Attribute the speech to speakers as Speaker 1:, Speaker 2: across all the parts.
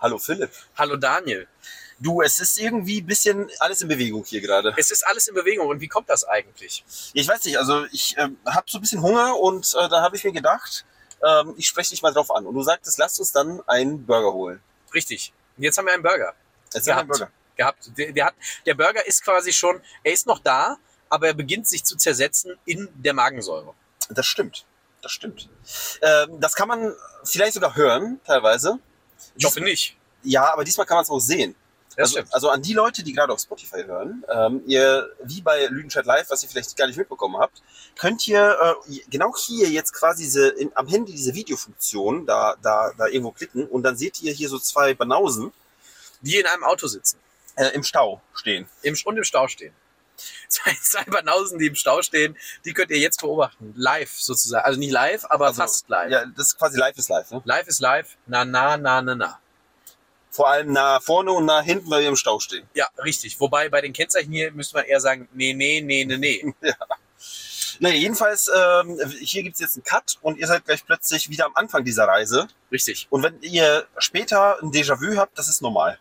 Speaker 1: Hallo Philipp.
Speaker 2: Hallo Daniel.
Speaker 1: Du, es ist irgendwie ein bisschen alles in Bewegung hier gerade.
Speaker 2: Es ist alles in Bewegung. Und wie kommt das eigentlich?
Speaker 1: Ich weiß nicht, also ich ähm, habe so ein bisschen Hunger und äh, da habe ich mir gedacht, ähm, ich spreche dich mal drauf an. Und du sagtest, lasst uns dann einen Burger holen.
Speaker 2: Richtig. Und jetzt haben wir einen Burger
Speaker 1: Erzähl
Speaker 2: Ja,
Speaker 1: einen Burger.
Speaker 2: gehabt. Der, der, hat, der Burger ist quasi schon, er ist noch da, aber er beginnt sich zu zersetzen in der Magensäure.
Speaker 1: Das stimmt. Das stimmt. Ähm, das kann man vielleicht sogar hören, teilweise.
Speaker 2: Ich hoffe nicht.
Speaker 1: Ja, aber diesmal kann man es auch sehen.
Speaker 2: Das
Speaker 1: also,
Speaker 2: stimmt.
Speaker 1: also an die Leute, die gerade auf Spotify hören, ähm, ihr, wie bei Lüdenscheid Live, was ihr vielleicht gar nicht mitbekommen habt, könnt ihr äh, genau hier jetzt quasi diese, in, am Handy diese Videofunktion da, da, da irgendwo klicken und dann seht ihr hier so zwei Banausen
Speaker 2: Die in einem Auto sitzen
Speaker 1: äh, im Stau stehen.
Speaker 2: im, und im Stau stehen. Zwei Cybernausen, die im Stau stehen, die könnt ihr jetzt beobachten. Live sozusagen. Also nicht live, aber
Speaker 1: Also,
Speaker 2: fast live.
Speaker 1: Ja, das ist quasi live ist live. Ne?
Speaker 2: Live ist live. Na, na, na, na, na.
Speaker 1: Vor allem nach vorne und nach hinten, weil wir im Stau stehen.
Speaker 2: Ja, richtig. Wobei bei den Kennzeichen hier müsste man eher sagen, nee, nee, nee, nee, nee.
Speaker 1: Naja, jedenfalls, ähm, hier gibt's jetzt einen Cut und ihr seid gleich plötzlich wieder am Anfang dieser Reise.
Speaker 2: Richtig.
Speaker 1: Und wenn ihr später ein Déjà-vu habt, das ist normal.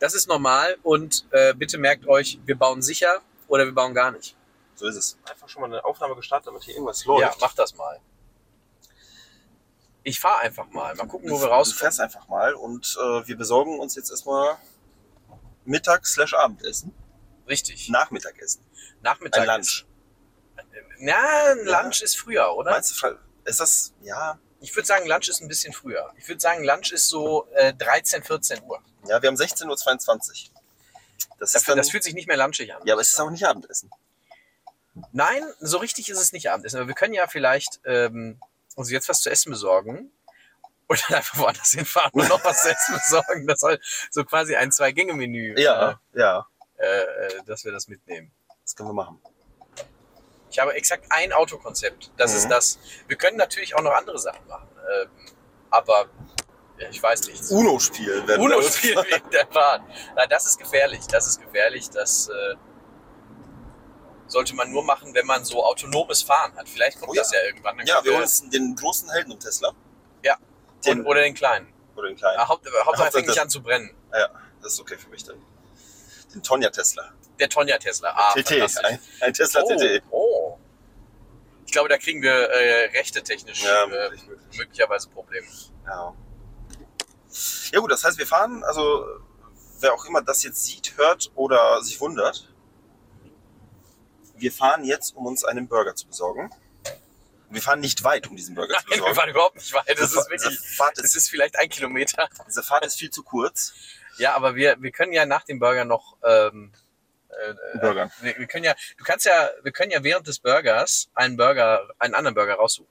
Speaker 2: Das ist normal und äh, bitte merkt euch, wir bauen sicher oder wir bauen gar nicht.
Speaker 1: So ist es. Einfach schon mal eine Aufnahme gestartet, damit hier irgendwas läuft.
Speaker 2: Ja, mach das mal. Ich fahre einfach mal. Mal gucken, wo wir
Speaker 1: Du
Speaker 2: rausfahren.
Speaker 1: fährst einfach mal und äh, wir besorgen uns jetzt erstmal Mittags slash Abendessen.
Speaker 2: Richtig.
Speaker 1: Nachmittagessen.
Speaker 2: Nachmittag.
Speaker 1: Ein Lunch.
Speaker 2: Na, ein
Speaker 1: Ja.
Speaker 2: Lunch ist früher, oder?
Speaker 1: Meinst du, Fra- ist das, ja,
Speaker 2: Ich würde sagen, Lunch ist ein bisschen früher. Ich würde sagen, Lunch ist so äh, 13, 14 Uhr.
Speaker 1: ja, wir haben 16.22 Uhr. Das
Speaker 2: Das,
Speaker 1: ist dann,
Speaker 2: das fühlt sich nicht mehr lunchig an.
Speaker 1: ja, aber es ist auch nicht Abendessen.
Speaker 2: Nein, so richtig ist es nicht Abendessen. Aber wir können ja vielleicht ähm, uns jetzt was zu essen besorgen. Und dann einfach woanders hinfahren und noch was zu essen besorgen. Das soll so quasi ein Zwei-Gänge-Menü.
Speaker 1: Ja, ja,
Speaker 2: Äh, äh, dass wir das mitnehmen.
Speaker 1: das können wir machen.
Speaker 2: Ich habe exakt ein Autokonzept. Das
Speaker 1: Mhm.
Speaker 2: ist das. Wir können natürlich auch noch andere Sachen machen. Ähm, aber ja, ich weiß nicht.
Speaker 1: Uno spielen. werden wir.
Speaker 2: Uno spielen wegen der Bahn. Na, das ist gefährlich. Das ist gefährlich. Das äh, sollte man nur machen, wenn man so autonomes Fahren hat. Vielleicht kommt
Speaker 1: Oh ja.
Speaker 2: das ja irgendwann. Dann
Speaker 1: Ja,
Speaker 2: können
Speaker 1: wir holen uns den großen Helden um Tesla.
Speaker 2: Ja.
Speaker 1: Den,
Speaker 2: und, oder den kleinen.
Speaker 1: oder den kleinen.
Speaker 2: Ah, Haupt, Hauptsache,
Speaker 1: Hauptsache,
Speaker 2: es fängt nicht
Speaker 1: das-
Speaker 2: an zu brennen.
Speaker 1: Das ist okay für mich dann. Den Tonja Tesla.
Speaker 2: Der Tonja Tesla. Ah,
Speaker 1: TT.
Speaker 2: fantastisch.
Speaker 1: Ein, ein Tesla E. TT.
Speaker 2: Oh, oh. Ich glaube, da kriegen wir äh, rechte technisch
Speaker 1: Ja,
Speaker 2: äh,
Speaker 1: möglich, möglich.
Speaker 2: möglicherweise Probleme.
Speaker 1: Ja. ja gut, das heißt, wir fahren, also wer auch immer das jetzt sieht, hört oder sich wundert, wir fahren jetzt, um uns einen Burger zu besorgen. Und Wir fahren nicht weit, um diesen Burger zu
Speaker 2: Nein, wir
Speaker 1: besorgen.
Speaker 2: waren überhaupt nicht weit. Das
Speaker 1: Diese
Speaker 2: ist
Speaker 1: Fa-
Speaker 2: wirklich,
Speaker 1: diese, Fahrt
Speaker 2: es
Speaker 1: ist,
Speaker 2: ist vielleicht ein Kilometer.
Speaker 1: diese Fahrt ist viel zu kurz.
Speaker 2: Ja, aber wir, wir können ja nach dem Burger noch, ähm, äh, äh,
Speaker 1: Burger.
Speaker 2: wir, wir können ja, du kannst ja, wir können ja während des Burgers einen Burger, einen anderen Burger raussuchen.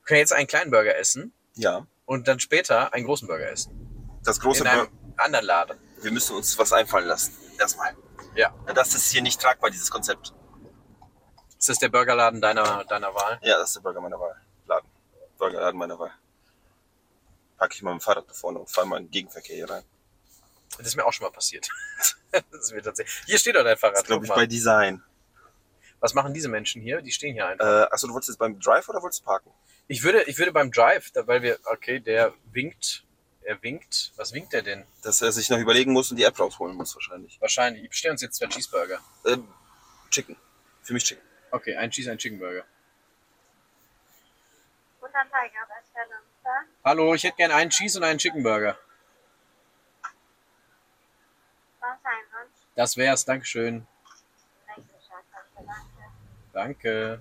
Speaker 2: Wir können jetzt einen kleinen Burger essen
Speaker 1: Ja,
Speaker 2: und dann später einen großen Burger essen.
Speaker 1: das große
Speaker 2: in einem
Speaker 1: Burger.
Speaker 2: anderen Laden.
Speaker 1: Wir müssen uns was einfallen lassen. Erstmal.
Speaker 2: Ja.
Speaker 1: Das ist hier nicht tragbar, dieses Konzept.
Speaker 2: Ist das der Burgerladen deiner, deiner Wahl?
Speaker 1: Ja, das ist der Burger meiner Wahl. Laden. Burgerladen meiner Wahl. Packe ich mal mein Fahrrad da vorne und fahre mal in den Gegenverkehr hier rein.
Speaker 2: Das ist mir auch schon mal passiert. das ist mir tatsächlich. Hier steht doch dein Fahrrad.
Speaker 1: Das ist, glaube
Speaker 2: guck
Speaker 1: ich,
Speaker 2: mal.
Speaker 1: bei Design.
Speaker 2: Was machen diese Menschen hier? Die stehen hier
Speaker 1: Äh,
Speaker 2: einfach.
Speaker 1: achso, du wolltest jetzt beim Drive oder wolltest du parken?
Speaker 2: Ich würde, ich würde beim Drive, da- weil wir, okay, der winkt, er winkt. Was winkt er denn?
Speaker 1: Dass er sich noch überlegen muss und die App rausholen muss wahrscheinlich.
Speaker 2: Wahrscheinlich. Ich bestelle uns jetzt zwei Cheeseburger.
Speaker 1: Ähm, Chicken. Für mich Chicken.
Speaker 2: Okay, ein Cheese, ein Chicken Burger.
Speaker 3: Guten Tag, Arbeitsverlangt.
Speaker 2: Hallo, ich hätte gern einen Cheese und einen Chicken Burger.
Speaker 3: Was ein Wunsch,
Speaker 2: Das wär's, Dankeschön.
Speaker 3: nächste Schatzverlangt.
Speaker 2: Danke.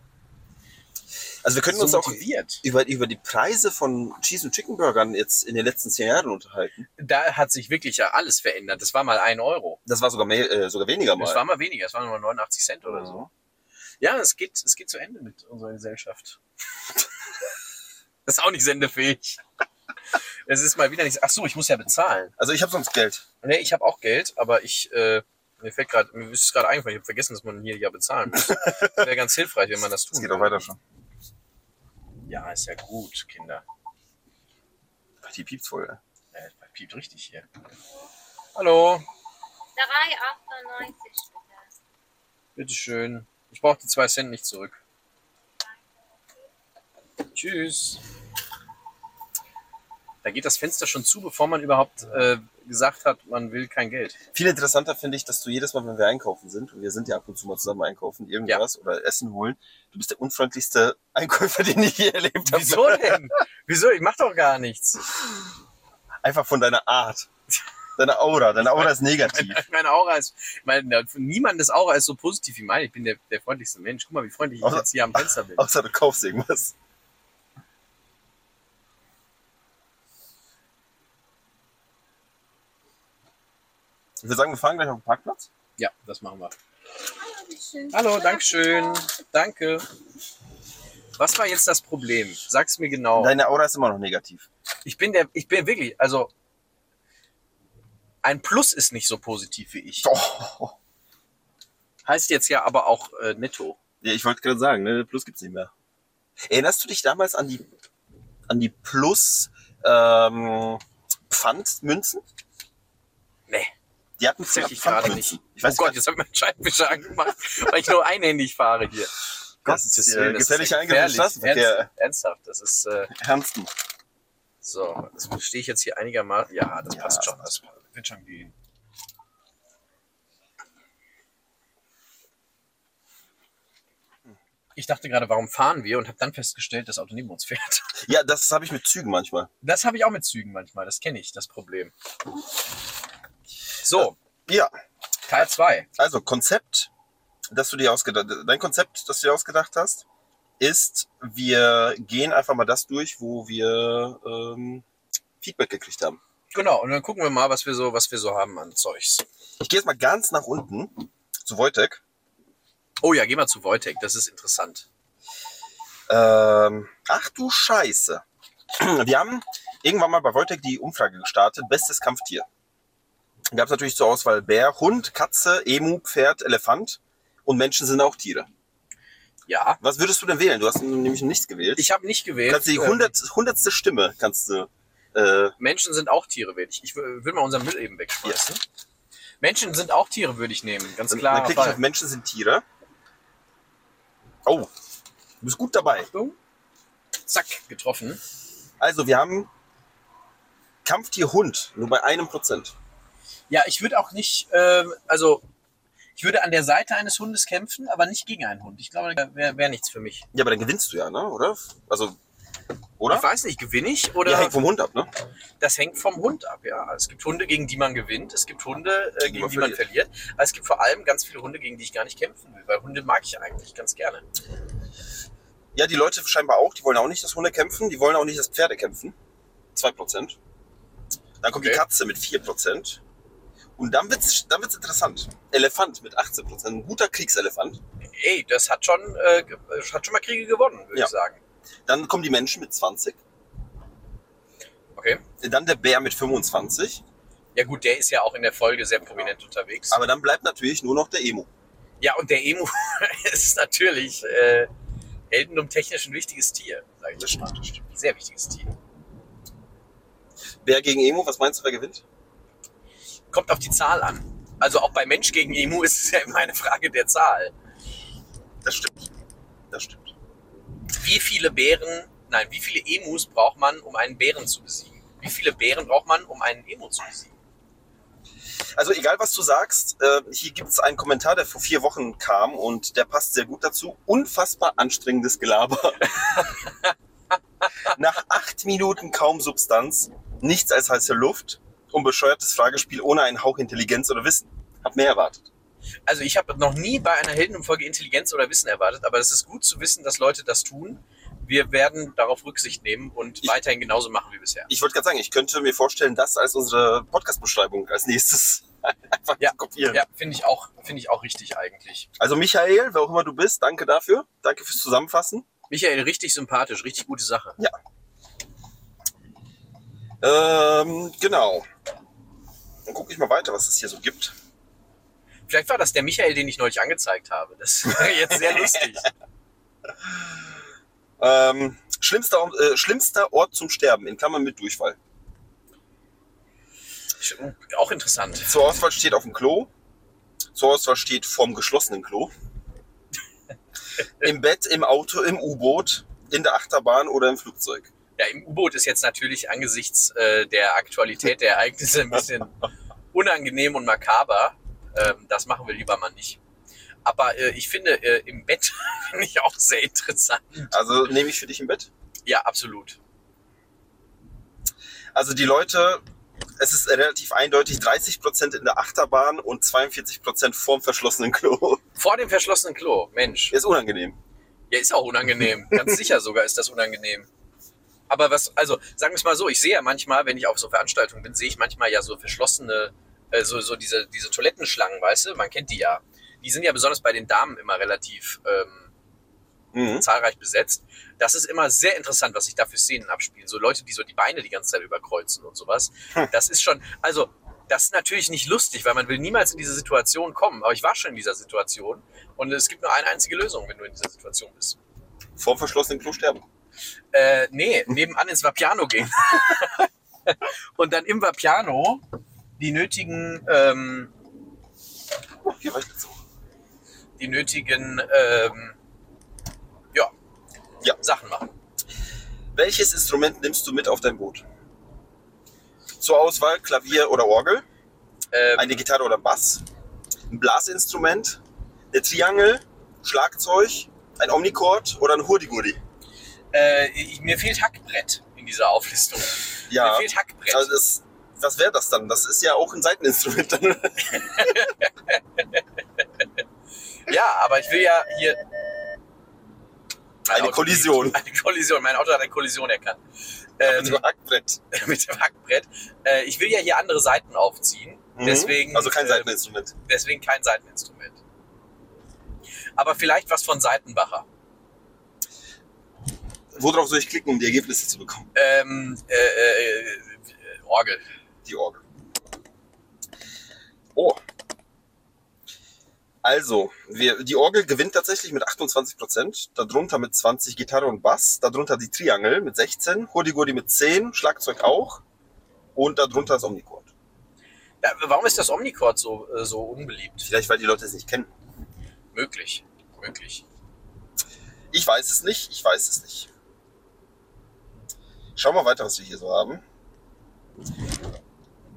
Speaker 1: Also wir können uns auch
Speaker 2: motiviert.
Speaker 1: über, über die Preise von Cheese und Chicken Burgern jetzt in den letzten zehn Jahren unterhalten.
Speaker 2: Da hat sich wirklich ja alles verändert. Das war mal ein Euro.
Speaker 1: Das war sogar, mehr, äh, sogar weniger mal.
Speaker 2: Das war mal weniger, es waren nur 89 Cent oder
Speaker 1: Mhm.
Speaker 2: so. Ja, es geht, es geht zu Ende mit unserer Gesellschaft. das ist auch nicht sendefähig. Es ist mal wieder nicht. Ach so, ich muss ja bezahlen.
Speaker 1: Also ich habe sonst Geld.
Speaker 2: Nee, ich habe auch Geld, aber ich äh, mir fällt gerade, mir ist es gerade eingefallen, ich habe vergessen, dass man hier ja bezahlen muss. Wäre ganz hilfreich, wenn man das tun
Speaker 1: Das geht
Speaker 2: würde.
Speaker 1: auch weiter schon.
Speaker 2: Ja, ist ja gut, Kinder.
Speaker 1: Ach, die piept voll. ey.
Speaker 2: Ja, das piept richtig hier. Hallo,
Speaker 3: 3,98 bitte.
Speaker 2: bitteschön. Ich brauche die zwei Cent nicht zurück. Tschüss. Da geht das Fenster schon zu, bevor man überhaupt äh, gesagt hat, man will kein Geld.
Speaker 1: Viel interessanter finde ich, dass du jedes Mal, wenn wir einkaufen sind, und wir sind ja ab und zu mal zusammen einkaufen, irgendwas oder Essen holen, du bist der unfreundlichste Einkäufer, den ich je erlebt habe.
Speaker 2: Wieso denn? Wieso? Ich mach doch gar nichts.
Speaker 1: Einfach von deiner Art. Deine Aura. Deine Aura ist negativ.
Speaker 2: Meine Aura ist, meine, niemandes Aura ist so positiv wie meine. Ich bin der, der freundlichste Mensch. Guck mal, wie freundlich ich
Speaker 1: Außer-
Speaker 2: jetzt hier am Fenster bin.
Speaker 1: Außer du kaufst irgendwas. Ich würde sagen, wir fahren gleich auf den Parkplatz.
Speaker 2: Ja, das machen wir. Hallo, Dankeschön. Danke. Was war jetzt das Problem? Sag's mir genau.
Speaker 1: Deine Aura ist immer noch negativ.
Speaker 2: Ich bin der, ich bin wirklich, also ein Plus ist nicht so positiv wie ich.
Speaker 1: Oh.
Speaker 2: Heißt jetzt ja aber auch äh, netto.
Speaker 1: Ja, ich wollte gerade sagen, ne, Plus gibt's nicht mehr. Erinnerst du dich damals an die an die Plus ähm, Pfandmünzen?
Speaker 2: Nee,
Speaker 1: Die hatten
Speaker 2: tatsächlich
Speaker 1: früher
Speaker 2: gerade
Speaker 1: Pfandmünzen.
Speaker 2: nicht.
Speaker 1: Ich weiß
Speaker 2: oh Gott,
Speaker 1: nicht,
Speaker 2: jetzt habe ich meinen Scheinwischer angemacht, weil ich nur einhändig fahre hier.
Speaker 1: das ist
Speaker 2: Gottes
Speaker 1: äh,
Speaker 2: Willen, das ist
Speaker 1: gefährlicher Eingriff in
Speaker 2: ja
Speaker 1: den
Speaker 2: gefährlich.
Speaker 1: Straßenverkehr.
Speaker 2: Ernst, ernsthaft, das ist, äh,
Speaker 1: Ernsten.
Speaker 2: so, jetzt stehe ich jetzt hier einigermaßen, ja, das
Speaker 1: Ja,
Speaker 2: passt
Speaker 1: das
Speaker 2: schon, das wird schon gehen. Ich dachte gerade, warum fahren wir und habe dann festgestellt, das Auto neben uns fährt.
Speaker 1: Ja, das habe ich mit Zügen manchmal.
Speaker 2: Das habe ich auch mit Zügen manchmal, das kenne ich, das Problem. So,
Speaker 1: Ja,
Speaker 2: Teil 2.
Speaker 1: also Konzept, das du dir ausgedacht dein Konzept, das du dir ausgedacht hast, ist, wir gehen einfach mal das durch, wo wir ähm, Feedback gekriegt haben.
Speaker 2: Genau, und dann gucken wir mal, was wir so, was wir so haben an Zeugs.
Speaker 1: Ich gehe jetzt mal ganz nach unten zu Wojtek.
Speaker 2: Oh ja, geh mal zu Wojtek, das ist interessant.
Speaker 1: Ähm, ach du Scheiße. Wir haben irgendwann mal bei Wojtek die Umfrage gestartet, bestes Kampftier. Gab es natürlich zur Auswahl Bär, Hund, Katze, Emu, Pferd, Elefant und Menschen sind auch Tiere.
Speaker 2: Ja,
Speaker 1: Was würdest du denn wählen? Du hast nämlich nichts gewählt.
Speaker 2: ich habe nicht gewählt.
Speaker 1: kannst du die
Speaker 2: Ähm,
Speaker 1: hundert, hundertste Stimme kannst du. Äh,
Speaker 2: Menschen sind auch Tiere, würde ich. Ich wür- würde mal unseren Müll eben wegschmeißen. Menschen sind auch Tiere, würde ich nehmen. Ganz
Speaker 1: dann
Speaker 2: klar.
Speaker 1: dann klicke ich auf Menschen sind Tiere. Oh, du bist gut dabei.
Speaker 2: Achtung. Zack, getroffen.
Speaker 1: Also wir haben Kampftier Hund nur bei einem Prozent.
Speaker 2: Ja, ich würde auch nicht, ähm, also ich würde an der Seite eines Hundes kämpfen, aber nicht gegen einen Hund. Ich glaube, da wäre wär nichts für mich.
Speaker 1: Ja, aber dann gewinnst du ja, ne? Oder? Also, oder?
Speaker 2: Ich weiß nicht, gewinne ich oder
Speaker 1: Ja, hängt vom Hund ab, ne?
Speaker 2: das hängt vom Hund ab, ja. Es gibt Hunde, gegen die man gewinnt, es gibt Hunde, äh,
Speaker 1: Gegen die
Speaker 2: gegen
Speaker 1: man
Speaker 2: die man verliert. Aber es gibt vor allem ganz viele Hunde, gegen die ich gar nicht kämpfen will, weil Hunde mag ich eigentlich ganz gerne.
Speaker 1: Ja, die Leute scheinbar auch, die wollen auch nicht, dass Hunde kämpfen, die wollen auch nicht, dass Pferde kämpfen. 2%. Dann kommt die
Speaker 2: Okay.
Speaker 1: Katze mit 4%. Und dann wird's, dann wird's interessant. Elefant mit 18%. Ein guter Kriegselefant.
Speaker 2: Ey, das hat schon, äh, ge- hat schon mal Kriege gewonnen, würde
Speaker 1: Ja.
Speaker 2: ich sagen.
Speaker 1: Dann kommen die Menschen mit 20.
Speaker 2: Okay.
Speaker 1: Dann der Bär mit 25.
Speaker 2: Ja gut, der ist ja auch in der Folge sehr prominent unterwegs.
Speaker 1: Aber dann bleibt natürlich nur noch der Emu.
Speaker 2: ja, und der Emu ist natürlich äh, Heldendum technisch ein wichtiges Tier, sage ich
Speaker 1: Das stimmt, das
Speaker 2: Ein sehr wichtiges Tier.
Speaker 1: Bär gegen Emu, was meinst du, wer gewinnt?
Speaker 2: Kommt auf die Zahl an. Also auch bei Mensch gegen Emu ist es ja immer eine Frage der Zahl.
Speaker 1: Das stimmt. Das stimmt.
Speaker 2: Wie viele Bären, nein, wie viele Emus braucht man, um einen Bären zu besiegen? Wie viele Bären braucht man, um einen Emu zu besiegen?
Speaker 1: Also egal, was du sagst, äh, hier gibt's einen Kommentar, der vor vier Wochen kam und der passt sehr gut dazu. Unfassbar anstrengendes Gelaber. Nach acht Minuten kaum Substanz, nichts als heiße Luft und bescheuertes Fragespiel ohne einen Hauch Intelligenz oder Wissen. Hab mehr erwartet.
Speaker 2: Also ich habe noch nie bei einer Heldenumfolge Intelligenz oder Wissen erwartet, aber es ist gut zu wissen, dass Leute das tun. Wir werden darauf Rücksicht nehmen und
Speaker 1: Ich-
Speaker 2: weiterhin genauso machen wie bisher.
Speaker 1: Ich wollte gerade sagen, ich könnte mir vorstellen, das als unsere Podcast-Beschreibung als nächstes einfach
Speaker 2: Ja.
Speaker 1: zu kopieren.
Speaker 2: Ja, finde ich auch, finde ich auch richtig eigentlich.
Speaker 1: Also Michael, wer auch immer du bist, danke dafür. Danke fürs Zusammenfassen.
Speaker 2: Michael, richtig sympathisch, richtig gute Sache.
Speaker 1: Ähm, genau. Dann gucke ich mal weiter, was es hier so gibt.
Speaker 2: Vielleicht war das der Michael, den ich neulich angezeigt habe. Das wäre jetzt sehr lustig.
Speaker 1: Ähm, schlimmster, äh, schlimmster Ort zum Sterben, in Klammern mit Durchfall.
Speaker 2: Auch interessant.
Speaker 1: Zur Auswahl steht auf dem Klo. Zur Auswahl steht vorm geschlossenen Klo. Im Bett, im Auto, im U-Boot, in der Achterbahn oder im Flugzeug.
Speaker 2: Ja, im U-Boot ist jetzt natürlich angesichts äh, der Aktualität der Ereignisse ein bisschen unangenehm und makaber. Ähm, das machen wir lieber mal nicht. Aber äh, ich finde, äh, im Bett finde ich auch sehr interessant.
Speaker 1: Also nehme ich für dich im Bett.
Speaker 2: Ja, absolut.
Speaker 1: Also die Leute, es ist relativ eindeutig 30% in der Achterbahn und 42% vorm verschlossenen Klo.
Speaker 2: Vor dem verschlossenen Klo, Mensch.
Speaker 1: Ist unangenehm.
Speaker 2: Ja, ist auch unangenehm. Ganz sicher sogar ist das unangenehm. Aber was, also sagen wir es mal so, ich sehe ja manchmal, wenn ich auf so Veranstaltungen bin, sehe ich manchmal ja so verschlossene, äh, so, so diese, diese Toilettenschlangen, weißt du, man kennt die ja. Die sind ja besonders bei den Damen immer relativ ähm,
Speaker 1: Mhm.
Speaker 2: zahlreich besetzt. Das ist immer sehr interessant, was sich da für Szenen abspielen. So Leute, die so die Beine die ganze Zeit überkreuzen und sowas.
Speaker 1: Hm.
Speaker 2: Das ist schon, also das ist natürlich nicht lustig, weil man will niemals in diese Situation kommen. Aber ich war schon in dieser Situation und es gibt nur eine einzige Lösung, wenn du in dieser Situation bist.
Speaker 1: Vorm verschlossenen Klo sterben.
Speaker 2: Äh, nee,
Speaker 1: Hm.
Speaker 2: nebenan ins Vapiano gehen. und dann im Vapiano die nötigen, ähm,
Speaker 1: Oh, hier war ich dazu.
Speaker 2: die nötigen, ähm, ja,
Speaker 1: Ja.
Speaker 2: Sachen machen.
Speaker 1: Welches Instrument nimmst du mit auf dein Boot? Zur Auswahl Klavier oder Orgel,
Speaker 2: Ähm,
Speaker 1: eine Gitarre oder Bass, ein Blasinstrument, eine Triangel, Schlagzeug, ein Omnichord oder ein Hurdigurdi.
Speaker 2: Äh, ich, mir fehlt Hackbrett in dieser Auflistung. Mir
Speaker 1: Ja,
Speaker 2: fehlt Hackbrett.
Speaker 1: also das, was wäre das dann? Das ist ja auch ein Seiteninstrument. Dann.
Speaker 2: ja, aber ich will ja hier. Mein
Speaker 1: Eine
Speaker 2: Auto-
Speaker 1: Kollision.
Speaker 2: Eine Kollision. Mein Auto hat eine Kollision erkannt.
Speaker 1: Mit
Speaker 2: Ähm,
Speaker 1: dem Hackbrett.
Speaker 2: mit dem Hackbrett. Äh, ich will ja hier andere Seiten aufziehen.
Speaker 1: Mhm.
Speaker 2: Deswegen,
Speaker 1: also kein
Speaker 2: äh,
Speaker 1: Seiteninstrument.
Speaker 2: deswegen kein Seiteninstrument. Aber vielleicht was von Seitenbacher.
Speaker 1: Worauf soll ich klicken, um die Ergebnisse zu bekommen?
Speaker 2: Ähm, äh, äh, äh, Orgel.
Speaker 1: die Orgel. Oh. Also, wir, die Orgel gewinnt tatsächlich mit 28 Prozent, darunter mit 20 Gitarre und Bass, darunter die Triangel mit 16, Hurdy-Gurdy mit 10, Schlagzeug auch und darunter das Omnichord.
Speaker 2: Ja, warum ist das Omnicord so, äh, so unbeliebt?
Speaker 1: Vielleicht, weil die Leute es nicht kennen.
Speaker 2: Möglich. Möglich.
Speaker 1: Ich weiß es nicht, ich weiß es nicht. Schauen wir weiter, was wir hier so haben.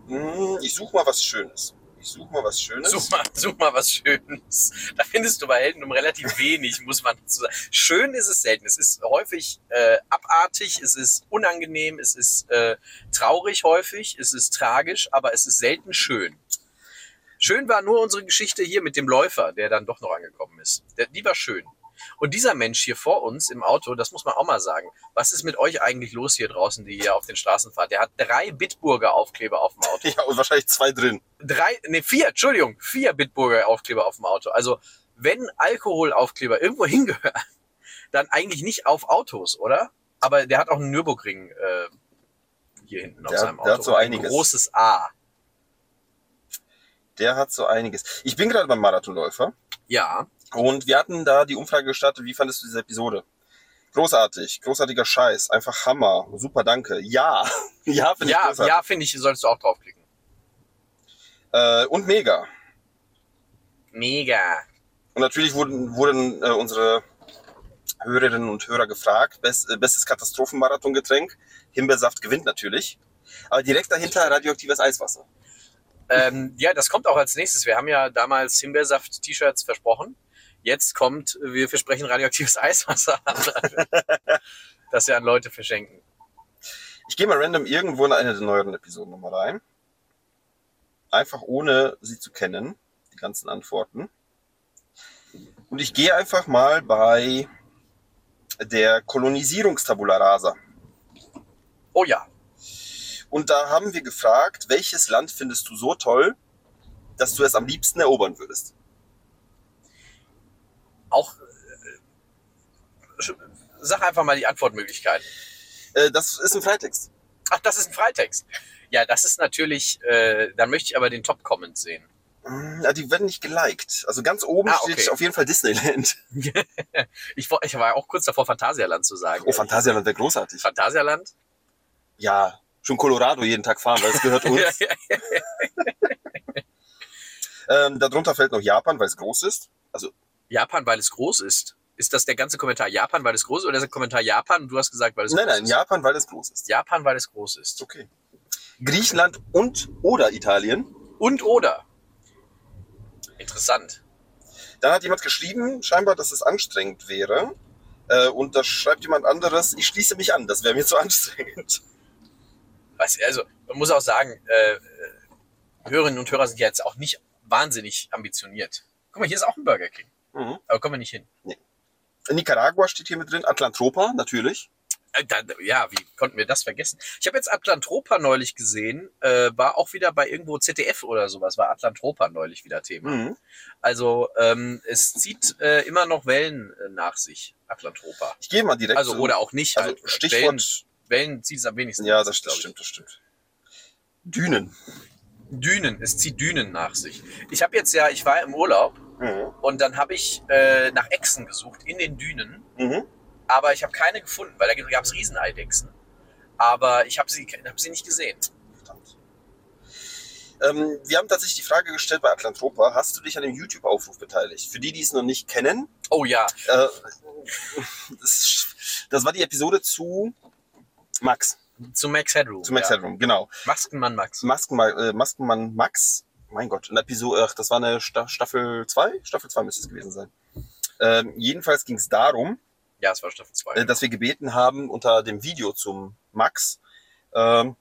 Speaker 1: Hm, Ich suche mal was Schönes. Ich suche mal was Schönes.
Speaker 2: Such mal, such mal was Schönes. Da findest du bei Helden um relativ wenig, muss man dazu sagen. Schön ist es selten. Es ist häufig äh, abartig, es ist unangenehm, es ist äh, traurig häufig, es ist tragisch, aber es ist selten schön. Schön war nur unsere Geschichte hier mit dem Läufer, der dann doch noch angekommen ist. Der, die war schön. Und dieser Mensch hier vor uns im Auto, das muss man auch mal sagen. Was ist mit euch eigentlich los hier draußen, die hier auf den Straßen fahrt? Der hat drei Bitburger Aufkleber auf dem Auto
Speaker 1: Ja, und wahrscheinlich zwei drin.
Speaker 2: drei, nee, vier, Entschuldigung, vier Bitburger Aufkleber auf dem Auto. Also, wenn Alkoholaufkleber irgendwo hingehören, dann eigentlich nicht auf Autos, oder? Aber der hat auch einen Nürburgring äh, hier hinten auf
Speaker 1: Der-
Speaker 2: seinem
Speaker 1: der
Speaker 2: Auto.
Speaker 1: hat so
Speaker 2: Ein
Speaker 1: einiges.
Speaker 2: großes A.
Speaker 1: Der hat so einiges. Ich bin gerade beim Marathonläufer
Speaker 2: Ja.
Speaker 1: und wir hatten da die Umfrage gestartet, wie fandest du diese Episode? Großartig, großartiger Scheiß, einfach Hammer, super, danke. Ja, ja, finde ich
Speaker 2: Ja,
Speaker 1: großartig.
Speaker 2: ja, finde ich, solltest du auch draufklicken.
Speaker 1: Äh, und mega.
Speaker 2: Mega.
Speaker 1: Und natürlich wurden, wurden äh, unsere Hörerinnen und Hörer gefragt, best, äh, bestes Katastrophenmarathongetränk, Himbeersaft gewinnt natürlich, aber direkt dahinter radioaktives Eiswasser.
Speaker 2: Ähm, ja, das kommt auch als nächstes. Wir haben ja damals Himbeersaft-T-Shirts versprochen. Jetzt kommt, äh, wir versprechen radioaktives Eiswasser, das wir an Leute verschenken.
Speaker 1: Ich gehe mal random irgendwo in eine der neueren Episoden nochmal rein. Einfach ohne sie zu kennen, die ganzen Antworten. Und ich gehe einfach mal bei der Kolonisierungstabula rasa.
Speaker 2: Oh ja,
Speaker 1: Und da haben wir gefragt, welches Land findest du so toll, dass du es am liebsten erobern würdest?
Speaker 2: auch äh, sch- sag einfach mal die Antwortmöglichkeit.
Speaker 1: Äh, das ist ein Freitext.
Speaker 2: Ach, das ist ein Freitext. Ja, das ist natürlich, äh, dann möchte ich aber den Top-Comment sehen.
Speaker 1: Hm, Ja, die werden nicht geliked. Also ganz oben
Speaker 2: Ah, okay.
Speaker 1: steht auf jeden Fall Disneyland.
Speaker 2: Ich, wo- ich war auch kurz davor, Phantasialand zu sagen.
Speaker 1: Oh, Phantasialand wäre großartig.
Speaker 2: Phantasialand?
Speaker 1: Ja, schon Colorado jeden Tag fahren, weil es gehört uns.
Speaker 2: Ja, ja.
Speaker 1: Ähm, darunter fällt noch Japan, weil es groß ist. Also
Speaker 2: Japan, weil es groß ist. Ist das der ganze Kommentar Japan, weil es groß ist, oder ist der Kommentar Japan und du hast gesagt, weil es
Speaker 1: Nein,
Speaker 2: groß
Speaker 1: nein,
Speaker 2: ist?
Speaker 1: Japan, weil es groß ist.
Speaker 2: Japan, weil es groß ist.
Speaker 1: Okay. Griechenland und oder Italien.
Speaker 2: Und oder. Interessant.
Speaker 1: Dann hat jemand geschrieben, scheinbar, dass es anstrengend wäre. Äh, und da schreibt jemand anderes, ich schließe mich an, das wäre mir zu anstrengend.
Speaker 2: Was, also, man muss auch sagen, äh, äh, Hörerinnen und Hörer sind ja jetzt auch nicht wahnsinnig ambitioniert. Guck mal, hier ist auch ein Burger King.
Speaker 1: Mhm.
Speaker 2: Aber kommen wir nicht hin.
Speaker 1: In Nicaragua steht hier mit drin, Atlantropa, natürlich.
Speaker 2: Äh, Da, ja, wie konnten wir das vergessen? Ich habe jetzt Atlantropa neulich gesehen, äh, war auch wieder bei irgendwo ZDF oder sowas, war Atlantropa neulich wieder Thema.
Speaker 1: Mhm.
Speaker 2: Also ähm, es zieht äh, immer noch Wellen äh, nach sich, Atlantropa.
Speaker 1: Ich gehe mal direkt
Speaker 2: Also
Speaker 1: zu-
Speaker 2: oder auch nicht.
Speaker 1: also
Speaker 2: halt. Wellen,
Speaker 1: Stichwort,
Speaker 2: Wellen zieht es am wenigsten.
Speaker 1: ja,
Speaker 2: nach
Speaker 1: das, das
Speaker 2: sich, glaub ich.
Speaker 1: stimmt, das stimmt. Dünen.
Speaker 2: Dünen, es zieht Dünen nach sich. Ich habe jetzt ja, ich war im Urlaub
Speaker 1: Mhm.
Speaker 2: und dann habe ich äh, nach Echsen gesucht in den Dünen,
Speaker 1: Mhm.
Speaker 2: aber ich habe keine gefunden, weil da gab es Rieseneidechsen. Aber ich habe sie, hab sie nicht gesehen.
Speaker 1: Verdammt. Ähm, wir haben tatsächlich die Frage gestellt bei Atlantropa, hast du dich an dem YouTube-Aufruf beteiligt? Für die, die es noch nicht kennen,
Speaker 2: Oh ja,
Speaker 1: Äh, das, das war die Episode zu Max,
Speaker 2: zu Max Headroom.
Speaker 1: zu Max
Speaker 2: ja.
Speaker 1: Headroom, genau.
Speaker 2: Maskenmann Max.
Speaker 1: Zu Maskenmann, äh, Maskenmann Max, mein Gott, eine Episode, ach, das war eine Sta Staffel 2? Staffel 2 müsste es gewesen sein. Ähm, jedenfalls ging es darum,
Speaker 2: Ja, es war Staffel 2.
Speaker 1: äh, dass wir gebeten haben, unter dem Video zum Max ähm,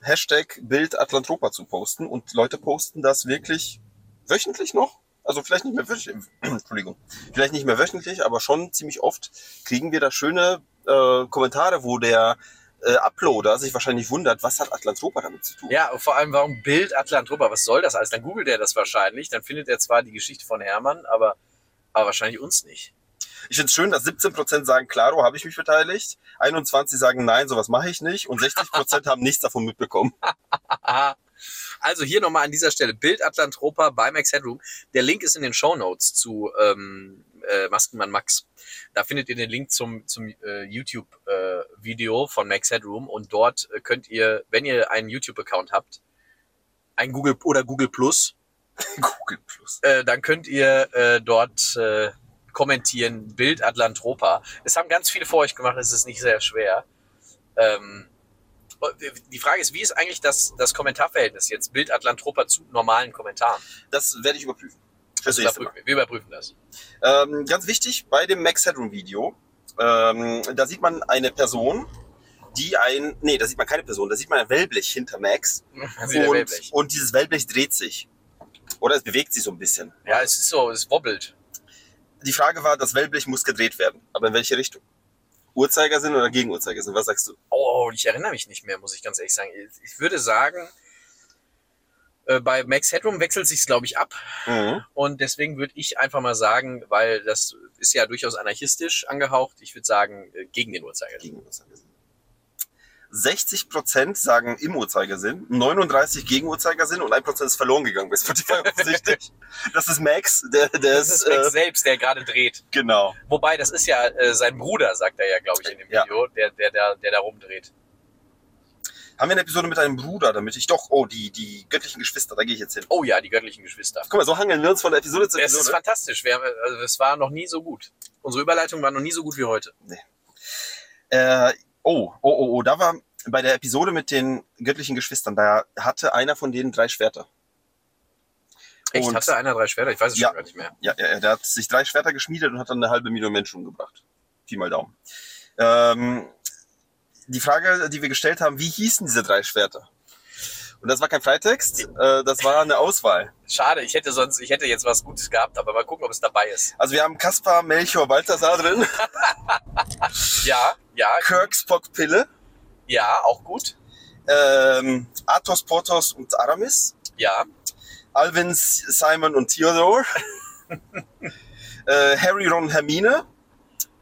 Speaker 1: Hashtag Bild Atlantropa zu posten und Leute posten das wirklich wöchentlich noch. Also vielleicht nicht mehr wöchentlich, Entschuldigung, vielleicht nicht mehr wöchentlich, aber schon ziemlich oft kriegen wir da schöne äh, Kommentare, wo der äh, Uploader sich wahrscheinlich wundert, was hat Atlantropa damit zu tun?
Speaker 2: Ja, und vor allem, warum Bild Atlantropa? Was soll das alles? Dann googelt er das wahrscheinlich, dann findet er zwar die Geschichte von Hermann, aber, aber wahrscheinlich uns nicht.
Speaker 1: Ich finde es schön, dass 17% sagen, klaro, habe ich mich beteiligt, 21% sagen, nein, sowas mache ich nicht und 60% haben nichts davon mitbekommen.
Speaker 2: Aha. Also hier nochmal an dieser Stelle Bild Atlantropa bei Max Headroom. Der Link ist in den Show Notes zu ähm, äh, Maskenmann Max. Da findet ihr den Link zum, zum äh, YouTube-Video von Max Headroom und dort äh, könnt ihr, wenn ihr einen YouTube-Account habt, ein Google oder Google Plus,
Speaker 1: Google Plus.
Speaker 2: äh, dann könnt ihr äh, dort äh, kommentieren Bild Atlantropa. Es haben ganz viele vor euch gemacht, es ist nicht sehr schwer. Ähm, und die Frage ist, wie ist eigentlich das, das Kommentarverhältnis jetzt Bild Atlantropa zu normalen Kommentaren?
Speaker 1: Das werde ich überprüfen. Fürs
Speaker 2: Das
Speaker 1: nächste Mal.
Speaker 2: überprüfen wir. wir überprüfen das.
Speaker 1: Ähm, ganz wichtig bei dem Max Headroom Video, ähm, da sieht man eine Person, die ein, nee, da sieht man keine Person, da sieht man ein Wellblech hinter Max
Speaker 2: Man sieht ja
Speaker 1: und,
Speaker 2: Wellblech.
Speaker 1: und dieses Wellblech dreht sich. Oder es bewegt sich so ein bisschen.
Speaker 2: Ja, es ist so, es wobbelt.
Speaker 1: Die Frage war, das Wellblech muss gedreht werden. Aber in welche Richtung? Uhrzeigersinn oder Gegenuhrzeigersinn? Was sagst du?
Speaker 2: Oh, ich erinnere mich nicht mehr, muss ich ganz ehrlich sagen. Ich würde sagen, äh, bei Max Headroom wechselt sich's, glaube ich, ab.
Speaker 1: Mhm.
Speaker 2: Und deswegen würde ich einfach mal sagen, weil das ist ja durchaus anarchistisch angehaucht, ich würde sagen, äh, gegen den Uhrzeigersinn.
Speaker 1: Gegenuhrzeigersinn. 60% sagen im Uhrzeigersinn, 39 gegen Uhrzeigersinn und 1% ist verloren gegangen. Das ist offensichtlich. Das ist Max, der, der
Speaker 2: Das ist Max
Speaker 1: äh,
Speaker 2: selbst, der gerade dreht.
Speaker 1: genau.
Speaker 2: Wobei, das ist ja äh, sein Bruder, sagt er ja, glaube ich, in dem
Speaker 1: Ja.
Speaker 2: Video, der, der, der, der da rumdreht.
Speaker 1: Haben wir eine Episode mit einem Bruder, damit ich doch, oh, die, die göttlichen Geschwister, da gehe ich jetzt hin.
Speaker 2: Oh ja, die göttlichen Geschwister.
Speaker 1: Guck mal, so hangeln wir uns von der Episode zu
Speaker 2: Es ist
Speaker 1: Episode.
Speaker 2: fantastisch. Wir, haben- also, es war noch nie so gut. Unsere Überleitung war noch nie so gut wie heute.
Speaker 1: Äh, oh, oh, oh, oh, da war bei der Episode mit den göttlichen Geschwistern, da hatte einer von denen drei Schwerter.
Speaker 2: Echt,
Speaker 1: Und-
Speaker 2: hatte einer drei Schwerter? Ich weiß es
Speaker 1: Ja.
Speaker 2: schon gar nicht mehr.
Speaker 1: Ja, ja, ja, der hat sich drei Schwerter geschmiedet und hat dann eine halbe Million Menschen umgebracht. Pi mal Daumen. Ähm, die Frage, die wir gestellt haben, wie hießen diese drei Schwerter? Und das war kein Freitext, äh, das war eine Auswahl.
Speaker 2: Schade, ich hätte sonst, ich hätte jetzt was Gutes gehabt, aber mal gucken, ob es dabei ist.
Speaker 1: Also wir haben Kaspar, Melchior, Balthasar drin,
Speaker 2: Ja, ja,
Speaker 1: Kirk, Spock, Pille.
Speaker 2: ja, auch gut.
Speaker 1: ähm, Athos, Portos und Aramis,
Speaker 2: Ja,
Speaker 1: Alvin, S- Simon und Theodore, äh, Harry, Ron, Hermine,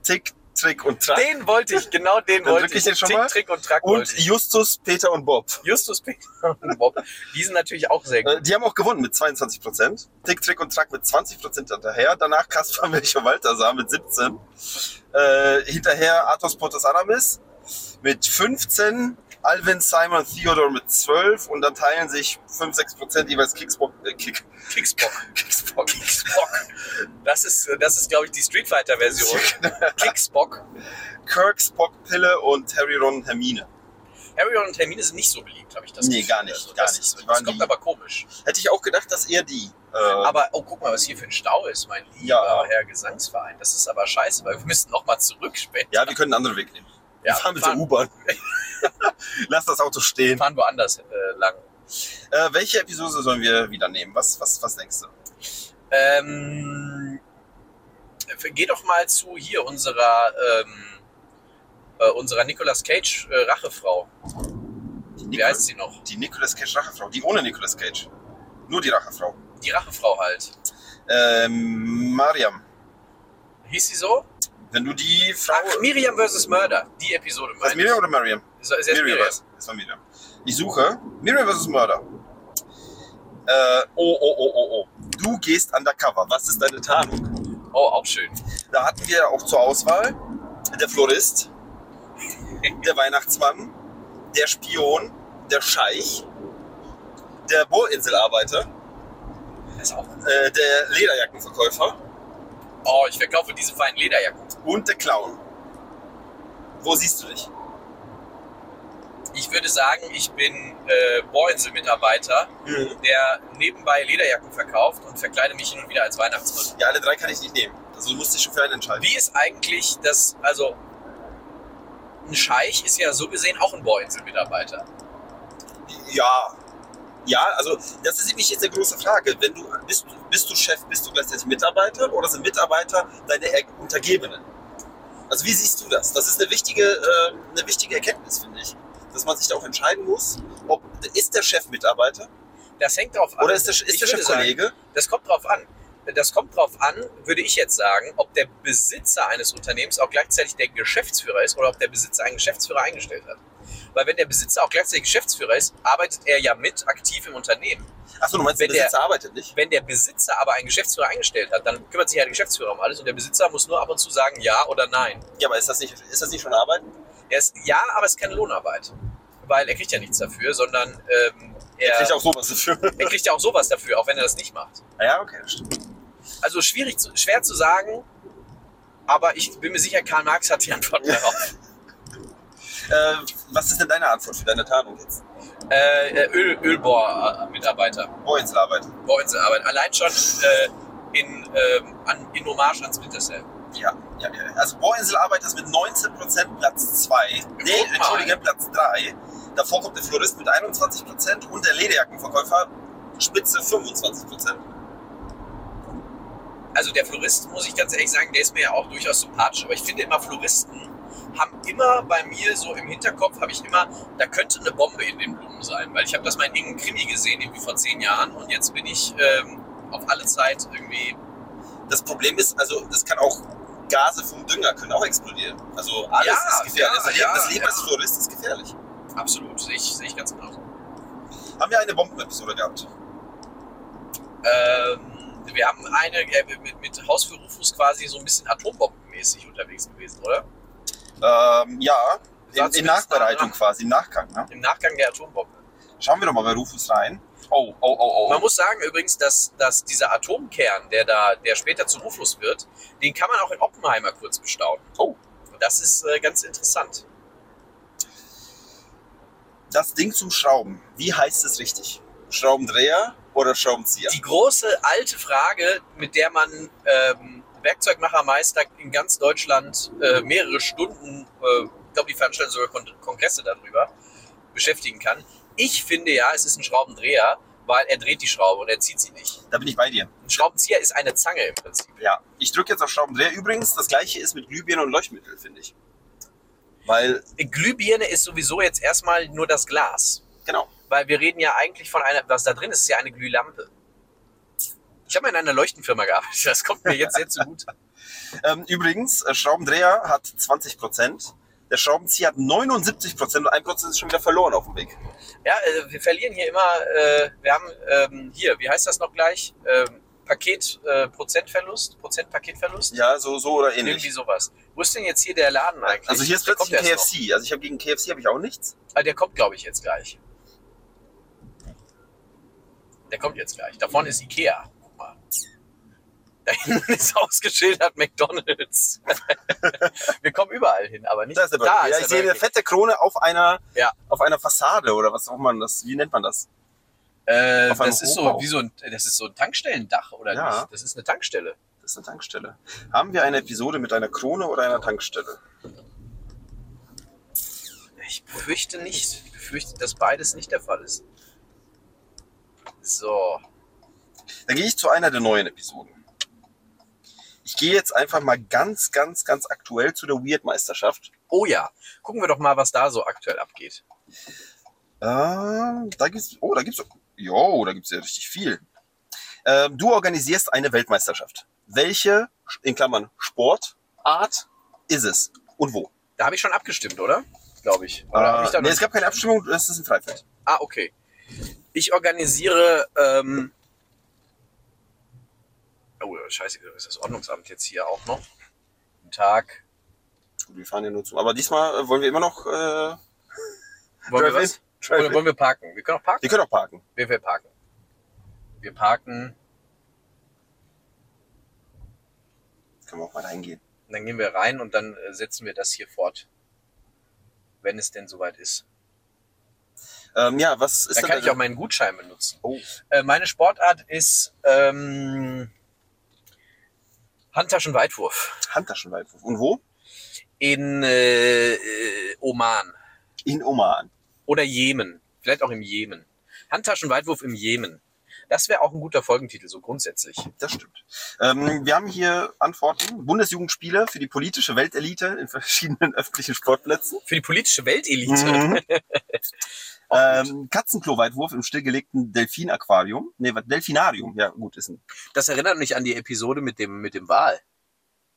Speaker 1: Tick, Trick und Track
Speaker 2: Den wollte ich, genau den
Speaker 1: Dann
Speaker 2: wollte
Speaker 1: drück ich
Speaker 2: ich.
Speaker 1: den schon
Speaker 2: Tick,
Speaker 1: mal.
Speaker 2: Trick und Track
Speaker 1: und
Speaker 2: wollte ich.
Speaker 1: Justus, Peter und Bob.
Speaker 2: Justus Peter und Bob. Die sind natürlich auch sehr
Speaker 1: Äh,
Speaker 2: gut.
Speaker 1: Die haben auch gewonnen mit 22 Prozent. Tick, Trick und Track mit 20 Prozent hinterher. Danach Kaspar, Melchior, Waltersar mit 17. Äh, hinterher Athos, Portos, Aramis mit 15. Alvin, Simon und Theodore mit 12 und dann teilen sich 5, 6 Prozent jeweils Kicksbock, äh, Kick,
Speaker 2: Kicksbock.
Speaker 1: Kicksbock.
Speaker 2: Kicksbock. Das ist, äh, das ist glaube ich, die Street Fighter-Version. Kicksbock.
Speaker 1: Kirk, Spock, Pille und Harry, Ron und Hermine.
Speaker 2: Harry und Hermine sind nicht so beliebt, habe ich das
Speaker 1: Nee,
Speaker 2: Gefühl.
Speaker 1: gar nicht,
Speaker 2: Also,
Speaker 1: gar
Speaker 2: das
Speaker 1: nicht.
Speaker 2: ist-
Speaker 1: Die
Speaker 2: Das
Speaker 1: waren
Speaker 2: kommt
Speaker 1: die-
Speaker 2: aber komisch.
Speaker 1: Hätte ich auch gedacht, dass eher die. Äh,
Speaker 2: Aber, oh, guck mal, was hier für ein Stau ist, mein lieber
Speaker 1: Ja.
Speaker 2: Herr Gesangsverein. Das ist aber scheiße, weil wir müssen nochmal zurück später.
Speaker 1: ja, wir können einen anderen Weg nehmen. wir fahren mit der
Speaker 2: fahren,
Speaker 1: U-Bahn. Lass das Auto stehen.
Speaker 2: fahren woanders äh, lang.
Speaker 1: Äh, welche Episode sollen wir wieder nehmen? Was, was, was denkst du?
Speaker 2: Ähm, geh doch mal zu hier unserer, ähm, äh, unserer Nicolas Cage äh, Rachefrau.
Speaker 1: Die,
Speaker 2: Wie
Speaker 1: Nicol-
Speaker 2: heißt sie noch?
Speaker 1: die Nicolas Cage Rachefrau. Die ohne Nicolas Cage. Nur die Rachefrau.
Speaker 2: Die Rachefrau halt.
Speaker 1: Ähm, Mariam,
Speaker 2: Hieß sie so?
Speaker 1: wenn du die Frau.
Speaker 2: Ach, Miriam vs. Murder. Die Episode
Speaker 1: was,
Speaker 2: meinst
Speaker 1: Miriam oder Mariam?
Speaker 2: Ist, ist jetzt Miriam.
Speaker 1: war's. Das war Miriam. Ich suche Miriam vs. Murder. Äh, oh, oh, oh, oh, oh. Du gehst undercover. Was ist deine Tarnung?
Speaker 2: Oh, auch schön.
Speaker 1: Da hatten wir auch zur Auswahl der Florist, der Weihnachtsmann, der Spion, der Scheich, der Bohrinselarbeiter,
Speaker 2: Das ist auch.
Speaker 1: äh, der Lederjackenverkäufer
Speaker 2: Oh, ich verkaufe diese feinen Lederjacken.
Speaker 1: und der Clown. Wo siehst du dich?
Speaker 2: Ich würde sagen, ich bin äh, Bohrinsel-Mitarbeiter, der nebenbei Lederjacken verkauft und verkleide mich hin und wieder als Weihnachtsmann.
Speaker 1: Ja, alle drei kann ich nicht nehmen. Also du musst dich schon für einen entscheiden.
Speaker 2: Wie ist eigentlich das, also ein Scheich ist ja so gesehen auch ein Bohrinsel-Mitarbeiter.
Speaker 1: Ja. Ja, also das ist nämlich jetzt eine große Frage. Wenn du bist, bist du Chef, bist du gleichzeitig Mitarbeiter oder sind Mitarbeiter deine Er- Untergebenen? Also wie siehst du das? Das ist eine wichtige, äh, eine wichtige Erkenntnis, finde ich. Dass man sich da auch entscheiden muss, ob ist der Chef Mitarbeiter
Speaker 2: Das hängt drauf an.
Speaker 1: oder ist der,
Speaker 2: Ich
Speaker 1: ist der
Speaker 2: würde
Speaker 1: Chef Kollege?
Speaker 2: Sagen, das kommt drauf an. Das kommt drauf an, würde ich jetzt sagen, ob der Besitzer eines Unternehmens auch gleichzeitig der Geschäftsführer ist oder ob der Besitzer einen Geschäftsführer eingestellt hat. Weil wenn der Besitzer auch gleichzeitig Geschäftsführer ist, arbeitet er ja mit aktiv im Unternehmen.
Speaker 1: Achso, du meinst, der
Speaker 2: Wenn der-
Speaker 1: Besitzer arbeitet nicht?
Speaker 2: Wenn der Besitzer aber einen Geschäftsführer eingestellt hat, dann kümmert sich ja der Geschäftsführer um alles und der Besitzer muss nur ab und zu sagen ja oder nein.
Speaker 1: Ja, aber ist das nicht, ist das nicht schon Arbeiten?
Speaker 2: Er ist ja, aber es ist keine Lohnarbeit. Weil er kriegt ja nichts dafür, sondern ähm, er,
Speaker 1: Krieg ich auch sowas dafür.
Speaker 2: er kriegt ja auch sowas dafür, auch wenn er das nicht macht.
Speaker 1: ja, okay, das stimmt.
Speaker 2: Also schwierig zu, schwer zu sagen, aber ich bin mir sicher, Karl Marx hat die Antwort darauf.
Speaker 1: Äh, was ist denn deine Antwort für deine Tarnung jetzt?
Speaker 2: äh, äh, Öl, Ölbohr-Mitarbeiter,
Speaker 1: Bohreinselarbeit.
Speaker 2: Bohrinselarbeit. Allein schon äh, in, ähm, an, in Hommage an Splinter Cell.
Speaker 1: Ja, ja, ja. Also Bohrinselarbeit ist mit 19% Platz 2. Nee,
Speaker 2: Guck mal.
Speaker 1: entschuldige, Platz 3. Davor kommt der Florist mit 21% und der Lederjackenverkäufer Spitze 25%.
Speaker 2: Also der Florist, muss ich ganz ehrlich sagen, der ist mir ja auch durchaus sympathisch, aber ich finde immer Floristen haben immer bei mir so im Hinterkopf, habe ich immer, da könnte eine Bombe in den Blumen sein, weil ich habe das mal in irgendeinem Krimi gesehen, irgendwie vor zehn Jahren und jetzt bin ich ähm, auf alle Zeit irgendwie
Speaker 1: Das Problem ist, also das kann auch Gase vom Dünger können auch explodieren. Also alles
Speaker 2: Ja,
Speaker 1: ist gefährlich.
Speaker 2: ja,
Speaker 1: das Leben,
Speaker 2: ja,
Speaker 1: das Leben
Speaker 2: ja.
Speaker 1: als Florist ist gefährlich.
Speaker 2: absolut, sehe ich, sehe ich ganz genau.
Speaker 1: Haben wir eine Bombenepisode gehabt?
Speaker 2: Ähm, wir haben eine äh, mit, mit Haus für Rufus quasi so ein bisschen atombombenmäßig unterwegs gewesen, oder?
Speaker 1: Ähm, ja. In,
Speaker 2: Sah
Speaker 1: in
Speaker 2: zumindest nah
Speaker 1: Nachbereitung
Speaker 2: dran.
Speaker 1: quasi, im Nachgang. Ne?
Speaker 2: Im Nachgang der Atombombe.
Speaker 1: Schauen wir doch mal bei Rufus rein. Oh, oh, oh,
Speaker 2: Man muss sagen übrigens, dass, dass dieser Atomkern, der da, der später zu Rufus wird, den kann man auch in Oppenheimer kurz bestaunen.
Speaker 1: Oh.
Speaker 2: Das ist äh, ganz interessant.
Speaker 1: Das Ding zum Schrauben. Wie heißt es richtig? Schraubendreher oder Schraubenzieher?
Speaker 2: Die große alte Frage, mit der man ähm, Werkzeugmachermeister in ganz Deutschland äh, mehrere Stunden, äh, ich glaube, die veranstalten sogar Kon Kongresse darüber, beschäftigen kann. Ich finde ja, es ist ein Schraubendreher, weil er dreht die Schraube und er zieht sie nicht.
Speaker 1: Da bin ich bei dir.
Speaker 2: Ein Schraubenzieher ist eine Zange im Prinzip.
Speaker 1: Ja, ich drücke jetzt auf Schraubendreher. Übrigens, das gleiche ist mit Glühbirne und Leuchtmittel, finde ich. Weil,
Speaker 2: Glühbirne ist sowieso jetzt erstmal nur das Glas.
Speaker 1: genau.
Speaker 2: Weil wir reden ja eigentlich von einer, was da drin ist, ist ja eine Glühlampe. Ich habe mal in einer Leuchtenfirma gearbeitet, das kommt mir jetzt sehr zugute.
Speaker 1: Ähm, übrigens, äh, Schraubendreher hat 20%, der Schraubenzieher hat 79% und 1% ist schon wieder verloren auf dem Weg.
Speaker 2: Ja, äh, wir verlieren hier immer, äh, wir haben ähm, hier, wie heißt das noch gleich? Ähm, Paket, äh, Prozentverlust, Prozentpaketverlust,
Speaker 1: Ja, so, so oder ähnlich.
Speaker 2: irgendwie sowas. Wo ist denn jetzt hier der Laden eigentlich?
Speaker 1: Also hier ist
Speaker 2: Der kommt
Speaker 1: plötzlich ein
Speaker 2: erst noch.
Speaker 1: KFC. Also ich habe gegen KFC habe ich auch nichts.
Speaker 2: Ah, der kommt, glaube ich, jetzt gleich. Der kommt jetzt gleich. Da vorne ist Ikea. Guck mal. Da hinten ist ausgeschildert McDonalds. Wir kommen überall hin, aber nicht
Speaker 1: Da ist der Burger. ja, ich sehe eine
Speaker 2: Burger King.
Speaker 1: fette Krone auf einer,
Speaker 2: Ja.
Speaker 1: auf einer Fassade oder was auch man das, wie nennt man das?
Speaker 2: Äh,
Speaker 1: Auf einem
Speaker 2: das ist so
Speaker 1: Hochbau.
Speaker 2: wie so ein, das ist so ein Tankstellendach oder
Speaker 1: Ja.
Speaker 2: nicht? Das ist eine Tankstelle.
Speaker 1: Das ist eine Tankstelle. Haben wir eine Episode mit einer Krone oder einer Tankstelle?
Speaker 2: Ich befürchte nicht. Ich befürchte, dass beides nicht der Fall ist. So.
Speaker 1: Dann gehe ich zu einer der neuen Episoden. Ich gehe jetzt einfach mal ganz, ganz, ganz aktuell zu der Weird-Meisterschaft.
Speaker 2: Oh ja. Gucken wir doch mal, was da so aktuell abgeht.
Speaker 1: Äh, da gibt's, oh, da gibt's, jo, da gibt's ja richtig viel. Ähm, du organisierst eine Weltmeisterschaft. Welche, in Klammern, Sportart ist es? Und wo?
Speaker 2: Da habe ich schon abgestimmt, oder? Glaube ich. Oder hab ich da
Speaker 1: äh,
Speaker 2: noch
Speaker 1: nee, es gab keine Abstimmung, es ist ein Freifeld.
Speaker 2: Ah, okay. Ich organisiere. Ähm oh, scheiße, ist das Ordnungsamt jetzt hier auch noch? Guten Tag.
Speaker 1: Gut, wir fahren ja nur zu. Aber diesmal äh, wollen wir immer noch äh,
Speaker 2: Wollen wir
Speaker 1: Drive-In?
Speaker 2: was? Oder
Speaker 1: Drive-In.
Speaker 2: wollen wir parken? Wir können auch parken.
Speaker 1: Wir können auch parken.
Speaker 2: Wir, wir parken. Wir parken,
Speaker 1: Können wir auch mal reingehen.
Speaker 2: und dann gehen wir rein und dann äh, setzen wir das hier fort. Wenn es denn soweit ist.
Speaker 1: Ähm, ja, was ist
Speaker 2: Dann kann
Speaker 1: denn
Speaker 2: ich auch meinen Gutschein benutzen.
Speaker 1: Oh,
Speaker 2: Äh, meine Sportart ist ähm, Handtaschenweitwurf
Speaker 1: Handtaschenweitwurf. Und wo?
Speaker 2: in äh, äh, Oman.
Speaker 1: In Oman.
Speaker 2: Oder Jemen. Vielleicht auch im Jemen. Handtaschenweitwurf im Jemen. Das wäre auch ein guter Folgentitel, so grundsätzlich.
Speaker 1: Das stimmt. Ähm, wir haben hier Antworten. Bundesjugendspiele für die politische Weltelite in verschiedenen öffentlichen Sportplätzen.
Speaker 2: Für die politische Weltelite.
Speaker 1: Mhm.
Speaker 2: Auch gut.
Speaker 1: ähm, Katzenkloweitwurf im stillgelegten Delfinaquarium. Nee, was? Delfinarium. Ja, gut, ist ein.
Speaker 2: Das erinnert mich an die Episode mit dem, mit dem Wal.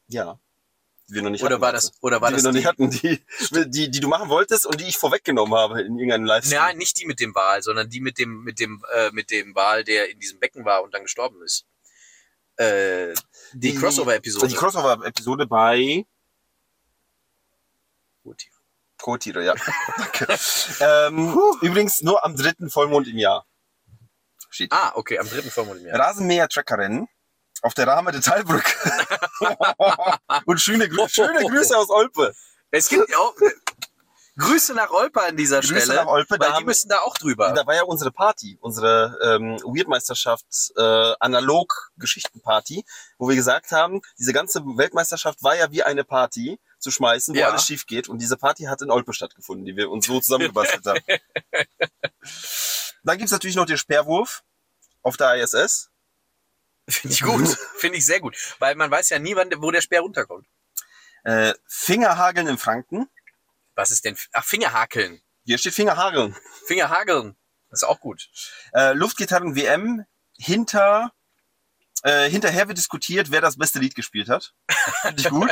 Speaker 1: Ja. Die wir noch nicht
Speaker 2: Oder
Speaker 1: hatten,
Speaker 2: war
Speaker 1: also.
Speaker 2: das, oder war
Speaker 1: die
Speaker 2: das
Speaker 1: wir noch nicht
Speaker 2: die?
Speaker 1: hatten, die, die, die du machen wolltest und die ich vorweggenommen habe in irgendeinem Livestream.
Speaker 2: Nein, nicht die mit dem Wal, sondern die mit dem, mit dem, äh, mit dem Wal, der in diesem Becken war und dann gestorben ist. Äh, die,
Speaker 1: Die-
Speaker 2: Crossover-Episode.
Speaker 1: Also Die Crossover-Episode bei
Speaker 2: Gut.
Speaker 1: Kotire, ja. Danke. ähm, übrigens nur am dritten Vollmond im Jahr. Steht.
Speaker 2: ah, okay, am dritten Formulier.
Speaker 1: Rasenmäher-Trackerrennen auf der Rahmer der Talbrücke. Und schöne, Grü schöne Grüße aus Olpe.
Speaker 2: Es gibt ja auch Grüße nach Olpe an dieser
Speaker 1: Grüße
Speaker 2: Stelle.
Speaker 1: nach Olpe, da
Speaker 2: weil die
Speaker 1: haben-
Speaker 2: müssen da auch drüber.
Speaker 1: Da war ja unsere Party, unsere ähm, Weirdmeisterschaft äh, Analog-Geschichten-Party, wo wir gesagt haben, diese ganze Weltmeisterschaft war ja wie eine Party zu schmeißen, wo
Speaker 2: Ja.
Speaker 1: alles schief geht. Und diese Party hat in Olpe stattgefunden, die wir uns so zusammengebastelt haben. Dann gibt's natürlich noch den Speerwurf auf der ISS.
Speaker 2: Finde ich gut. Finde ich sehr gut. Weil man weiß ja nie, wann, wo der Speer runterkommt.
Speaker 1: Äh, Fingerhageln in Franken.
Speaker 2: Was ist denn? Ach, Fingerhakeln.
Speaker 1: Hier steht Fingerhageln.
Speaker 2: Fingerhageln. Das ist auch gut.
Speaker 1: Äh, Luftgitarren WM hinter äh, hinterher wird diskutiert, wer das beste Lied gespielt hat. Finde ich gut.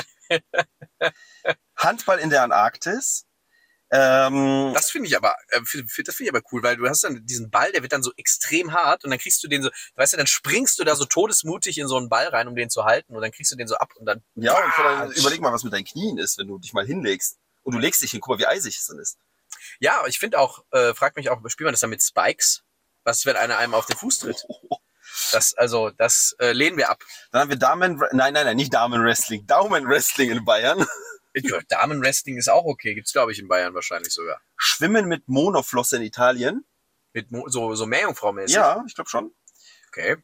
Speaker 1: Handball in der Antarktis. Ähm,
Speaker 2: Das finde ich aber, äh, f- f- das finde ich aber cool, weil du hast dann diesen Ball, der wird dann so extrem hart und dann kriegst du den so, weißt du, dann springst du da so todesmutig in so einen Ball rein, um den zu halten und dann kriegst du den so ab und dann,
Speaker 1: ja, und vor allem, überleg mal, was mit deinen Knien ist, wenn du dich mal hinlegst. Und du legst dich hin, guck mal, wie eisig es dann ist.
Speaker 2: ja, aber ich finde auch, äh, fragt mich auch, spielt man das dann mit Spikes? Was ist, wenn einer einem auf den Fuß tritt? Das, also, das äh, lehnen wir ab.
Speaker 1: Dann haben wir Damen, nein, nein, nein, nicht Damen Wrestling, Daumen Wrestling in Bayern.
Speaker 2: Ja, Damenwrestling ist auch okay, gibt's glaube ich in Bayern wahrscheinlich sogar.
Speaker 1: Schwimmen mit Monoflosse in Italien.
Speaker 2: Mit Mo so so Meerjungfrau-mäßig.
Speaker 1: Ja, ich glaube schon.
Speaker 2: Okay.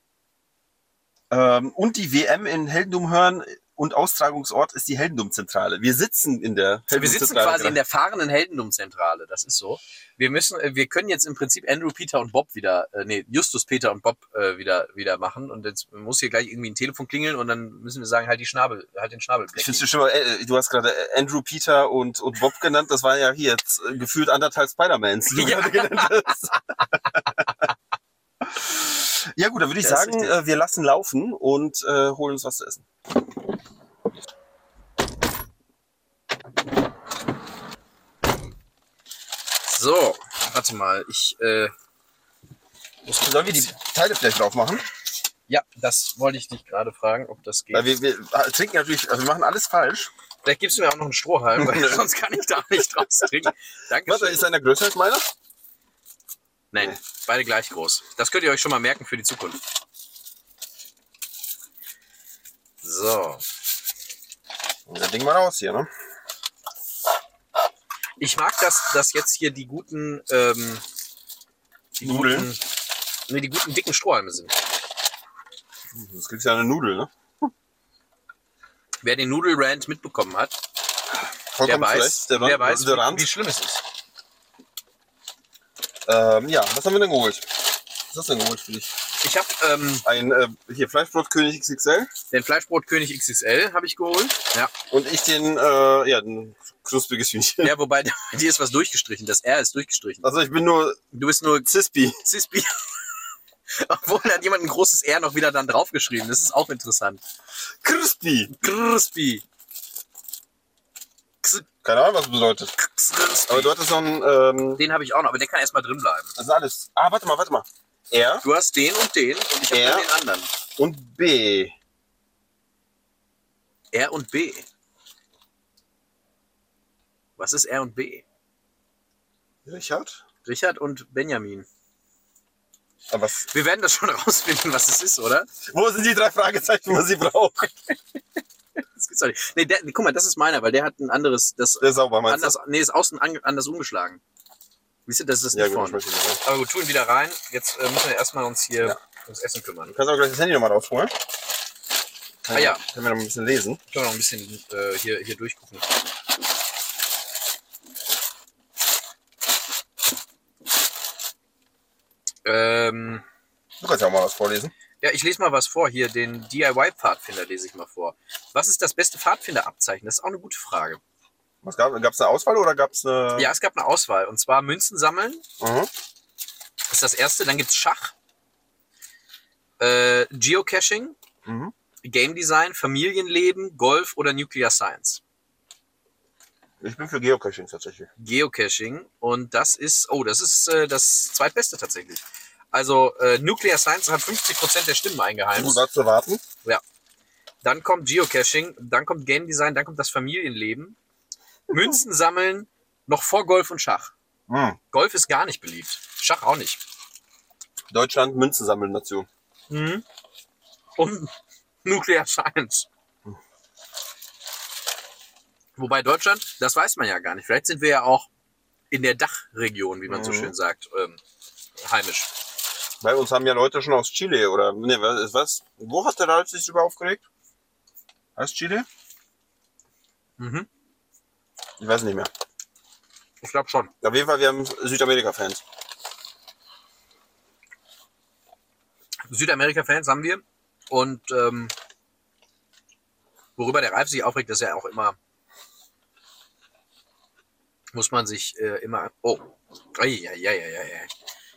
Speaker 1: Ähm, und die WM in Heldendum hören und Austragungsort ist die Heldendum-Zentrale. Wir sitzen in der
Speaker 2: Wir sitzen quasi in der fahrenden Heldendum-Zentrale, das ist so. Wir müssen, äh, wir können jetzt im Prinzip Andrew, Peter und Bob wieder, äh, nee, Justus, Peter und Bob äh, wieder, wieder machen und jetzt muss hier gleich irgendwie ein Telefon klingeln und dann müssen wir sagen, halt die Schnabel, halt den Schnabel.
Speaker 1: Ich finde es schon mal, äh, du hast gerade Andrew, Peter und, und Bob genannt. Das waren ja hier jetzt äh, gefühlt anderthalb Spider-Mans. die du
Speaker 2: Ja.
Speaker 1: gerade genannt hast. ja gut, dann würde ich
Speaker 2: Ja, ist
Speaker 1: sagen,
Speaker 2: richtig.
Speaker 1: äh, wir lassen laufen und äh, holen uns was zu essen.
Speaker 2: So, warte mal, ich, äh,
Speaker 1: Sollen wir die Teile vielleicht drauf machen?
Speaker 2: Ja, das wollte ich dich gerade fragen, ob das geht.
Speaker 1: Weil wir, wir trinken natürlich, also wir machen alles falsch.
Speaker 2: Vielleicht gibst du mir auch noch einen Strohhalm, weil sonst kann ich da nicht draus trinken. Danke.
Speaker 1: Warte, ist einer größer als meiner?
Speaker 2: Nein, beide gleich groß. Das könnt ihr euch schon mal merken für die Zukunft. So.
Speaker 1: Das Ding mal raus hier, ne?
Speaker 2: Ich mag das, dass jetzt hier die guten, ähm, die
Speaker 1: Nudeln.
Speaker 2: guten, nee, die guten dicken Strohhalme sind.
Speaker 1: Das kriegst ja eine Nudel, ne?
Speaker 2: Wer den Nudelrand mitbekommen hat, der
Speaker 1: Vollkommen zu
Speaker 2: weiß,
Speaker 1: Recht,
Speaker 2: der,
Speaker 1: Rand-
Speaker 2: weiß,
Speaker 1: der
Speaker 2: wie, wie
Speaker 1: Rand.
Speaker 2: schlimm es ist.
Speaker 1: Ähm, ja, was haben wir denn geholt? Was hast du denn geholt für dich?
Speaker 2: Ich habe ähm,
Speaker 1: Ein, äh, hier, Fleischbrotkönig XXL.
Speaker 2: den Fleischbrotkönig XXL habe ich geholt. Ja.
Speaker 1: Und ich den, äh, ja, ein knuspriges Hühnchen.
Speaker 2: ja, wobei der- bei dir ist was durchgestrichen. Das R ist durchgestrichen.
Speaker 1: Also ich bin nur
Speaker 2: Du bist nur
Speaker 1: Zispi.
Speaker 2: Sisbi. Obwohl da hat jemand ein großes R noch wieder dann draufgeschrieben. Das ist auch interessant.
Speaker 1: Crispy.
Speaker 2: Crispy.
Speaker 1: Keine Ahnung, was das bedeutet. Aber du hattest so ein, ähm,
Speaker 2: Den habe ich auch noch, aber der kann erstmal drin bleiben.
Speaker 1: das ist alles. Ah, warte mal, warte mal. R
Speaker 2: Du hast den und den und ich habe
Speaker 1: Ja.
Speaker 2: den anderen.
Speaker 1: und B.
Speaker 2: R und B. Was ist R und B?
Speaker 1: Richard?
Speaker 2: Richard und Benjamin.
Speaker 1: Aber was?
Speaker 2: Wir werden das schon rausfinden, was es ist, oder?
Speaker 1: Wo sind die drei Fragezeichen, wo sie braucht?
Speaker 2: Das gibt's doch nicht. Nee, der, guck mal, das ist meiner, weil der hat ein anderes, das äh,
Speaker 1: Der ist sauber, meinst
Speaker 2: anders, nee, ist außen an, anders umgeschlagen. Wisst ihr, das ist
Speaker 1: du? Ja,
Speaker 2: nicht
Speaker 1: gut, ich
Speaker 2: vorne.
Speaker 1: möchte nicht.
Speaker 2: Aber gut, tun wieder rein. Jetzt äh, müssen wir erstmal uns hier ums Essen kümmern.
Speaker 1: Du kannst auch gleich das Handy nochmal rausholen.
Speaker 2: Ah, ja.
Speaker 1: Können wir noch ein bisschen lesen.
Speaker 2: Können wir noch ein bisschen äh, hier, hier durchgucken. Ähm,
Speaker 1: Du kannst ja auch mal was vorlesen.
Speaker 2: ja, ich lese mal was vor. Hier den DIY-Pfadfinder lese ich mal vor. Was ist das beste Pfadfinderabzeichen? Das ist auch eine gute Frage.
Speaker 1: Was gab es eine Auswahl oder gab es eine.
Speaker 2: Ja, es gab eine Auswahl. Und zwar Münzen sammeln
Speaker 1: Mhm.
Speaker 2: ist das erste. Dann gibt's Schach, äh, Geocaching,
Speaker 1: Mhm.
Speaker 2: Game Design, Familienleben, Golf oder Nuclear Science.
Speaker 1: Ich bin für Geocaching tatsächlich.
Speaker 2: Geocaching und das ist, oh, das ist äh, das zweitbeste tatsächlich. Also äh, Nuclear Science hat 50% der Stimmen
Speaker 1: Gut
Speaker 2: eingeheimst.
Speaker 1: war Um zu warten.
Speaker 2: Dann kommt Geocaching, dann kommt Game Design, dann kommt das Familienleben, Münzen sammeln, noch vor Golf und Schach.
Speaker 1: Mhm.
Speaker 2: Golf ist gar nicht beliebt, Schach auch nicht.
Speaker 1: Deutschland Münzen sammeln dazu.
Speaker 2: Mhm. Und Nuclear Science. Wobei Deutschland, das weiß man ja gar nicht. Vielleicht sind wir ja auch in der Dachregion, wie man so
Speaker 1: Mhm.
Speaker 2: schön sagt, ähm, heimisch.
Speaker 1: Bei uns haben ja Leute schon aus Chile oder. Ne, was, was? Wo hat der Ralf sich drüber aufgeregt? Aus Chile?
Speaker 2: Mhm.
Speaker 1: Ich weiß nicht mehr.
Speaker 2: Ich glaube schon.
Speaker 1: Auf jeden Fall, wir haben Südamerika-Fans.
Speaker 2: Südamerika-Fans haben wir. Und ähm, worüber der Ralf sich aufregt, ist ja auch immer, muss man sich äh, immer. Oh, ja, ja, ja, ja, ja.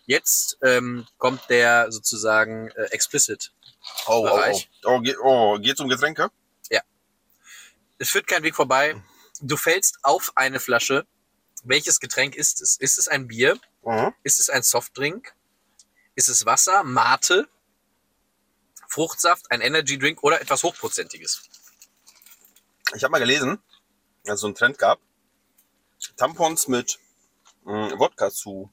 Speaker 2: Jetzt ähm, kommt der sozusagen äh, explicit.
Speaker 1: Oh,
Speaker 2: Bereich.
Speaker 1: oh, oh. Oh, ge oh, geht's um Getränke?
Speaker 2: Es führt kein Weg vorbei. Du fällst auf eine Flasche. Welches Getränk ist es? Ist es ein Bier?
Speaker 1: Mhm.
Speaker 2: Ist es ein Softdrink? Ist es Wasser, Mate, Fruchtsaft, ein Energydrink oder etwas Hochprozentiges?
Speaker 1: Ich habe mal gelesen, dass es so einen Trend gab, Tampons mit mh, Wodka zu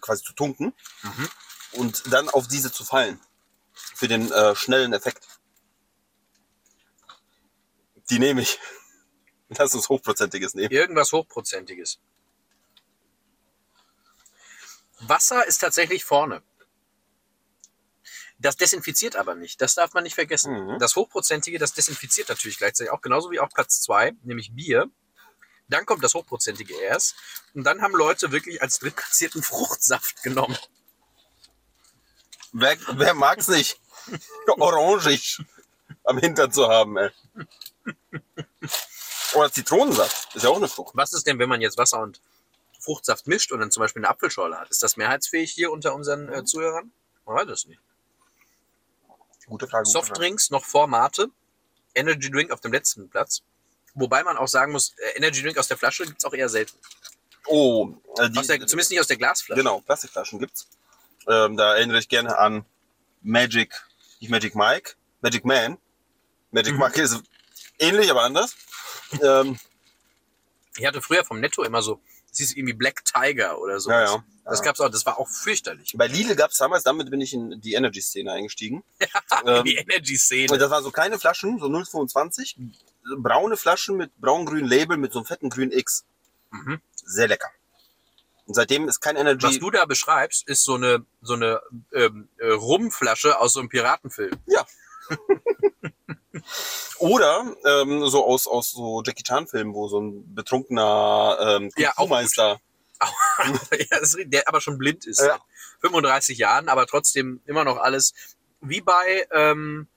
Speaker 1: quasi zu tunken
Speaker 2: Mhm.
Speaker 1: und dann auf diese zu fallen. Für den äh, schnellen Effekt. Die nehme ich. Lass uns Hochprozentiges nehmen.
Speaker 2: Irgendwas Hochprozentiges. Wasser ist tatsächlich vorne. Das desinfiziert aber nicht. Das darf man nicht vergessen.
Speaker 1: Mhm.
Speaker 2: Das Hochprozentige, das desinfiziert natürlich gleichzeitig auch, genauso wie auch Platz zwei, nämlich Bier. Dann kommt das Hochprozentige erst. Und dann haben Leute wirklich als drittplatzierten Fruchtsaft genommen.
Speaker 1: Wer, wer mag's nicht? Orangig am Hintern zu haben, ey. Oder Zitronensaft. Ist ja auch eine Frucht.
Speaker 2: Was ist denn, wenn man jetzt Wasser und Fruchtsaft mischt und dann zum Beispiel eine Apfelschorle hat? Ist das mehrheitsfähig hier unter unseren äh, Zuhörern? Man weiß es nicht.
Speaker 1: Gute Frage. gute Frage.
Speaker 2: Softdrinks noch vor Mate. Energy Drink auf dem letzten Platz. Wobei man auch sagen muss, äh, Energy Drink aus der Flasche gibt's auch eher selten.
Speaker 1: Oh, äh, die,
Speaker 2: Aus der, zumindest nicht aus der Glasflasche.
Speaker 1: Genau, Plastikflaschen gibt's. Ähm, da erinnere ich gerne an Magic, nicht Magic Mike, Magic Man.
Speaker 2: Mhm.
Speaker 1: Magic Mike ist ähnlich, aber anders. Ähm, Genau.
Speaker 2: Ich hatte früher vom Netto immer so, es hieß irgendwie Black Tiger oder so.
Speaker 1: ja, ja.
Speaker 2: Das
Speaker 1: Ja.
Speaker 2: gab's auch, das war auch fürchterlich.
Speaker 1: Bei Lidl gab's damals, damit bin ich in die Energy-Szene eingestiegen. Ähm,
Speaker 2: In die Energy-Szene.
Speaker 1: Und das waren so kleine Flaschen, so 0,25, braune Flaschen mit braun-grünem Label mit so einem fetten grünen X.
Speaker 2: Mhm.
Speaker 1: Sehr lecker. Und seitdem ist kein Energy.
Speaker 2: Was du da beschreibst, ist so eine, so eine ähm, äh, Rumflasche aus so einem Piratenfilm.
Speaker 1: Oder ähm, so aus, aus so Jackie Chan-Filmen, wo so ein betrunkener ähm,
Speaker 2: Ja, auch gut.
Speaker 1: Meister.
Speaker 2: ja, das ist, der aber schon blind ist.
Speaker 1: Ja.
Speaker 2: 35 Jahren, aber trotzdem immer noch alles. Wie bei, ähm,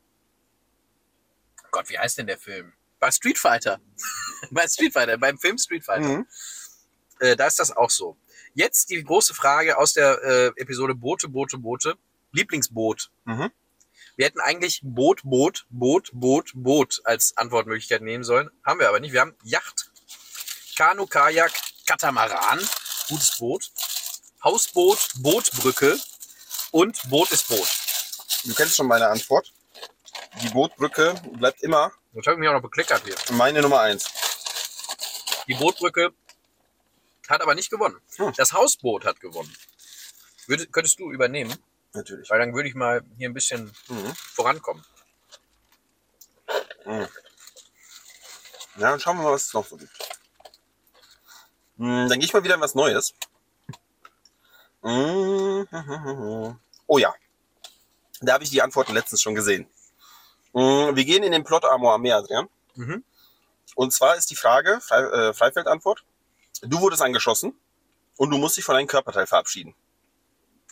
Speaker 2: Gott, wie heißt denn der Film? Bei Street Fighter. bei Street Fighter, beim Film Street Fighter.
Speaker 1: Mhm.
Speaker 2: Äh, da ist das auch so. Jetzt die große Frage aus der äh, Episode Boote, Boote, Boote. Lieblingsboot.
Speaker 1: Mhm.
Speaker 2: Wir hätten eigentlich Boot, Boot, Boot, Boot, Boot als Antwortmöglichkeit nehmen sollen. Haben wir aber nicht. Wir haben Yacht, Kanu, Kajak, Katamaran, gutes Boot, Hausboot, Bootbrücke und Boot ist Boot.
Speaker 1: Du kennst schon meine Antwort. Die Bootbrücke bleibt immer
Speaker 2: Jetzt habe ich mich auch noch bekleckert hier.
Speaker 1: meine Nummer eins.
Speaker 2: Die Bootbrücke hat aber nicht gewonnen.
Speaker 1: Hm.
Speaker 2: Das Hausboot hat gewonnen. Würde, könntest du übernehmen,
Speaker 1: Natürlich.
Speaker 2: weil dann würde ich mal hier ein bisschen
Speaker 1: Mhm.
Speaker 2: vorankommen.
Speaker 1: Ja, dann schauen wir mal, was es noch so gibt. Hm, dann gehe ich mal wieder in was Neues. Hm, hm, hm, hm, hm. Oh ja. Da habe ich die Antworten letztens schon gesehen. Hm, Wir gehen in den Plot Amor am Meer, Adrian.
Speaker 2: Mhm.
Speaker 1: Und zwar ist die Frage, Frei, äh, Freifeld-Antwort. Du wurdest angeschossen und du musst dich von einem Körperteil verabschieden.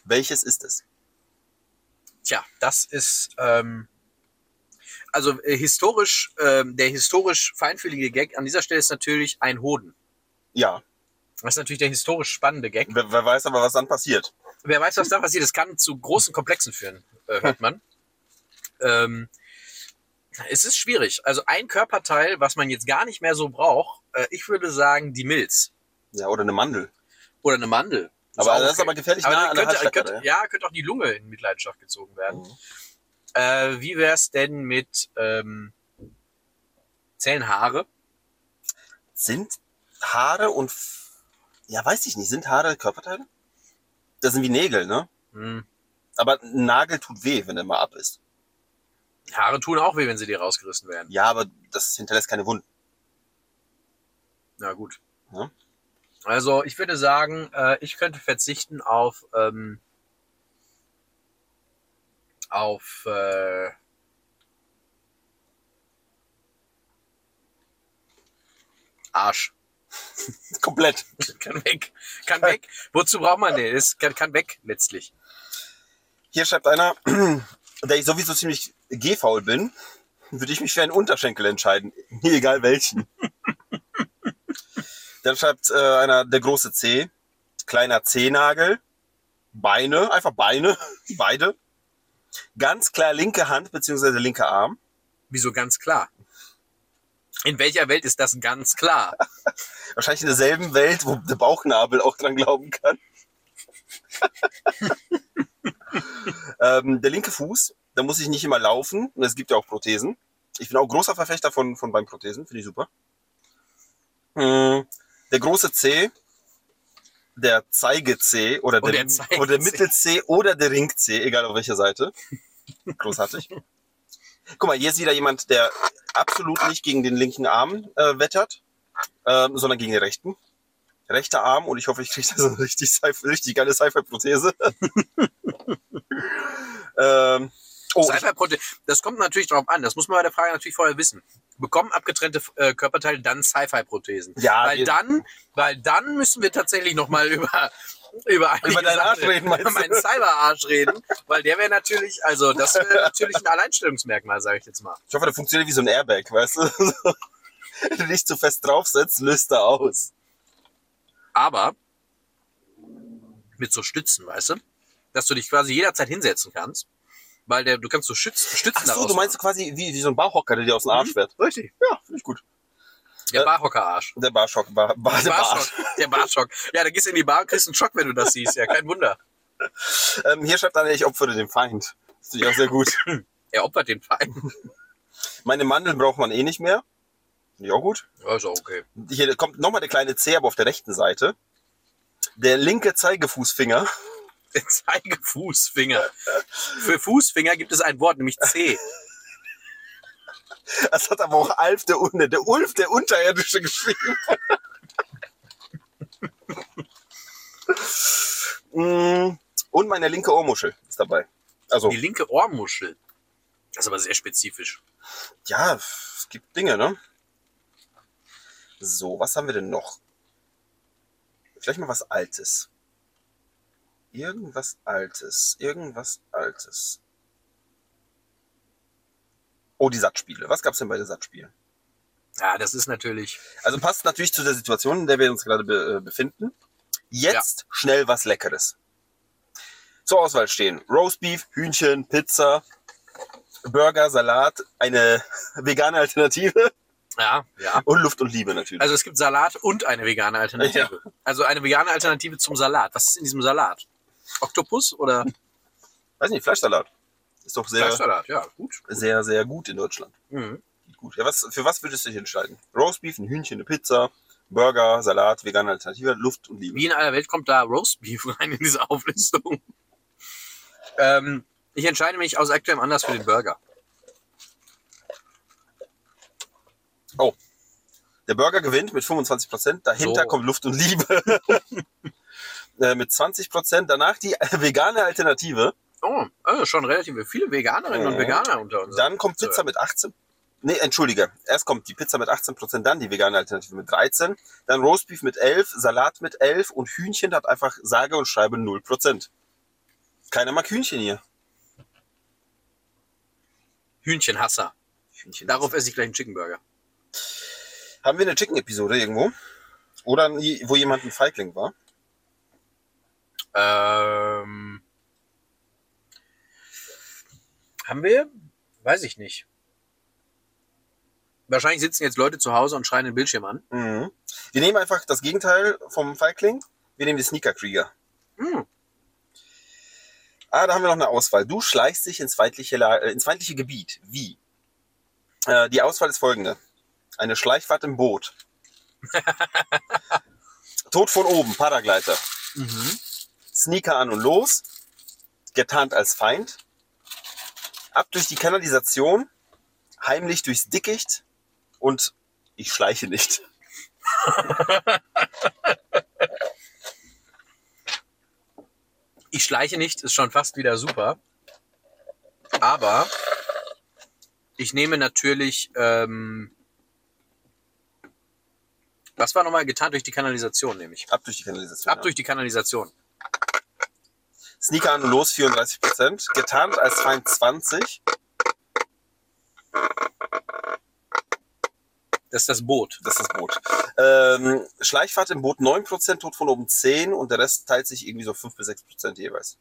Speaker 1: Welches ist es?
Speaker 2: Tja, das ist ähm, also äh, historisch ähm, der historisch feinfühlige Gag an dieser Stelle ist natürlich ein Hoden.
Speaker 1: Ja,
Speaker 2: Das ist natürlich der historisch spannende Gag.
Speaker 1: wer, wer weiß aber, was dann passiert.
Speaker 2: Wer weiß, was da passiert. Das kann zu großen Komplexen führen, äh, hört man. ähm, es ist schwierig. Also ein Körperteil, was man jetzt gar nicht mehr so braucht, äh, ich würde sagen die Milz
Speaker 1: Ja, oder eine Mandel.
Speaker 2: oder eine Mandel.
Speaker 1: Aber
Speaker 2: auch
Speaker 1: das ist
Speaker 2: okay.
Speaker 1: aber gefährlich
Speaker 2: Aber
Speaker 1: nah
Speaker 2: dann
Speaker 1: an der
Speaker 2: könnte,
Speaker 1: Halsschlagader,
Speaker 2: könnte, ja, könnte auch die Lunge in Mitleidenschaft gezogen werden.
Speaker 1: Mhm.
Speaker 2: Äh, wie wär's denn mit ähm, Zellenhaare?
Speaker 1: Sind Haare und. F- Ja, weiß ich nicht. Sind Haare Körperteile? Das sind wie Nägel, ne?
Speaker 2: Hm.
Speaker 1: Aber ein Nagel tut weh, wenn er mal ab ist.
Speaker 2: Haare tun auch weh, wenn sie dir rausgerissen werden.
Speaker 1: Ja, aber das hinterlässt keine Wunden.
Speaker 2: Na gut.
Speaker 1: Ja.
Speaker 2: Also ich würde sagen, äh, ich könnte verzichten auf ähm, auf äh, Arsch.
Speaker 1: Komplett.
Speaker 2: Kann weg. Kann weg. Wozu braucht man den? Ist, kann, kann weg letztlich.
Speaker 1: Hier schreibt einer, da ich sowieso ziemlich gehfaul bin, würde ich mich für einen Unterschenkel entscheiden. Mir Egal welchen. Dann schreibt äh, einer, der große C, kleiner C-Nagel, Beine, einfach Beine, beide. Ganz klar linke Hand beziehungsweise linker Arm.
Speaker 2: Wieso ganz klar? In welcher Welt ist das ganz klar?
Speaker 1: Wahrscheinlich in derselben Welt, wo der Bauchnabel auch dran glauben kann. ähm, der linke Fuß, da muss ich nicht immer laufen. Und es gibt ja auch Prothesen. Ich bin auch großer Verfechter von, von Beinprothesen, finde ich super. Hm, Der große C, der Zeige C oder
Speaker 2: Und
Speaker 1: der,
Speaker 2: der Zeige-C.
Speaker 1: oder der Mittel C oder der Ring C, egal auf welcher Seite. Großartig. Guck mal, hier ist wieder jemand, der absolut nicht gegen den linken Arm äh, wettert, ähm, sondern gegen den rechten. Rechter Arm und ich hoffe, ich kriege da so eine richtig, Sci- richtig geile Sci-Fi-Prothese. ähm, oh, ich,
Speaker 2: Cyberprote das kommt natürlich drauf an. Das muss man bei der Frage natürlich vorher wissen. Bekommen abgetrennte äh, Körperteile dann Sci-Fi-Prothesen?
Speaker 1: Ja,
Speaker 2: weil
Speaker 1: wir-
Speaker 2: dann, weil dann müssen wir tatsächlich noch mal über über, einige
Speaker 1: Über deinen
Speaker 2: Sachen-
Speaker 1: Arsch reden, meinst
Speaker 2: über
Speaker 1: du?
Speaker 2: meinen Cyberarsch reden, weil der wäre natürlich, also das wäre natürlich ein Alleinstellungsmerkmal, sage ich jetzt mal.
Speaker 1: ich hoffe, der funktioniert wie so ein Airbag, weißt du? So. Wenn du dich zu fest draufsetzt, löst er aus.
Speaker 2: Aber mit so Stützen, weißt du, dass du dich quasi jederzeit hinsetzen kannst, weil der, du kannst so Schütz, Stützen
Speaker 1: Ach so,
Speaker 2: daraus
Speaker 1: du meinst quasi wie, wie so ein Barhocker, der dir aus dem Arsch fährt.
Speaker 2: Richtig.
Speaker 1: Ja, finde ich gut.
Speaker 2: Der
Speaker 1: Äh,
Speaker 2: Barhockerarsch.
Speaker 1: Der Barschock, Bar, Bar, der Barsch.
Speaker 2: Barschock. Der Barschock. Ja, da gehst du in die Bar und kriegst einen Schock, wenn du das siehst. Ja, kein Wunder.
Speaker 1: Ähm, hier schreibt einer, ich opfere den Feind. Das finde ich auch sehr gut.
Speaker 2: Er opfert den Verein.
Speaker 1: Meine Mandeln braucht man eh nicht mehr. Finde ich auch gut.
Speaker 2: Ja, ist auch okay.
Speaker 1: Hier kommt nochmal der kleine Zeh, aber auf der rechten Seite. Der linke Zeigefußfinger.
Speaker 2: Der Zeigefußfinger. Für Fußfinger gibt es ein Wort, nämlich C.
Speaker 1: Das hat aber auch Alf der Unne, der Ulf der Unterirdische geschrieben. Mm, Und meine linke Ohrmuschel ist dabei. Also,
Speaker 2: Die linke Ohrmuschel. Das ist aber sehr spezifisch.
Speaker 1: ja, es gibt Dinge, ne? So, was haben wir denn noch? Vielleicht mal was Altes. Irgendwas Altes. Irgendwas Altes. Oh, die Satzspiele. Was gab's denn bei den Satzspielen?
Speaker 2: Ja, das ist natürlich.
Speaker 1: Also passt natürlich zu der Situation, in der wir uns gerade be äh, befinden. Jetzt schnell was Leckeres. Zur Auswahl stehen Roastbeef, Hühnchen, Pizza, Burger, Salat, eine vegane Alternative
Speaker 2: Ja, ja.
Speaker 1: und Luft und Liebe natürlich.
Speaker 2: Also es gibt Salat und eine vegane Alternative. Also eine vegane Alternative zum Salat. Was ist in diesem Salat? Oktopus oder
Speaker 1: Weiß nicht, Fleischsalat. Ist doch sehr,
Speaker 2: Also- Fleischsalat? Ja, gut.
Speaker 1: sehr, sehr gut in Deutschland.
Speaker 2: Mhm.
Speaker 1: Geht Gut. Ja, was, für was würdest du dich entscheiden? Roastbeef, ein Hühnchen, eine Pizza, Burger, Salat, vegane Alternative, Luft und Liebe.
Speaker 2: Wie in aller Welt kommt da Roastbeef rein in diese Auflistung? ähm, ich entscheide mich aus aktuellem Anlass für den Burger.
Speaker 1: Der Burger gewinnt mit 25 Prozent. Dahinter
Speaker 2: So.
Speaker 1: kommt Luft und Liebe Äh, mit 20 Prozent. Danach die vegane Alternative.
Speaker 2: Oh, also schon relativ viele Veganerinnen und
Speaker 1: Mhm.
Speaker 2: Veganer unter uns.
Speaker 1: Dann kommt Pizza mit 18. Nee, entschuldige. Erst kommt die Pizza mit 18 Prozent, dann die vegane Alternative mit 13, dann Roastbeef mit 11, Salat mit 11 und Hühnchen hat einfach sage und schreibe 0 Prozent. Keiner mag Hühnchen hier.
Speaker 2: Hühnchenhasser.
Speaker 1: Hühnchen.
Speaker 2: Darauf esse ich gleich einen Chicken Burger.
Speaker 1: Haben wir eine Chicken-Episode irgendwo? Oder nie- wo jemand ein Feigling war?
Speaker 2: Ähm, haben wir? Weiß ich nicht. Wahrscheinlich sitzen jetzt Leute zu Hause und schreien den Bildschirm an.
Speaker 1: Mhm. Wir nehmen einfach das Gegenteil vom Feigling. Wir nehmen die Sneaker-Krieger.
Speaker 2: Hm,
Speaker 1: Ah, da haben wir noch eine Auswahl. Du schleichst dich ins feindliche, La äh, ins feindliche Gebiet. Wie? Äh, die Auswahl ist folgende. Eine Schleichfahrt im Boot. Tod von oben, Paragleiter. Sneaker an und los. Getarnt als Feind. Ab durch die Kanalisation. Heimlich durchs Dickicht. Und ich schleiche nicht.
Speaker 2: Ich schleiche nicht, ist schon fast wieder super. Aber ich nehme natürlich. Ähm, was war nochmal getan durch die Kanalisation, nämlich?
Speaker 1: Ab durch die Kanalisation.
Speaker 2: Ab durch die Kanalisation.
Speaker 1: Sneaker an und los 34%, getarnt als Feind 20,
Speaker 2: Das ist das Boot.
Speaker 1: das ist das Boot. Ähm, Schleichfahrt im Boot 9%, Tod von oben 10 und der Rest teilt sich irgendwie so 5 bis 6% jeweils.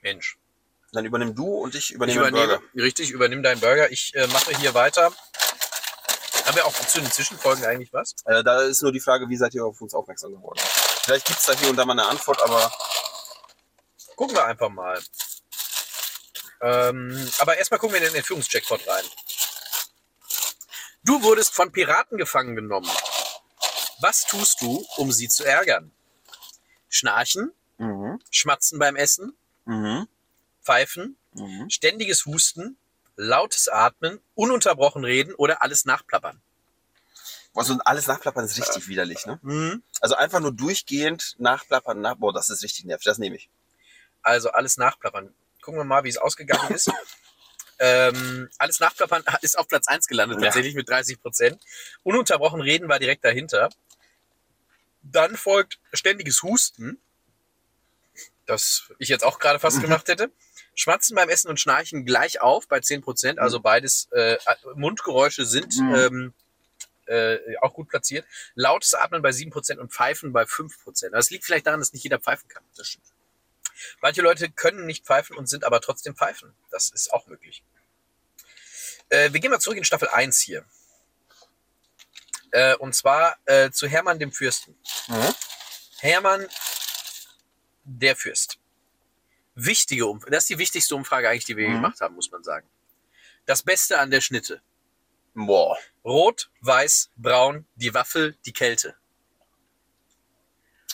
Speaker 2: Mensch.
Speaker 1: Dann übernimm du und ich
Speaker 2: Ich
Speaker 1: übernehme, den
Speaker 2: übernehme,
Speaker 1: Burger.
Speaker 2: richtig, übernimm deinen Burger. Ich äh, mache hier weiter. Haben wir auch zu den Zwischenfolgen eigentlich was?
Speaker 1: Äh, da ist nur die Frage, wie seid ihr auf uns aufmerksam geworden? Vielleicht gibt's da hier und da mal eine Antwort, aber
Speaker 2: Gucken wir einfach mal. Ähm, aber erstmal gucken wir in den Entführungscheckpot rein. Du wurdest von Piraten gefangen genommen. Was tust du, um sie zu ärgern? Schnarchen,
Speaker 1: mhm.
Speaker 2: schmatzen beim Essen,
Speaker 1: Mhm.
Speaker 2: pfeifen,
Speaker 1: Mhm.
Speaker 2: ständiges Husten, lautes Atmen, ununterbrochen reden oder alles nachplappern.
Speaker 1: Also alles nachplappern ist richtig widerlich, ne?
Speaker 2: Hm?
Speaker 1: Also einfach nur durchgehend nachplappern, nach, boah, das ist richtig nervig, das nehme ich.
Speaker 2: Also alles nachplappern. Gucken wir mal, wie es ausgegangen ist. Ähm, alles nachplappern ist auf Platz 1 gelandet,
Speaker 1: Ja.
Speaker 2: tatsächlich mit 30 Prozent. Ununterbrochen reden war direkt dahinter. Dann folgt ständiges Husten, das ich jetzt auch gerade fast gemacht hätte. Schmatzen beim Essen und Schnarchen gleich auf bei 10 Prozent, also beides äh, Mundgeräusche sind
Speaker 1: Mhm.
Speaker 2: ähm, äh, auch gut platziert. Lautes Atmen bei 7 Prozent und Pfeifen bei 5 Prozent. Das liegt vielleicht daran, dass nicht jeder pfeifen kann. Das stimmt. Manche Leute können nicht pfeifen und sind aber trotzdem pfeifen. Das ist auch möglich. Äh, wir gehen mal zurück in Staffel 1 hier. Äh, und zwar äh, zu Hermann dem Fürsten.
Speaker 1: Mhm.
Speaker 2: Hermann der Fürst wichtige Umfrage. Das ist die wichtigste Umfrage eigentlich, die wir hier
Speaker 1: Mhm.
Speaker 2: gemacht haben, muss man sagen. Das Beste an der Schnitte.
Speaker 1: Boah.
Speaker 2: Rot, weiß, braun, die Waffel, die Kälte.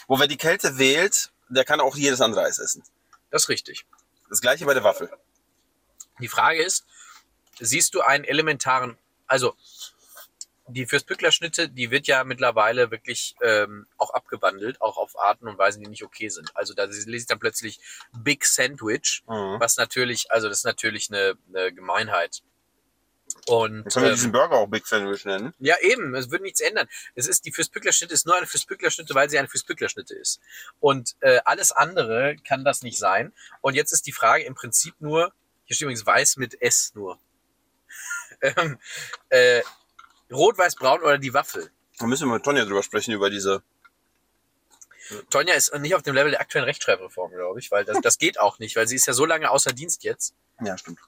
Speaker 1: Wo wer die Kälte wählt, der kann auch jedes andere Eis essen.
Speaker 2: Das ist richtig.
Speaker 1: Das gleiche bei der Waffel.
Speaker 2: Die Frage ist, siehst du einen elementaren, also die fürs Pückler-Schnitte, die wird ja mittlerweile wirklich ähm, auch abgewandelt, auch auf Arten und Weisen, die nicht okay sind. Also da lese ich dann plötzlich Big Sandwich,
Speaker 1: Mhm.
Speaker 2: was natürlich, also das ist natürlich eine, eine Gemeinheit. Und
Speaker 1: Jetzt können wir
Speaker 2: ähm,
Speaker 1: diesen Burger auch Big Sandwich nennen.
Speaker 2: Ja, eben, es würde nichts ändern. Es ist die Fürstbückler-Schnitte ist nur eine Fürstbückler-Schnitte, weil sie eine Fürstbückler-Schnitte ist. Und äh, alles andere kann das nicht sein. Und jetzt ist die Frage im Prinzip nur, hier steht übrigens weiß mit S nur. ähm, äh, Rot, weiß, braun oder die Waffel.
Speaker 1: Da müssen wir mit Tonja drüber sprechen, über diese.
Speaker 2: Tonja ist nicht auf dem Level der aktuellen Rechtschreibreform, glaube ich, weil das, das geht auch nicht, weil sie ist ja so lange außer Dienst jetzt.
Speaker 1: Ja, stimmt.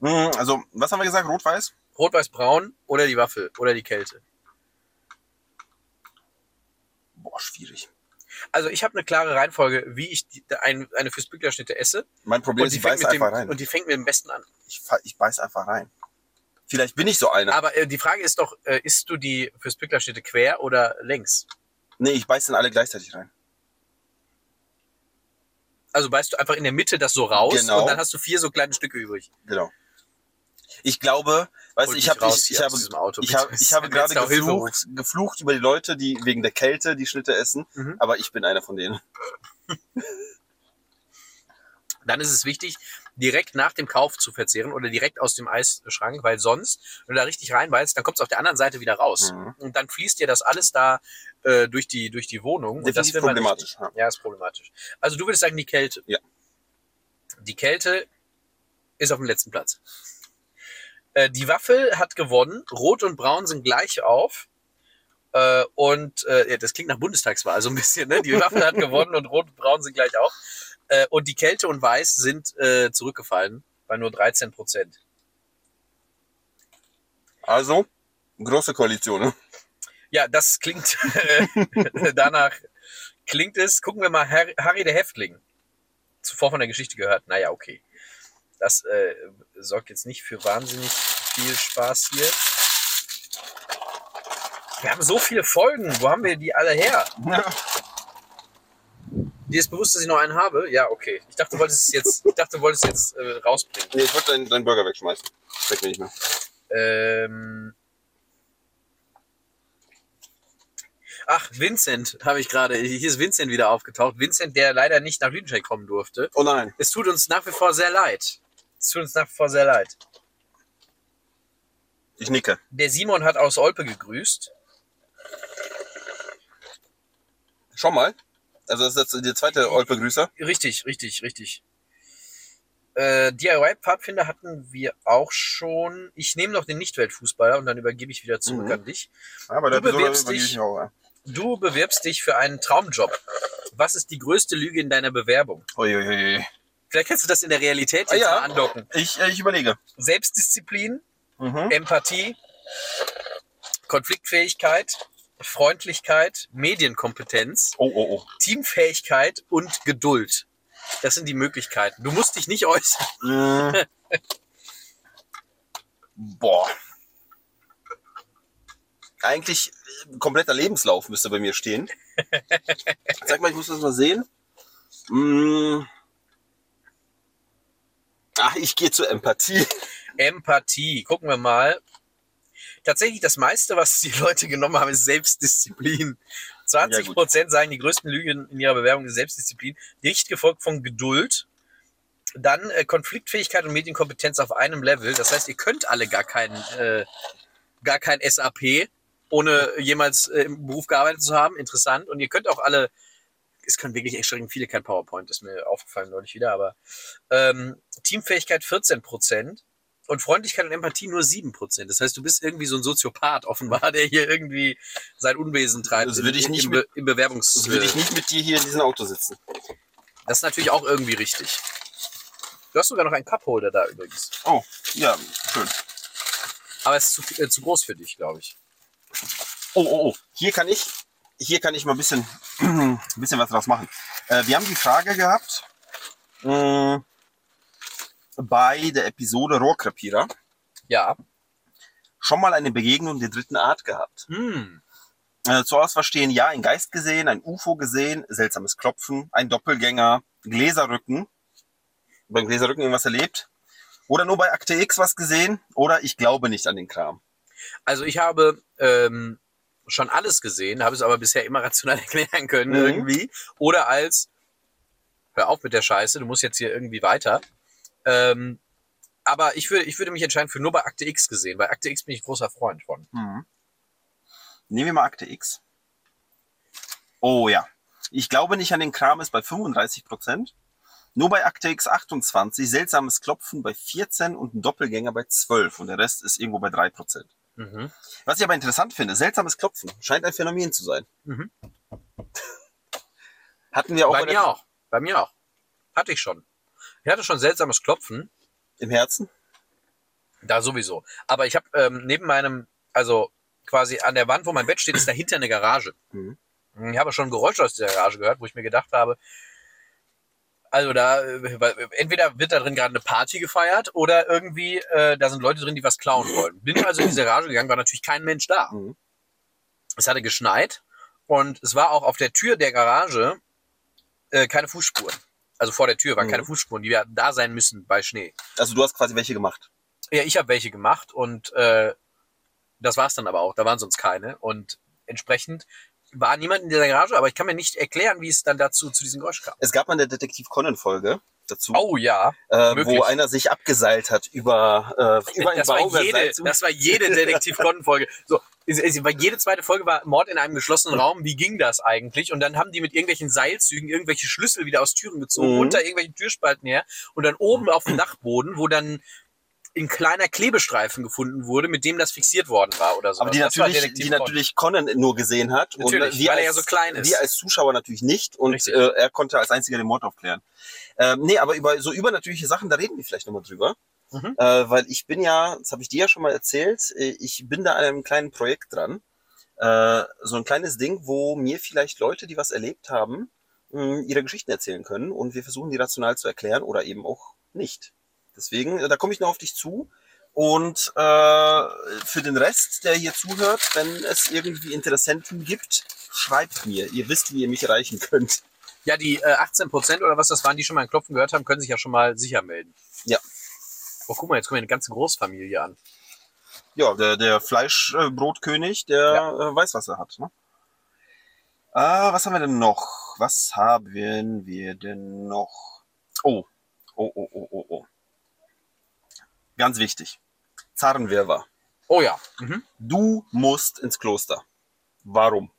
Speaker 1: Mhm, Also, was haben wir gesagt? Rot-Weiß?
Speaker 2: Rot, weiß, braun oder die Waffel oder die Kälte.
Speaker 1: Boah, schwierig.
Speaker 2: Also ich habe eine klare Reihenfolge, wie ich die, ein, eine Fürstbückler-Schnitte esse.
Speaker 1: Mein Problem
Speaker 2: Und
Speaker 1: ist,
Speaker 2: die,
Speaker 1: ich
Speaker 2: fängt
Speaker 1: beiß
Speaker 2: mit dem,
Speaker 1: einfach rein.
Speaker 2: und die fängt mit dem Besten an.
Speaker 1: ich, fa- ich beiß einfach rein. Vielleicht bin ich so einer.
Speaker 2: Aber äh, die Frage ist doch, äh, isst du die fürs Picklerstädte quer oder längs?
Speaker 1: Nee, ich beiß dann alle gleichzeitig rein.
Speaker 2: Also beißt du einfach in der Mitte das so raus
Speaker 1: Genau.
Speaker 2: und dann hast du vier so kleine Stücke übrig.
Speaker 1: Genau. Ich glaube, weißt du,
Speaker 2: Holt
Speaker 1: ich
Speaker 2: mich
Speaker 1: habe
Speaker 2: raus
Speaker 1: ich,
Speaker 2: hier
Speaker 1: ich
Speaker 2: aus
Speaker 1: habe
Speaker 2: diesem Auto,
Speaker 1: ich
Speaker 2: bitte.
Speaker 1: habe ich habe
Speaker 2: Wenn jetzt
Speaker 1: gerade
Speaker 2: da Hilfe
Speaker 1: geflucht, geflucht über die Leute, die wegen der Kälte die Schnitte essen,
Speaker 2: Mhm.
Speaker 1: aber ich bin einer von denen.
Speaker 2: Dann ist es wichtig, direkt nach dem Kauf zu verzehren oder direkt aus dem Eisschrank, weil sonst, wenn du da richtig reinbeißt, dann kommt es auf der anderen Seite wieder raus.
Speaker 1: Mhm.
Speaker 2: Und dann fließt dir das alles da äh, durch, die, durch die Wohnung. und das
Speaker 1: Definitiv
Speaker 2: will man nicht.
Speaker 1: problematisch. Ja.
Speaker 2: Ja, ist problematisch. Also du würdest sagen, die Kälte.
Speaker 1: Ja.
Speaker 2: Die Kälte ist auf dem letzten Platz. Äh, die Waffel hat gewonnen. Rot und Braun sind gleich auf. Äh, und äh, ja, das klingt nach Bundestagswahl so ein bisschen. Ne? Die Waffel hat gewonnen und Rot und Braun sind gleich auf. Äh, und die Kälte und Weiß sind äh, zurückgefallen bei nur 13 Prozent.
Speaker 1: Also große Koalition. ne?
Speaker 2: Ja, das klingt äh, danach. Klingt es. Gucken wir mal, Harry, Harry der Häftling. Zuvor von der Geschichte gehört. Naja, okay. Das äh, sorgt jetzt nicht für wahnsinnig viel Spaß hier. Wir haben so viele Folgen. Wo haben wir die alle her?
Speaker 1: Ja.
Speaker 2: Dir ist bewusst, dass ich noch einen habe? Ja, okay. Ich dachte, du wolltest es jetzt, ich dachte, du wolltest es jetzt äh, rausbringen.
Speaker 1: Nee, ich wollte deinen, deinen Burger wegschmeißen. Schmeckt mir nicht mehr.
Speaker 2: Ähm. Ach, Vincent habe ich gerade. Hier ist Vincent wieder aufgetaucht. Vincent, der leider nicht nach Lüdenscheid kommen durfte.
Speaker 1: Oh nein.
Speaker 2: Es tut uns nach wie vor sehr leid. Es tut uns nach wie vor sehr leid.
Speaker 1: Ich nicke.
Speaker 2: Der Simon hat aus Olpe gegrüßt.
Speaker 1: Schau mal. Also das ist jetzt der zweite Olpe-Grüßer.
Speaker 2: Richtig, richtig, richtig. Äh, DIY-Pfadfinder hatten wir auch schon. Ich nehme noch den Nichtweltfußballer und dann übergebe ich wieder zurück
Speaker 1: Mhm.
Speaker 2: an dich.
Speaker 1: Aber
Speaker 2: Du bewirbst dich. Du bewirbst dich für einen Traumjob. Was ist die größte Lüge in deiner Bewerbung?
Speaker 1: Uiuiui.
Speaker 2: Vielleicht kannst du das in der Realität
Speaker 1: Ah,
Speaker 2: jetzt
Speaker 1: ja.
Speaker 2: mal andocken.
Speaker 1: Ich, äh, ich überlege.
Speaker 2: Selbstdisziplin,
Speaker 1: Mhm.
Speaker 2: Empathie, Konfliktfähigkeit, Freundlichkeit, Medienkompetenz,
Speaker 1: Oh, oh, oh.
Speaker 2: Teamfähigkeit und Geduld. Das sind die Möglichkeiten. Du musst dich nicht äußern.
Speaker 1: Mm. Boah. Eigentlich äh, kompletter Lebenslauf müsste bei mir stehen. Sag mal, ich muss das mal sehen. Mm. Ach, ich gehe zur Empathie.
Speaker 2: Empathie, gucken wir mal. Tatsächlich das meiste, was die Leute genommen haben, ist Selbstdisziplin. 20 Prozent sagen, die größten Lügen in ihrer Bewerbung ist Selbstdisziplin. Dicht gefolgt von Geduld. Dann äh, Konfliktfähigkeit und Medienkompetenz auf einem Level. Das heißt, ihr könnt alle gar kein, äh, gar kein SAP, ohne jemals äh, im Beruf gearbeitet zu haben. Interessant. Und ihr könnt auch alle, es können wirklich extrem viele kein PowerPoint, ist mir aufgefallen neulich wieder, aber ähm, Teamfähigkeit 14 Prozent und Freundlichkeit und Empathie nur 7 Prozent. Das heißt, du bist irgendwie so ein Soziopath offenbar, der hier irgendwie sein Unwesen treibt.
Speaker 1: Das würde ich
Speaker 2: im-
Speaker 1: nicht
Speaker 2: im, Be im Bewerbungs.
Speaker 1: Sonst würde ich nicht mit dir hier in diesem Auto sitzen.
Speaker 2: Das ist natürlich auch irgendwie richtig. Du hast sogar noch einen Cupholder da übrigens.
Speaker 1: Oh, ja, schön.
Speaker 2: Aber es ist zu, viel- äh, zu groß für dich, glaube ich.
Speaker 1: Oh, oh, oh. Hier kann ich, hier kann ich mal ein bisschen, ein bisschen was draus machen. Äh, wir haben die Frage gehabt, mh, bei der Episode Rohrkrepierer
Speaker 2: Ja.
Speaker 1: schon mal eine Begegnung der dritten Art gehabt.
Speaker 2: Hm.
Speaker 1: Äh, zuerst verstehen, ja, ein Geist gesehen, ein UFO gesehen, seltsames Klopfen, ein Doppelgänger, Gläserrücken, beim Gläserrücken irgendwas erlebt. Oder nur bei Akte X was gesehen, oder ich glaube nicht an den Kram.
Speaker 2: Also ich habe ähm, schon alles gesehen, habe es aber bisher immer rational erklären können
Speaker 1: Mhm.
Speaker 2: irgendwie. Oder als, hör auf mit der Scheiße, du musst jetzt hier irgendwie weiter. Ähm, aber ich würde, ich würde mich entscheiden für nur bei Akte X gesehen, weil Akte X bin ich großer Freund von.
Speaker 1: Mhm. Nehmen wir mal Akte X. Oh ja. Ich glaube nicht an den Kram ist bei 35 Prozent. Nur bei Akte X 28, seltsames Klopfen bei 14 und ein Doppelgänger bei 12 und der Rest ist irgendwo bei 3 Prozent.
Speaker 2: Mhm.
Speaker 1: Was ich aber interessant finde, seltsames Klopfen scheint ein Phänomen zu sein.
Speaker 2: Mhm.
Speaker 1: Hatten wir auch,
Speaker 2: bei
Speaker 1: bei
Speaker 2: mir
Speaker 1: der-
Speaker 2: auch. Bei mir auch. Hatte ich schon. Ich hatte schon seltsames Klopfen,
Speaker 1: im Herzen?
Speaker 2: da sowieso. Aber ich habe ähm, neben meinem, also quasi an der Wand, wo mein Bett steht, ist dahinter eine Garage.
Speaker 1: Mhm.
Speaker 2: Ich habe schon Geräusche aus dieser Garage gehört, wo ich mir gedacht habe, also da, äh, weil, entweder wird da drin gerade eine Party gefeiert oder irgendwie, äh, da sind Leute drin, die was klauen wollen. Bin also in diese Garage gegangen, war natürlich kein Mensch da.
Speaker 1: Mhm.
Speaker 2: Es hatte geschneit und es war auch auf der Tür der Garage äh, keine Fußspuren. Also vor der Tür waren
Speaker 1: Mhm.
Speaker 2: keine Fußspuren, die werden da sein müssen bei Schnee.
Speaker 1: Also du hast quasi welche gemacht.
Speaker 2: Ja, ich habe welche gemacht und äh, das war's dann aber auch. Da waren sonst keine. Und entsprechend war niemand in dieser Garage, aber ich kann mir nicht erklären, wie es dann dazu zu diesem Geräusch kam.
Speaker 1: Es gab mal eine Detektiv Conan Folge dazu,
Speaker 2: Oh ja,
Speaker 1: äh,
Speaker 2: möglich.
Speaker 1: wo einer sich abgeseilt hat über äh, über ein
Speaker 2: das war, jede,
Speaker 1: Bauwerk.
Speaker 2: das war jede detektiv folge So, es, es, war- jede zweite Folge war Mord in einem geschlossenen Raum. Wie ging das eigentlich? Und dann haben die mit irgendwelchen Seilzügen irgendwelche Schlüssel wieder aus Türen gezogen,
Speaker 1: Mhm.
Speaker 2: unter irgendwelchen Türspalten her und dann oben auf dem Dachboden, wo dann ein kleiner Klebestreifen gefunden wurde, mit dem das fixiert worden war oder so.
Speaker 1: Aber die natürlich, die natürlich Conan nur gesehen hat.
Speaker 2: Natürlich, weil er ja so klein ist.
Speaker 1: Wir als Zuschauer natürlich nicht und
Speaker 2: Richtig.
Speaker 1: äh, er konnte als einziger den Mord aufklären. Ähm, nee, aber über so übernatürliche Sachen, da reden wir vielleicht nochmal drüber.
Speaker 2: Mhm.
Speaker 1: Äh, weil ich bin ja, das habe ich dir ja schon mal erzählt, äh, ich bin da an einem kleinen Projekt dran. Äh, so ein kleines Ding, wo mir vielleicht Leute, die was erlebt haben, mh, ihre Geschichten erzählen können und wir versuchen, die rational zu erklären oder eben auch nicht. Deswegen, äh, da komme ich noch auf dich zu. Und äh, für den Rest, der hier zuhört, wenn es irgendwie Interessenten gibt, schreibt mir. Ihr wisst, wie ihr mich erreichen könnt.
Speaker 2: Ja, die äh, 18 Prozent oder was das waren, die schon mal ein Klopfen gehört haben, können sich ja schon mal sicher melden.
Speaker 1: Ja.
Speaker 2: Oh, guck mal, jetzt kommen wir eine ganze Großfamilie an.
Speaker 1: Ja, der, der Fleischbrotkönig, der äh, weiß, was er hat. Ne? Ah, was haben wir denn noch? Was haben wir denn noch? Oh, oh, oh, oh, oh, oh. Ganz wichtig. Zarenwirrwarr.
Speaker 2: Oh ja. Mhm.
Speaker 1: Du musst ins Kloster. Warum?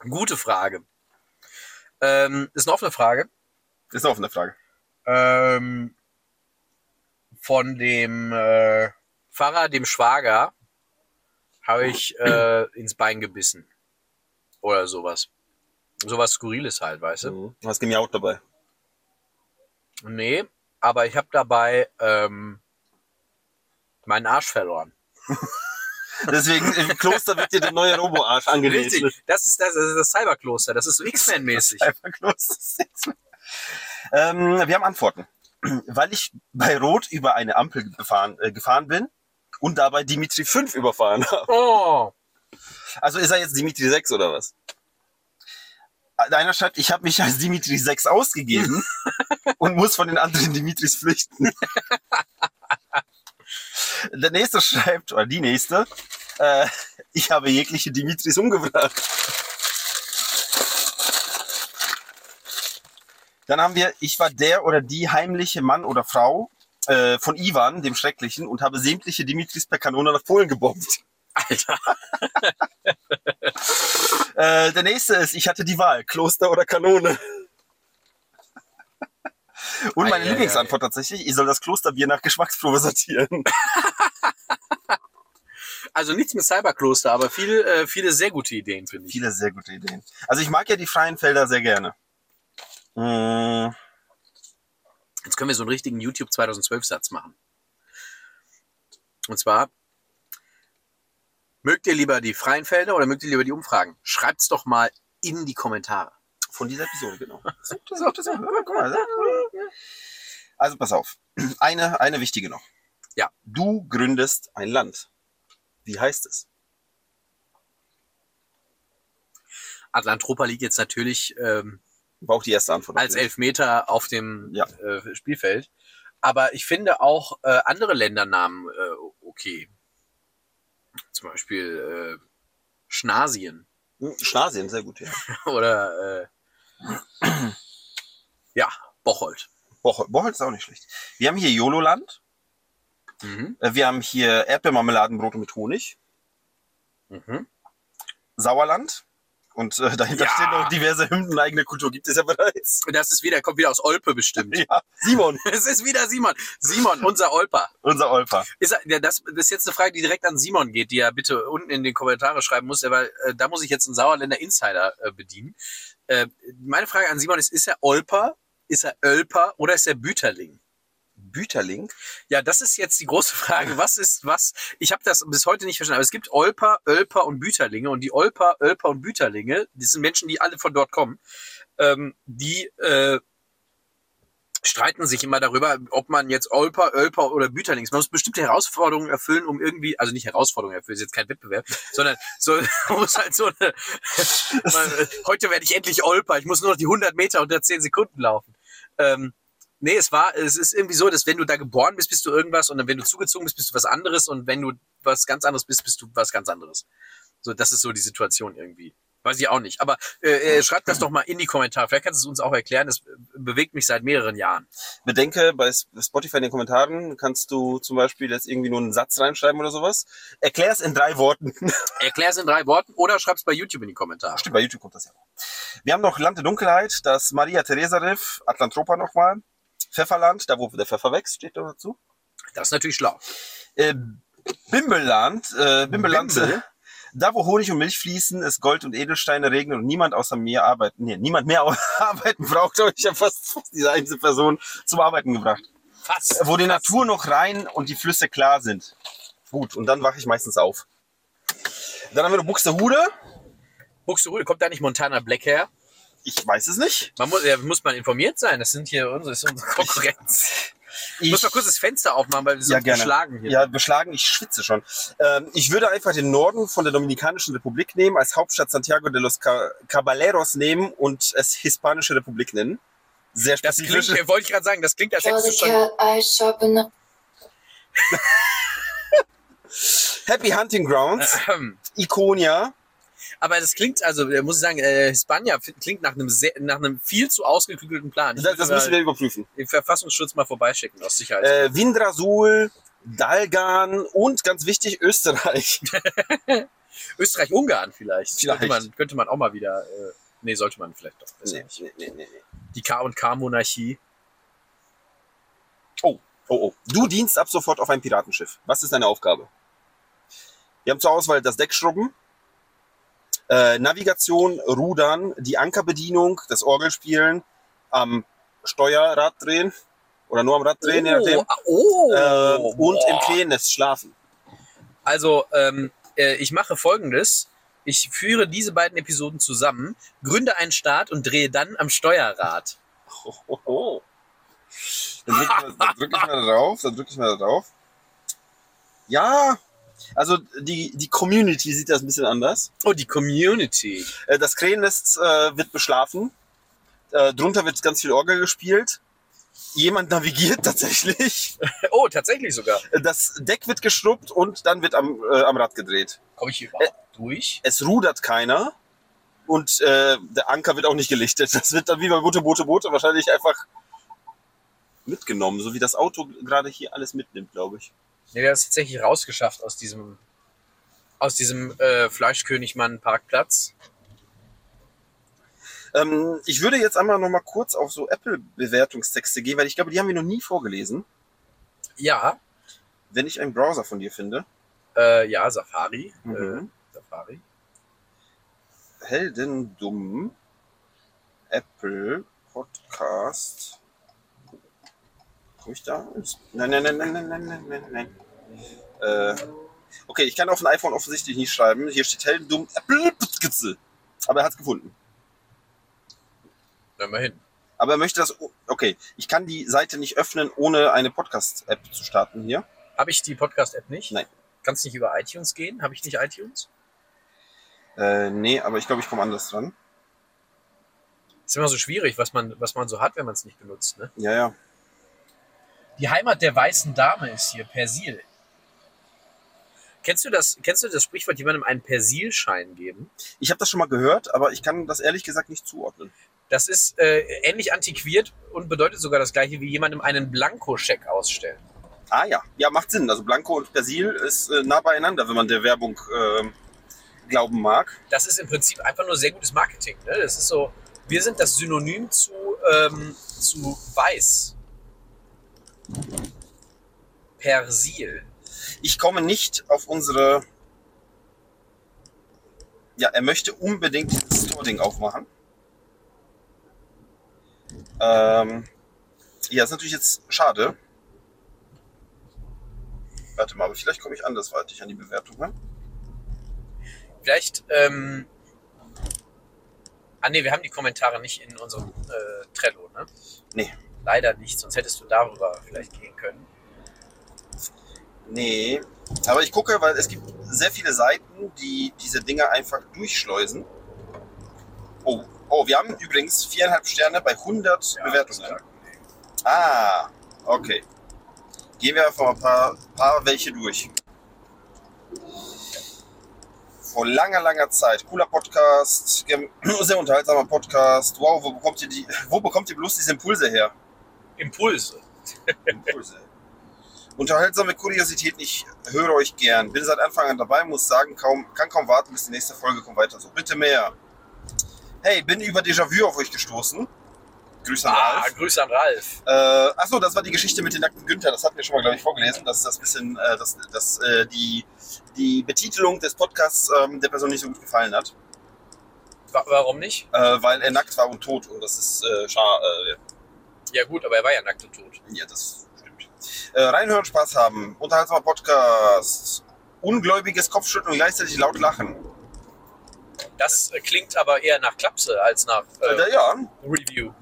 Speaker 2: Gute Frage. Ähm, ist eine offene Frage.
Speaker 1: Ist eine offene Frage.
Speaker 2: Ähm, von dem äh, Pfarrer, dem Schwager, habe ich äh, ins Bein gebissen. Oder sowas. Sowas Skurriles halt, weißt du?
Speaker 1: Mhm. Du hast gemiaut dabei.
Speaker 2: Nee, aber ich habe dabei ähm, meinen Arsch verloren.
Speaker 1: Deswegen im Kloster wird dir der neue Robo-Arsch angelegt.
Speaker 2: Richtig, das ist das, das, ist das Cyberkloster, das ist so X-Men-mäßig.
Speaker 1: Einfach Kloster Sex. Ähm, wir haben Antworten. Weil ich bei Rot über eine Ampel gefahren, äh, gefahren bin und dabei Dimitri 5 überfahren habe.
Speaker 2: Oh,
Speaker 1: Also ist er jetzt Dimitri 6 oder was? Einer schreibt, ich habe mich als Dimitri 6 ausgegeben und muss von den anderen Dimitris flüchten. Der nächste schreibt, oder die nächste, äh, ich habe jegliche Dimitris umgebracht. Dann haben wir, ich war der oder die heimliche Mann oder Frau äh, von Ivan, dem Schrecklichen, und habe sämtliche Dimitris per Kanone nach Polen gebombt.
Speaker 2: Alter.
Speaker 1: Äh, der nächste ist, ich hatte die Wahl, Kloster oder Kanone. Und meine
Speaker 2: Ei, ei,
Speaker 1: Lieblingsantwort tatsächlich, ich soll das Klosterbier nach Geschmacksprobe sortieren.
Speaker 2: Also nichts mit Cyberkloster, aber viel, äh, viele sehr gute Ideen, finde ich.
Speaker 1: Viele sehr gute Ideen. Also ich mag ja die freien Felder sehr gerne. Mm,
Speaker 2: Jetzt können wir so einen richtigen YouTube 2012-Satz machen. Und zwar, mögt ihr lieber die freien Felder oder mögt ihr lieber die Umfragen? Schreibt's doch mal in die Kommentare.
Speaker 1: Von dieser Episode, genau. So,
Speaker 2: So.
Speaker 1: das- guck mal, so. Also pass auf. Eine, eine wichtige noch.
Speaker 2: Ja.
Speaker 1: Du gründest ein Land. Wie heißt es?
Speaker 2: Atlantropa liegt jetzt natürlich ähm,
Speaker 1: War auch die erste Antwort.
Speaker 2: als Elfmeter auf dem
Speaker 1: Ja.
Speaker 2: äh, Spielfeld. Aber ich finde auch äh, andere Ländernamen äh, okay. Zum Beispiel äh, Schnasien
Speaker 1: Hm, Schnasien, sehr gut, ja.
Speaker 2: oder äh, ja, Bocholt.
Speaker 1: Bocholt, Bocholt ist auch nicht schlecht. Wir haben hier Jololand.
Speaker 2: Mhm.
Speaker 1: Äh, Wir haben hier Erdbeermarmeladenbrote mit Honig.
Speaker 2: Mhm.
Speaker 1: Sauerland. Und äh, dahinter
Speaker 2: Ja.
Speaker 1: stehen noch diverse Hymnen, eigene Kultur gibt es ja bereits.
Speaker 2: Das ist wieder, kommt wieder aus Olpe bestimmt.
Speaker 1: Ja, Simon,
Speaker 2: Es ist wieder Simon. Simon, unser Olper.
Speaker 1: unser Olper.
Speaker 2: Ist, er- ja, das, das ist jetzt eine Frage, die direkt an Simon geht, die er bitte unten in den Kommentare schreiben muss, weil äh, da muss ich jetzt einen Sauerländer Insider äh, bedienen. Äh, meine Frage an Simon ist, ist er Olper, ist er Ölper oder ist er Büterling?
Speaker 1: Büterling.
Speaker 2: Ja, das ist jetzt die große Frage. Was ist was? Ich habe das bis heute nicht verstanden, aber es gibt Olper, Ölper und Büterlinge und die Olper, Ölper und Büterlinge, das sind Menschen, die alle von dort kommen, ähm, die äh, streiten sich immer darüber, ob man jetzt Olper, Ölper oder Büterling ist. Man muss bestimmte Herausforderungen erfüllen, um irgendwie, also nicht Herausforderungen erfüllen, ist jetzt kein Wettbewerb, sondern so man muss halt so eine, man, äh, heute werde ich endlich Olper, ich muss nur noch die 100 Meter unter 10 Sekunden laufen. Ähm, Nee, es war, es ist irgendwie so, dass wenn du da geboren bist, bist du irgendwas und dann, wenn du zugezogen bist, bist du was anderes und wenn du was ganz anderes bist, bist du was ganz anderes. So, das ist so die Situation irgendwie. Weiß ich auch nicht. Aber äh, äh, schreibt das doch mal in die Kommentare. Vielleicht kannst du es uns auch erklären. Das äh, bewegt mich seit mehreren Jahren.
Speaker 1: Bedenke, bei S- Spotify in den Kommentaren kannst du zum Beispiel jetzt irgendwie nur einen Satz reinschreiben oder sowas. Erklär es in drei Worten.
Speaker 2: Erklär es in drei Worten oder schreib es bei YouTube in die Kommentare.
Speaker 1: Stimmt, bei YouTube kommt das ja auch. Wir haben noch Land der Dunkelheit, das Maria Theresa Riff, Atlantropa nochmal. Pfefferland, da wo der Pfeffer wächst, steht da dazu.
Speaker 2: Das ist natürlich schlau.
Speaker 1: Äh, Bimbelland, äh, Bimbelland,
Speaker 2: Bimbel?
Speaker 1: da wo Honig und Milch fließen, es Gold und Edelsteine regnen und niemand außer mir arbeiten, nee, niemand mehr arbeiten braucht, aber ich habe fast diese einzelne Person zum Arbeiten gebracht.
Speaker 2: Fast.
Speaker 1: wo die Natur noch rein und die Flüsse klar sind. Gut, und dann wache ich meistens auf. Dann haben wir noch Buxtehude.
Speaker 2: Buxtehude, kommt da nicht Montana Black her?
Speaker 1: Ich weiß es nicht.
Speaker 2: Man muss, ja, muss man informiert sein. Das sind hier unsere, das ist unsere Konkurrenz. Ich
Speaker 1: Ich,
Speaker 2: muss mal kurz das Fenster aufmachen, weil wir
Speaker 1: Ja,
Speaker 2: sind
Speaker 1: gerne.
Speaker 2: geschlagen hier.
Speaker 1: ja, beschlagen, ich schwitze schon. Ähm, ich würde einfach den Norden von der Dominikanischen Republik nehmen, als Hauptstadt Santiago de los Ca- Caballeros nehmen und es Hispanische Republik nennen. Sehr
Speaker 2: Das
Speaker 1: spezifisch.
Speaker 2: klingt, wollte ich gerade sagen, das klingt, als hättest du schon
Speaker 4: cat eyes shop in the
Speaker 1: Happy Hunting Grounds,
Speaker 2: Ahem.
Speaker 1: Iconia.
Speaker 2: Aber das klingt, also äh, muss ich sagen, äh, Hispania f- klingt nach einem, sehr, nach einem viel zu ausgeklügelten Plan. Ich
Speaker 1: Das, das
Speaker 2: würde
Speaker 1: müssen
Speaker 2: mal
Speaker 1: wir überprüfen.
Speaker 2: den Verfassungsschutz mal vorbeischicken, aus Sicherheit.
Speaker 1: Äh, Vindrasul, Dalgan und ganz wichtig Österreich.
Speaker 2: Österreich-Ungarn vielleicht.
Speaker 1: Vielleicht.
Speaker 2: Könnte, man, könnte man auch mal wieder. Äh, nee, sollte man vielleicht doch. Besser nicht.
Speaker 1: nee, nee, nee.
Speaker 2: Die KK-Monarchie.
Speaker 1: Oh, oh. Du dienst ab sofort auf einem Piratenschiff. Was ist deine Aufgabe? Wir haben zur Auswahl das Deck schrubben, äh, Navigation, Rudern, die Ankerbedienung, das Orgelspielen, am Steuerrad drehen oder nur am Rad drehen, je nachdem.
Speaker 2: ah, oh,
Speaker 1: Äh, und im
Speaker 2: boah.
Speaker 1: Kleennest schlafen.
Speaker 2: Also, ähm, äh, ich mache folgendes. Ich führe diese beiden Episoden zusammen, gründe einen Staat und drehe dann am Steuerrad.
Speaker 1: Oh, oh, oh. Dann drücke ich, mal- dann drück ich mal da drauf, dann drücke ich mal da drauf. Ja, also die, die Community sieht das ein bisschen anders.
Speaker 2: Oh, die Community.
Speaker 1: Äh, Das Krähennest äh, wird beschlafen. Äh, drunter wird ganz viel Orgel gespielt. Jemand navigiert tatsächlich.
Speaker 2: Oh, tatsächlich sogar.
Speaker 1: Äh, Das Deck wird geschrubbt und dann wird am, äh, am Rad gedreht.
Speaker 2: Komme ich hier überhaupt
Speaker 1: Äh,
Speaker 2: durch?
Speaker 1: Es rudert keiner und äh, der Anker wird auch nicht gelichtet. Das wird dann wie bei Boote, Boote, Boote wahrscheinlich einfach mitgenommen, so wie das Auto gerade hier alles mitnimmt, glaube ich.
Speaker 2: Nee, wir haben es tatsächlich rausgeschafft aus diesem, aus diesem äh, Fleischkönigmann-Parkplatz.
Speaker 1: Ähm, ich würde jetzt einmal noch mal kurz auf so Apple-Bewertungstexte gehen, weil ich glaube, die haben wir noch nie vorgelesen.
Speaker 2: Ja,
Speaker 1: Wenn ich einen Browser von dir finde.
Speaker 2: äh, ja, Safari.
Speaker 1: Mhm.
Speaker 2: Äh, Safari.
Speaker 1: Heldendum Apple Podcast. Komm ich da? Nein, nein, nein, nein, nein, nein, nein, nein, nein. Äh, okay, ich kann auf dem iPhone offensichtlich nicht schreiben. Hier steht Heldendum Apple Skizze. Aber er hat es gefunden.
Speaker 2: Na, immerhin.
Speaker 1: Aber er möchte das. Okay, ich kann die Seite nicht öffnen, ohne eine Podcast-App zu starten hier.
Speaker 2: Habe ich die Podcast-App nicht?
Speaker 1: Nein.
Speaker 2: Kannst nicht über iTunes gehen? Habe ich nicht iTunes?
Speaker 1: Äh, nee, aber ich glaube, ich komme anders dran.
Speaker 2: Ist immer so schwierig, was man, was man so hat, wenn man es nicht benutzt. Ne?
Speaker 1: Ja, ja.
Speaker 2: Die Heimat der weißen Dame ist hier Persil. Kennst du das, kennst du das Sprichwort, jemandem einen Persilschein geben?
Speaker 1: Ich habe das schon mal gehört, aber ich kann das ehrlich gesagt nicht zuordnen.
Speaker 2: Das ist äh, ähnlich antiquiert und bedeutet sogar das gleiche wie jemandem einen Blankoscheck ausstellen.
Speaker 1: Ah ja, ja, macht Sinn. Also Blanco und Persil ist äh, nah beieinander, wenn man der Werbung ähm, glauben mag.
Speaker 2: Das ist im Prinzip einfach nur sehr gutes Marketing. Ne? Das ist so, wir sind das Synonym zu, ähm, zu weiß. Persil.
Speaker 1: Ich komme nicht auf unsere. Ja, er möchte unbedingt dieses Tording aufmachen. Ähm, ja, ist natürlich jetzt schade. Warte mal, aber vielleicht komme ich andersweitig an die Bewertung ran.
Speaker 2: Vielleicht, ähm, ah nee, wir haben die Kommentare nicht in unserem äh, Trello, ne?
Speaker 1: Nee.
Speaker 2: Leider nicht, sonst hättest du darüber vielleicht gehen können.
Speaker 1: Nee. Aber ich gucke, weil es gibt sehr viele Seiten, die diese Dinger einfach durchschleusen. Oh, oh wir haben übrigens viereinhalb Sterne bei 100 Bewertungen. Ah, okay. Gehen wir einfach mal ein paar, paar welche durch. Vor langer, langer Zeit. Cooler Podcast, gem- sehr unterhaltsamer Podcast. Wow, wo bekommt ihr, die, wo bekommt ihr bloß diese Impulse her?
Speaker 2: Impulse.
Speaker 1: Impulse. Unterhaltsame Kuriositäten, ich höre euch gern. Bin seit Anfang an dabei, muss sagen, kaum, kann kaum warten, bis die nächste Folge kommt weiter. So, bitte mehr. Hey, bin über Déjà-vu auf euch gestoßen. Grüße an
Speaker 2: Ah,
Speaker 1: Ralf.
Speaker 2: Grüße an Ralf.
Speaker 1: Äh, achso, das war die Geschichte mit den nackten Günther. Das hatten wir schon mal, glaube ich, vorgelesen, dass das bisschen, äh, dass, dass äh, die, die Betitelung des Podcasts ähm, der Person nicht so gut gefallen hat,
Speaker 2: Wa warum nicht?
Speaker 1: äh, weil er nackt war und tot und das ist äh, scha äh,
Speaker 2: Ja gut, aber er war ja nackt und tot.
Speaker 1: Ja, das stimmt. Äh, reinhören, Spaß haben. Unterhaltsamer Podcast. Ungläubiges Kopfschütteln und gleichzeitig laut lachen.
Speaker 2: Das äh, klingt aber eher nach Klapse als nach äh,
Speaker 1: Äh, ja.
Speaker 2: Review.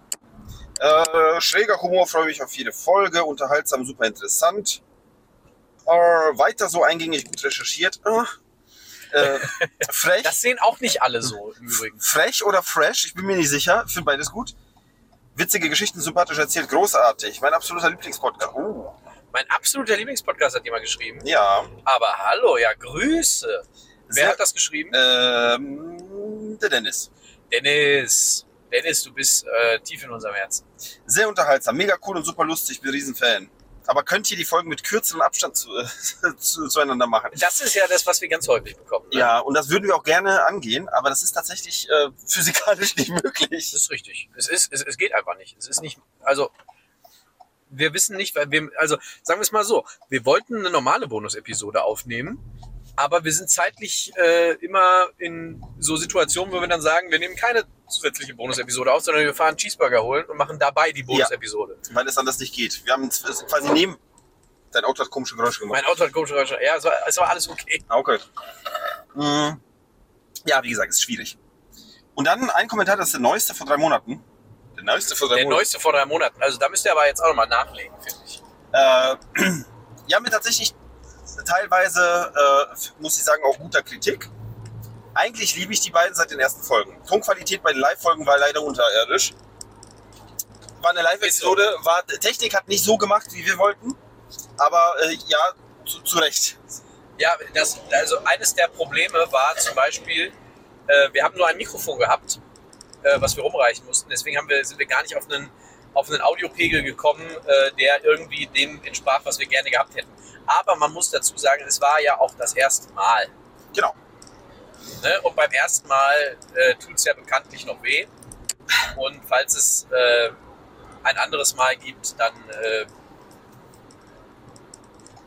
Speaker 1: Äh, schräger Humor, freue mich auf jede Folge. Unterhaltsam, super interessant. Äh, weiter so eingängig gut recherchiert. Äh, äh, frech.
Speaker 2: Das sehen auch nicht alle so im Übrigen.
Speaker 1: Frech oder fresh? Ich bin mir nicht sicher. Finde beides gut. Witzige Geschichten, sympathisch erzählt, großartig. Mein absoluter Lieblingspodcast. Oh.
Speaker 2: Mein absoluter Lieblingspodcast hat jemand geschrieben.
Speaker 1: Ja.
Speaker 2: Aber hallo, ja, Grüße. Wer
Speaker 1: Sehr- Äh.
Speaker 2: hat das geschrieben?
Speaker 1: Ähm, der Dennis.
Speaker 2: Dennis. Dennis, du bist äh, tief in unserem Herzen.
Speaker 1: Sehr unterhaltsam, mega cool und super lustig, bin Riesenfan. Aber könnt ihr die Folgen mit kürzerem Abstand zu, äh, zu, zueinander machen?
Speaker 2: Das ist ja das, was wir ganz häufig bekommen. Ne?
Speaker 1: Ja, und das würden wir auch gerne angehen, aber das ist tatsächlich äh, physikalisch nicht
Speaker 2: Das
Speaker 1: möglich.
Speaker 2: ist richtig. Es, ist, es, es geht einfach nicht. Es ist nicht, also, wir wissen nicht, weil wir, also, sagen wir es mal so, wir wollten eine normale Bonus-Episode aufnehmen, aber wir sind zeitlich äh, immer in so Situationen, wo wir dann sagen, wir nehmen keine zusätzliche Bonus-Episode auf, sondern wir fahren Cheeseburger holen und machen dabei die Bonus-Episode.
Speaker 1: Weil es anders nicht geht. Wir haben es es ist quasi neben. Dein Auto hat komische Geräusche gemacht.
Speaker 2: Mein Auto hat komische Geräusche. Ja, es war, es war alles okay.
Speaker 1: Ah, Okay. Mhm. Ja, wie gesagt, ist schwierig. Und dann ein Kommentar, das ist der neueste vor drei Monaten. Der neueste vor drei
Speaker 2: Der
Speaker 1: Monaten.
Speaker 2: neueste vor drei Monaten. Also da müsst ihr aber jetzt auch nochmal nachlegen, finde ich.
Speaker 1: äh, ja, mit tatsächlich teilweise, äh, muss ich sagen, auch guter Kritik. Eigentlich liebe ich die beiden seit den ersten Folgen. Tonqualität bei den Live-Folgen war leider unterirdisch. War eine Live-Episode, war, Technik hat nicht so gemacht, wie wir wollten, aber äh, ja, zu, zu Recht.
Speaker 2: Ja, das, also eines der Probleme war zum Beispiel, äh, wir haben nur ein Mikrofon gehabt, äh, was wir rumreichen mussten. Deswegen haben wir, sind wir gar nicht auf einen, auf einen Audiopegel gekommen, äh, der irgendwie dem entsprach, was wir gerne gehabt hätten. Aber man muss dazu sagen, es war ja auch das erste Mal.
Speaker 1: Genau.
Speaker 2: Ne? Und beim ersten Mal äh, tut es ja bekanntlich noch weh. Und falls es äh, ein anderes Mal gibt, dann äh,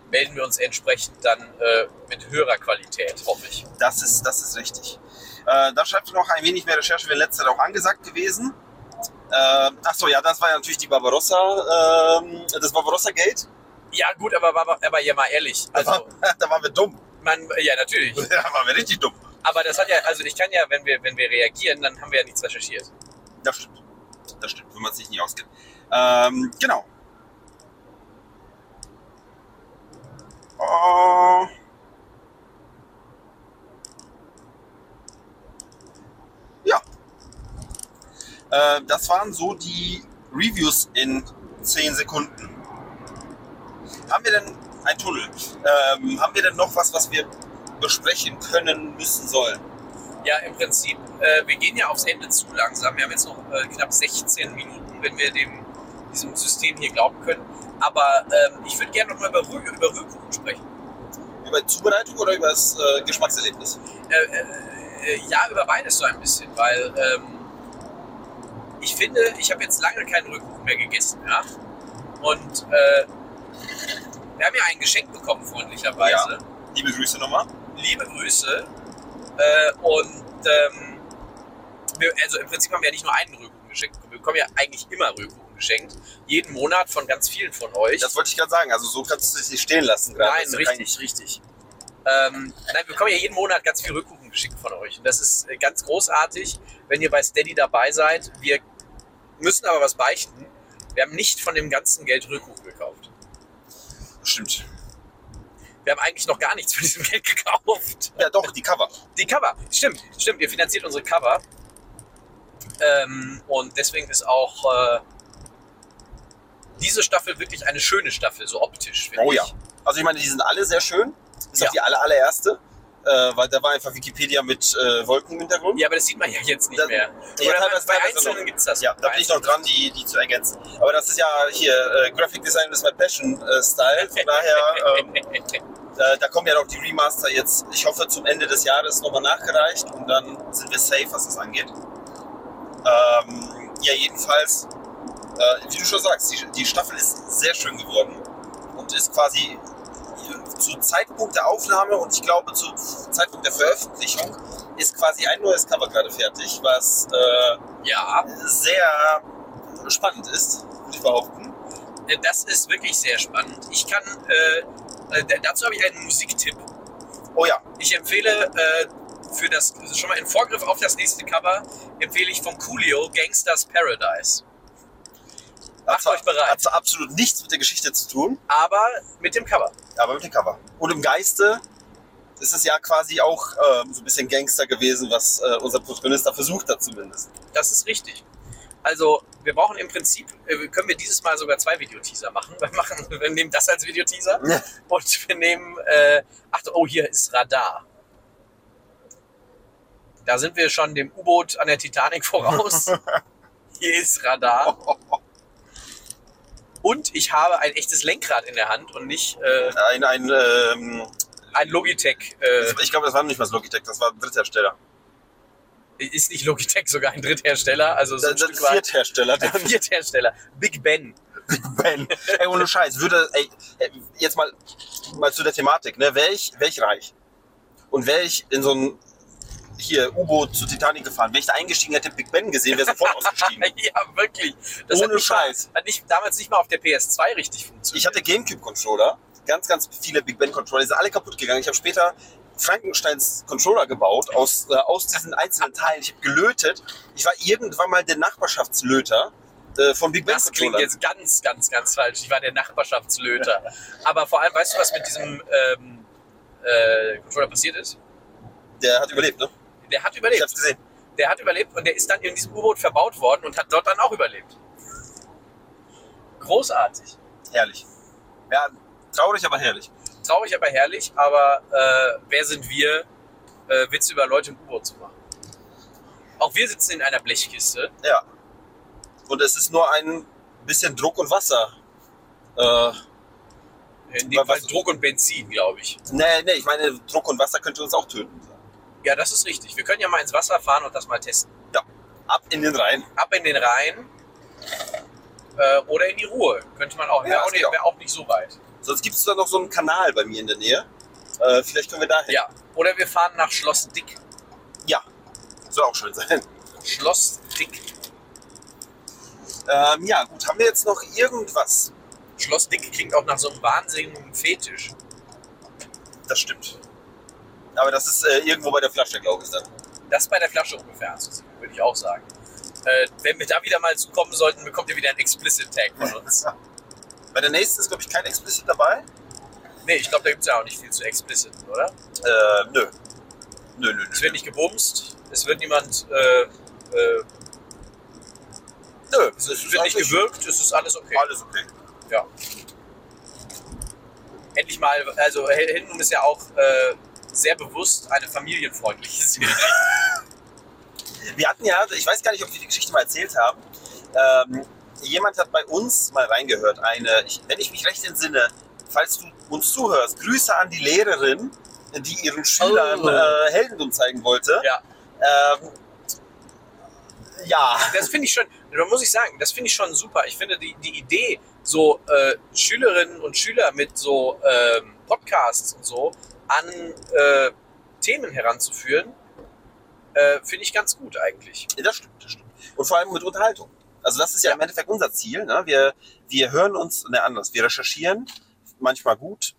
Speaker 2: melden wir uns entsprechend dann äh, mit höherer Qualität, hoffe ich.
Speaker 1: Das ist, das ist richtig. Äh, da schreibt noch ein wenig mehr Recherche, wäre letzter auch angesagt gewesen. Äh, ach so, ja, das war ja natürlich die Barbarossa, ähm, das Barbarossa-Gate.
Speaker 2: Ja, gut, aber, aber, aber ja mal ehrlich. Also,
Speaker 1: da waren wir dumm.
Speaker 2: man, ja, natürlich.
Speaker 1: Da waren wir richtig dumm.
Speaker 2: Aber das hat ja, also ich kann ja, wenn wir, wenn wir reagieren, dann haben wir ja nichts recherchiert.
Speaker 1: Das stimmt. Das stimmt, wenn man sich nie auskennt. Ähm, genau. Oh. Ja. Äh, das waren so die Reviews in 10 Sekunden. Haben wir denn ein Tunnel? Ähm, haben wir denn noch was, was wir besprechen können, müssen, sollen?
Speaker 2: Ja, im Prinzip, äh, wir gehen ja aufs Ende zu langsam. Wir haben jetzt noch äh, knapp 16 Minuten, wenn wir dem, diesem System hier glauben können. Aber ähm, ich würde gerne nochmal über, Rü- über Rührkuchen sprechen.
Speaker 1: Über die Zubereitung oder über das äh, Geschmackserlebnis?
Speaker 2: Äh, äh, äh, ja, über beides so ein bisschen, weil ähm, ich finde, ich habe jetzt lange keinen Rührkuchen mehr gegessen. Ja? Und äh, wir haben ja ein Geschenk bekommen, freundlicherweise.
Speaker 1: Liebe Grüße nochmal.
Speaker 2: liebe Grüße. Äh, und ähm, wir, also im Prinzip haben wir ja nicht nur einen Rührkuchen geschenkt. bekommen. Wir bekommen ja eigentlich immer Rührkuchen geschenkt. Jeden Monat von ganz vielen von euch.
Speaker 1: Das wollte ich gerade sagen. Also so kannst du es nicht stehen lassen. gerade.
Speaker 2: Nein,
Speaker 1: Das ist
Speaker 2: richtig, richtig. Ähm, nein, wir bekommen ja jeden Monat ganz viel Rückkuchen geschickt von euch. Und das ist äh, ganz großartig, wenn ihr bei Steady dabei seid. Wir müssen aber was beichten. Wir haben nicht von dem ganzen Geld Rückkuchen gekauft.
Speaker 1: Kein, stimmt.
Speaker 2: Wir haben eigentlich noch gar nichts von diesem Geld gekauft.
Speaker 1: Ja, doch, die Cover.
Speaker 2: Die Cover, stimmt, stimmt. Ihr finanziert unsere Cover. Ähm, und deswegen ist auch äh, diese Staffel wirklich eine schöne Staffel, so optisch. finde
Speaker 1: Oh
Speaker 2: ich.
Speaker 1: ja. Also ich meine, die sind alle sehr schön. Ist
Speaker 2: Ja.
Speaker 1: auch die aller, allererste. Äh, weil da war einfach Wikipedia mit äh, Wolken im Hintergrund.
Speaker 2: Ja, aber das sieht man ja jetzt nicht
Speaker 1: Das-
Speaker 2: mehr.
Speaker 1: Ja,
Speaker 2: Oder halt
Speaker 1: teilweise-
Speaker 2: bei
Speaker 1: teilweise
Speaker 2: Einzelnen
Speaker 1: noch.
Speaker 2: gibt es das.
Speaker 1: Ja, da bin ich noch dran, die, die zu ergänzen. Aber das ist ja hier, äh, Graphic Design ist mein Passion-Style. Von daher, ähm, äh, da kommen ja noch die Remaster jetzt, ich hoffe, zum Ende des Jahres nochmal nachgereicht und dann sind wir safe, was das angeht. Ähm, ja, jedenfalls, äh, wie du schon sagst, die, die Staffel ist sehr schön geworden und ist quasi äh, zu Zeitpunkt der Aufnahme und ich glaube zu Zeitpunkt der Veröffentlichung ist quasi ein neues Cover gerade fertig, was äh,
Speaker 2: ja,
Speaker 1: sehr spannend ist, würde ich behaupten.
Speaker 2: das ist wirklich sehr spannend. Ich kann, äh, äh, dazu habe ich einen Musiktipp.
Speaker 1: Oh ja,
Speaker 2: Ich empfehle äh, für das, schon mal in Vorgriff auf das nächste Cover, empfehle ich von Coolio Gangsters Paradise. Macht
Speaker 1: hat
Speaker 2: euch bereit.
Speaker 1: Hat zwar absolut nichts mit der Geschichte zu tun,
Speaker 2: Aber mit dem Cover.
Speaker 1: aber mit dem Cover. Und im Geiste ist es ja quasi auch ähm, so ein bisschen Gangster gewesen, was äh, unser Protagonist da versucht hat zumindest.
Speaker 2: Das ist richtig. Also, wir brauchen im Prinzip, äh, können wir dieses Mal sogar zwei Videoteaser machen. Wir, machen, wir nehmen das als Videoteaser
Speaker 1: Ja.
Speaker 2: und wir nehmen, äh, ach, oh, hier ist Radar. Da sind wir schon dem U-Boot an der Titanic voraus. hier ist Radar. Und ich habe ein echtes Lenkrad in der Hand und nicht äh,
Speaker 1: Ein, ein ähm,
Speaker 2: ein Logitech. Äh,
Speaker 1: ich glaube, das war nicht mal das Logitech, das war ein Dritthersteller.
Speaker 2: ist nicht Logitech sogar ein Dritthersteller, also so
Speaker 1: Das,
Speaker 2: ein
Speaker 1: das
Speaker 2: Stück
Speaker 1: ist
Speaker 2: weit.
Speaker 1: Vierthersteller, der
Speaker 2: Ein Vierthersteller. Big Ben.
Speaker 1: Ben. Ey, ohne Scheiß, würde, ey, äh, jetzt mal, mal zu der Thematik, ne? Welch, welch reich? Und wäre ich in so ein, hier, U-Boot zu Titanic gefahren, wäre ich da eingestiegen, hätte Big Ben gesehen, wäre sofort ausgestiegen.
Speaker 2: Ja, wirklich.
Speaker 1: Ohne
Speaker 2: nicht mal-
Speaker 1: Scheiß.
Speaker 2: Hat nicht, damals nicht mal auf der PS2 richtig funktioniert.
Speaker 1: Ich hatte Gamecube-Controller, ganz, ganz viele Big Ben-Controller, die sind alle kaputt gegangen. Ich habe später Frankensteins Controller gebaut aus, äh, aus diesen einzelnen Teilen. Ich habe gelötet. Ich war irgendwann mal der Nachbarschaftslöter äh, von Big
Speaker 2: das klingt
Speaker 1: Ben-Controllern.
Speaker 2: jetzt ganz, ganz, ganz falsch. Ich war der Nachbarschaftslöter. Aber vor allem, weißt du, was mit diesem ähm, äh, Controller passiert ist?
Speaker 1: Der hat überlebt, ne?
Speaker 2: Der hat
Speaker 1: Ich
Speaker 2: überlebt.
Speaker 1: hab's gesehen.
Speaker 2: Der hat überlebt und der ist dann in diesem U-Boot verbaut worden und hat dort dann auch überlebt. Großartig.
Speaker 1: Herrlich. Ja, traurig, aber herrlich.
Speaker 2: Traurig, aber herrlich. Aber äh, wer sind wir, äh, Witze über Leute im U-Boot zu machen? Auch wir sitzen in einer Blechkiste.
Speaker 1: Ja. Und es ist nur ein bisschen Druck und Wasser. Äh,
Speaker 2: In dem
Speaker 1: Was-
Speaker 2: Fall Druck und Benzin, glaube ich.
Speaker 1: nee, nee, ich meine, Druck und Wasser könnte uns auch töten.
Speaker 2: Ja, das ist richtig. Wir können ja mal ins Wasser fahren und das mal testen.
Speaker 1: Ab in den Rhein.
Speaker 2: Ab in den Rhein äh, oder in die Ruhe. Könnte man auch.
Speaker 1: Ja,
Speaker 2: Wäre
Speaker 1: das
Speaker 2: auch, nicht-
Speaker 1: geht auch.
Speaker 2: wär auch nicht so weit.
Speaker 1: Sonst gibt es da noch so einen Kanal bei mir in der Nähe. Äh, vielleicht können wir dahin.
Speaker 2: Ja. Oder wir fahren nach Schloss Dick.
Speaker 1: Soll auch schön sein.
Speaker 2: Schloss Dick.
Speaker 1: Ähm, ja, gut. Haben wir jetzt noch irgendwas?
Speaker 2: Schloss Dick klingt auch nach so einem wahnsinnigen Fetisch.
Speaker 1: Das stimmt. Aber das ist äh, irgendwo bei der Flasche, glaube ich, dann.
Speaker 2: Das bei der Flasche ungefähr anzusehen, würde ich auch sagen. Äh, wenn wir da wieder mal zukommen sollten, bekommt ihr wieder einen Explicit Tag von uns.
Speaker 1: Bei der nächsten ist, glaube ich, kein Explicit dabei.
Speaker 2: nee, ich glaube, da gibt es ja auch nicht viel zu explicit, oder?
Speaker 1: Äh, nö. Nö, nö,
Speaker 2: Es
Speaker 1: nö.
Speaker 2: wird nicht gebumst, es wird niemand. Äh, äh, nö, Also, es wird nicht
Speaker 1: eigentlich-
Speaker 2: gewürgt, es ist alles okay.
Speaker 1: Alles okay.
Speaker 2: endlich mal, also Hindenburg ist ja auch äh, sehr bewusst eine familienfreundliche Serie.
Speaker 1: Wir hatten ja, ich weiß gar nicht, ob wir die Geschichte mal erzählt haben. Ähm, jemand hat bei uns mal reingehört. Eine, ich, wenn ich mich recht entsinne, falls du uns zuhörst, Grüße an die Lehrerin, die ihren Schülern
Speaker 2: Oh.
Speaker 1: äh, Heldentum zeigen wollte.
Speaker 2: Ja.
Speaker 1: Ähm, ja.
Speaker 2: Das finde ich schon, da muss ich sagen, das finde ich schon super. Ich finde die, die Idee, so äh, Schülerinnen und Schüler mit so ähm, Podcasts und so an äh, Themen heranzuführen, äh, finde ich ganz gut eigentlich.
Speaker 1: Ja, Das stimmt, das stimmt. Und vor allem mit Unterhaltung. Also das ist ja, im Endeffekt unser Ziel. Ne? Wir, wir hören uns, ne, anders. Wir recherchieren, manchmal gut,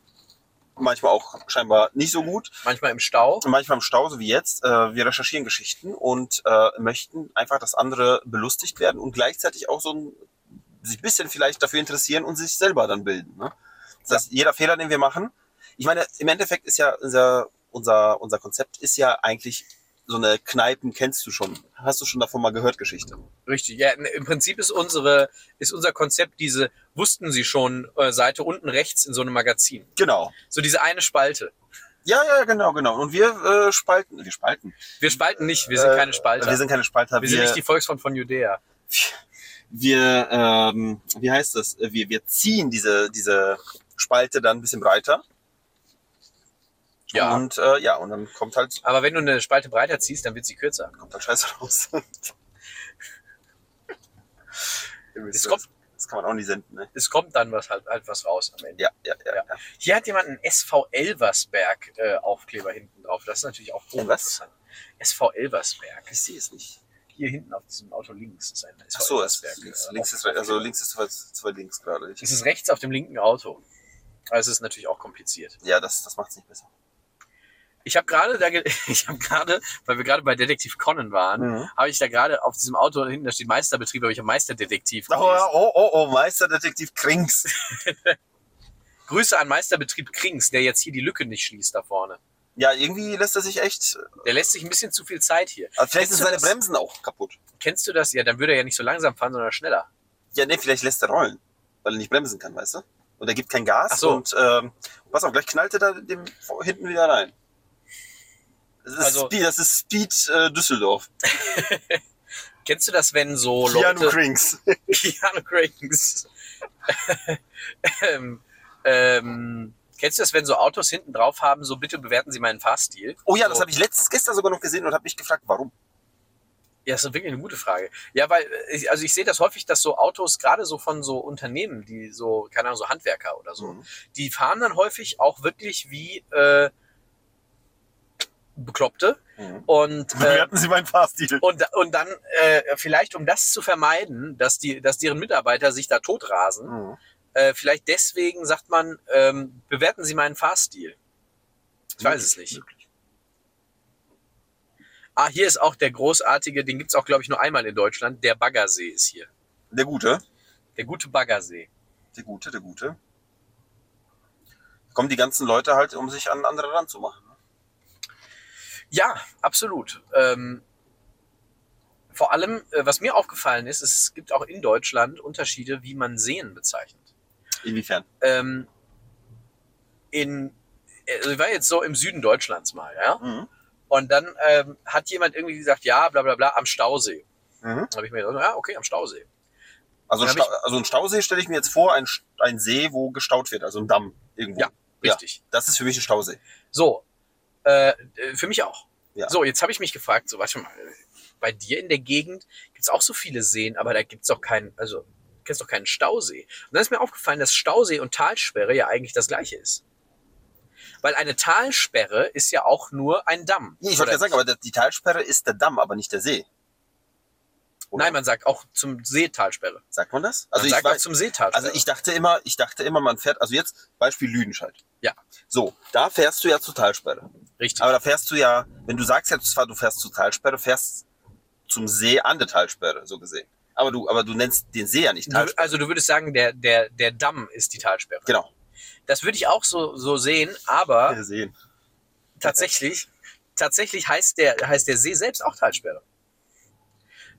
Speaker 1: manchmal auch scheinbar nicht so gut,
Speaker 2: Manchmal im Stau.
Speaker 1: und manchmal im Stau, so wie jetzt. Äh, wir recherchieren Geschichten und äh, möchten einfach, dass andere belustigt werden und gleichzeitig auch so ein, sich ein bisschen vielleicht dafür interessieren und sich selber dann bilden. Ne? Das heißt, jeder Fehler, den wir machen, ich meine, im Endeffekt ist ja unser, unser, unser Konzept ist ja eigentlich so eine Kneipen kennst du schon. Hast du schon davon mal gehört, Geschichte?
Speaker 2: Richtig. Ja, im Prinzip ist unsere, ist unser Konzept diese, wussten Sie schon, äh, Seite unten rechts in so einem Magazin.
Speaker 1: Genau.
Speaker 2: So diese eine Spalte.
Speaker 1: Ja, ja, genau, genau. Und wir äh, spalten, wir spalten.
Speaker 2: Wir spalten nicht, wir sind
Speaker 1: Äh,
Speaker 2: keine Spalter.
Speaker 1: Wir sind keine Spalter.
Speaker 2: Wir sind nicht die Volksfront von Judäa.
Speaker 1: wir, ähm, wie heißt das? Wir, wir ziehen diese, diese Spalte dann ein bisschen breiter.
Speaker 2: Ja.
Speaker 1: Und äh, ja, und dann kommt halt,
Speaker 2: Mhm. Aber wenn du eine Spalte breiter ziehst, dann wird sie kürzer.
Speaker 1: kommt halt Scheiße raus.
Speaker 2: Es kommt-
Speaker 1: das kann man auch nicht senden, ne?
Speaker 2: Es kommt dann was halt, halt was raus am Ende.
Speaker 1: Ja, ja, ja.
Speaker 2: Ja.
Speaker 1: ja.
Speaker 2: Hier hat jemand einen SV Elversberg äh, Aufkleber hinten drauf. Das ist natürlich auch
Speaker 1: Ein was?
Speaker 2: hochinteressant. SV Elversberg.
Speaker 1: Ich sehe es nicht.
Speaker 2: Hier hinten auf diesem Auto links ist ein SV
Speaker 1: Ach so, es
Speaker 2: Elversberg.
Speaker 1: links,
Speaker 2: äh,
Speaker 1: links ist,
Speaker 2: Aufkleber.
Speaker 1: also links ist zwei, zwei links gerade.
Speaker 2: Es ist rechts auf dem linken Auto. Also es ist natürlich auch kompliziert.
Speaker 1: Ja, das, das macht es nicht besser.
Speaker 2: Ich habe gerade, da ge- ich habe gerade, weil wir gerade bei Detektiv Conan waren,
Speaker 1: Mhm.
Speaker 2: habe ich da gerade auf diesem Auto hinten, da steht Meisterbetrieb, habe ich Meisterdetektiv
Speaker 1: Oh,
Speaker 2: gelesen.
Speaker 1: oh, oh, oh, Meisterdetektiv Krings.
Speaker 2: Grüße an Meisterbetrieb Krings, der jetzt hier die Lücke nicht schließt da vorne.
Speaker 1: Ja, irgendwie lässt er sich echt.
Speaker 2: Der lässt sich ein bisschen zu viel Zeit hier.
Speaker 1: Also vielleicht
Speaker 2: Kennst
Speaker 1: sind
Speaker 2: du
Speaker 1: seine
Speaker 2: das?
Speaker 1: Bremsen auch kaputt.
Speaker 2: Kennst du das? Ja, dann würde er ja nicht so langsam fahren, sondern schneller.
Speaker 1: Ja, nee, vielleicht lässt er rollen, weil er nicht bremsen kann, weißt du? Und er gibt kein Gas
Speaker 2: Ach so.
Speaker 1: und ähm, pass auf, gleich knallt er da dem vor- hinten wieder rein. Das ist
Speaker 2: Also-
Speaker 1: Speed, das ist Speed äh, Düsseldorf.
Speaker 2: Kennst du das, wenn so
Speaker 1: Keanu
Speaker 2: Oh, Leute...
Speaker 1: Krings.
Speaker 2: Keanu Krings. ähm, ähm, kennst du das, wenn so Autos hinten drauf haben, so bitte bewerten Sie meinen Fahrstil?
Speaker 1: Oh ja, das
Speaker 2: so.
Speaker 1: habe ich letztes gestern sogar noch gesehen und habe mich gefragt, warum.
Speaker 2: Ja, das ist wirklich eine gute Frage. Ja, weil, äh, ich- also ich sehe das häufig, dass so Autos, gerade so von so Unternehmen, die so, keine Ahnung, so Handwerker oder so,
Speaker 1: Mhm.
Speaker 2: die fahren dann häufig auch wirklich wie äh, Bekloppte.
Speaker 1: Mhm.
Speaker 2: Und, äh,
Speaker 1: Sie meinen Fahrstil.
Speaker 2: und, und dann äh, vielleicht, um das zu vermeiden, dass, die, dass deren Mitarbeiter sich da totrasen,
Speaker 1: Mhm.
Speaker 2: äh, vielleicht deswegen sagt man, ähm, bewerten Sie meinen Fahrstil. Ich weiß es nicht. Ah, hier ist auch der großartige, den gibt's auch, glaube ich, nur einmal in Deutschland, der Baggersee ist hier.
Speaker 1: Der Gute,
Speaker 2: Der gute Baggersee.
Speaker 1: der Gute, der Gute. Kommen die ganzen Leute halt, um sich an andere ranzumachen.
Speaker 2: Ja, absolut. Ähm, vor allem, äh, was mir aufgefallen ist, es gibt auch in Deutschland Unterschiede, wie man Seen bezeichnet.
Speaker 1: Inwiefern?
Speaker 2: Ähm, in, also ich war jetzt so im Süden Deutschlands mal, ja.
Speaker 1: Mhm.
Speaker 2: Und dann ähm, hat jemand irgendwie gesagt, ja, bla bla bla, am Stausee.
Speaker 1: Mhm.
Speaker 2: Dann habe ich mir gedacht, ja, okay, am Stausee.
Speaker 1: Also,
Speaker 2: Dann hab
Speaker 1: Stau, also ein Stausee stelle ich mir jetzt vor, ein, St- ein See, wo gestaut wird, also ein Damm irgendwo.
Speaker 2: Ja. Richtig.
Speaker 1: Das ist für mich ein Stausee.
Speaker 2: So, äh, äh, für mich auch.
Speaker 1: Ja.
Speaker 2: So, jetzt habe ich mich gefragt, so, warte mal, bei dir in der Gegend gibt's auch so viele Seen, aber da gibt's doch keinen, also kennst doch keinen Stausee. Und dann ist mir aufgefallen, dass Stausee und Talsperre ja eigentlich das gleiche ist. Weil eine Talsperre ist ja auch nur ein Damm.
Speaker 1: Nee, ich
Speaker 2: Oder-
Speaker 1: wollte gerade sagen, aber der- die Talsperre ist der Damm, aber nicht der See. Oder?
Speaker 2: Nein, man sagt auch zum See Talsperre.
Speaker 1: sagt man das? Also
Speaker 2: Also man
Speaker 1: ich,
Speaker 2: sagt auch
Speaker 1: weiß,
Speaker 2: zum See Talsperre.
Speaker 1: also ich dachte immer, ich dachte immer, man fährt, also jetzt Beispiel Lüdenscheid.
Speaker 2: Ja.
Speaker 1: So, da fährst du ja zur Talsperre.
Speaker 2: Richtig.
Speaker 1: Aber da fährst du ja, wenn du sagst jetzt zwar, du fährst zur Talsperre, fährst zum See an der Talsperre, so gesehen. Aber du, aber du nennst den See ja nicht
Speaker 2: Du,
Speaker 1: Talsperre.
Speaker 2: also du würdest sagen, der, der, der Damm ist die Talsperre.
Speaker 1: Genau.
Speaker 2: Das würde ich auch so, so sehen, aber
Speaker 1: Wir sehen.
Speaker 2: tatsächlich, tatsächlich heißt der, heißt der See selbst auch Talsperre.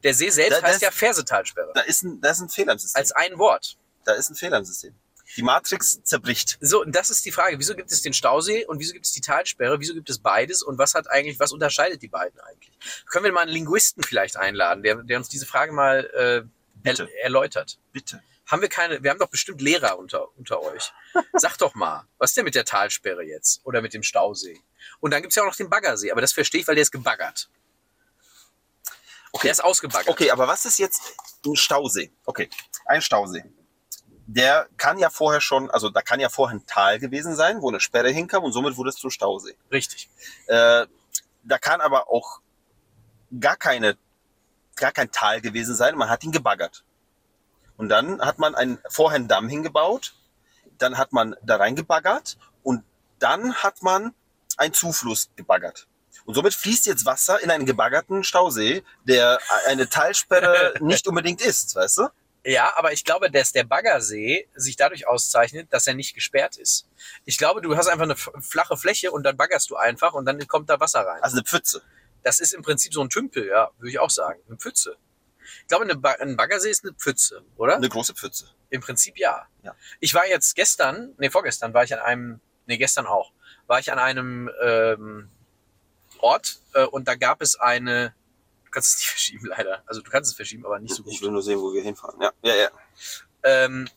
Speaker 2: Der See selbst
Speaker 1: Da- das-
Speaker 2: heißt ja Ferse-Talsperre.
Speaker 1: Da ist ein, da ist ein Fehler im System.
Speaker 2: Als ein Wort.
Speaker 1: da ist ein Fehler im System. Die Matrix zerbricht.
Speaker 2: So, und das ist die Frage. Wieso gibt es den Stausee und wieso gibt es die Talsperre? Wieso gibt es beides? Und was hat eigentlich, was unterscheidet die beiden eigentlich? Können wir mal einen Linguisten vielleicht einladen, der, der uns diese Frage mal äh, er,
Speaker 1: Bitte.
Speaker 2: erläutert?
Speaker 1: Bitte.
Speaker 2: Haben wir keine, wir haben doch bestimmt Lehrer unter, unter euch. Sag doch mal, was ist denn mit der Talsperre jetzt? Oder mit dem Stausee? Und dann gibt es ja auch noch den Baggersee, aber das verstehe ich, weil der ist gebaggert.
Speaker 1: Okay.
Speaker 2: Der ist ausgebaggert.
Speaker 1: Okay, aber was ist jetzt ein Stausee? Okay, ein Stausee. Der kann ja vorher schon, also da kann ja vorher ein Tal gewesen sein, wo eine Sperre hinkam und somit wurde es zum Stausee.
Speaker 2: Richtig.
Speaker 1: Äh, da kann aber auch gar keine, gar kein Tal gewesen sein. Man hat ihn gebaggert. Und dann hat man einen, vorher einen Damm hingebaut, dann hat man da reingebaggert und dann hat man einen Zufluss gebaggert. Und somit fließt jetzt Wasser in einen gebaggerten Stausee, der eine Talsperre nicht unbedingt ist, weißt du?
Speaker 2: Ja, aber ich glaube, dass der Baggersee sich dadurch auszeichnet, dass er nicht gesperrt ist. Ich glaube, du hast einfach eine f- flache Fläche und dann baggerst du einfach und dann kommt da Wasser rein.
Speaker 1: Also eine Pfütze.
Speaker 2: Das ist im Prinzip so ein Tümpel, ja, würde ich auch sagen. Eine Pfütze. Ich glaube, eine ba ein Baggersee ist eine Pfütze, oder?
Speaker 1: Eine große Pfütze.
Speaker 2: Im Prinzip ja.
Speaker 1: Ja.
Speaker 2: Ich war jetzt gestern, nee, vorgestern war ich an einem, nee, gestern auch, war ich an einem ähm, Ort äh, und da gab es eine, du kannst es nicht verschieben leider, also du kannst es verschieben, aber nicht so gut.
Speaker 1: Ich will nur sehen, wo wir hinfahren. Ja, ja, ja.
Speaker 2: Ähm,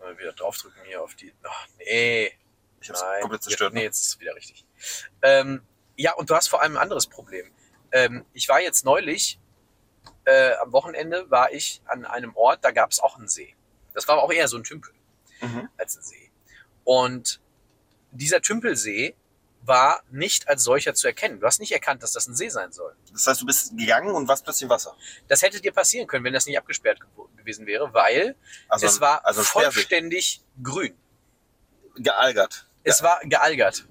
Speaker 2: mal wieder draufdrücken hier auf die. Ach, nee.
Speaker 1: Ich hab's
Speaker 2: nein.
Speaker 1: komplett zerstört. ne?
Speaker 2: Ja, nee, jetzt ist es wieder richtig. Ähm, ja, und du hast vor allem ein anderes Problem. Ähm, ich war jetzt neulich, äh, am Wochenende war ich an einem Ort, da gab es auch einen See. Das war aber auch eher so ein Tümpel
Speaker 1: Mhm.
Speaker 2: als ein See. Und dieser Tümpelsee war nicht als solcher zu erkennen. Du hast nicht erkannt, dass das ein See sein soll.
Speaker 1: Das heißt, du bist gegangen und warst plötzlich im Wasser.
Speaker 2: Das hätte dir passieren können, wenn das nicht abgesperrt gew- gewesen wäre, weil
Speaker 1: Also
Speaker 2: es
Speaker 1: ein-
Speaker 2: war
Speaker 1: also ein Sperrsee.
Speaker 2: vollständig grün.
Speaker 1: gealgert.
Speaker 2: Es war gealgert.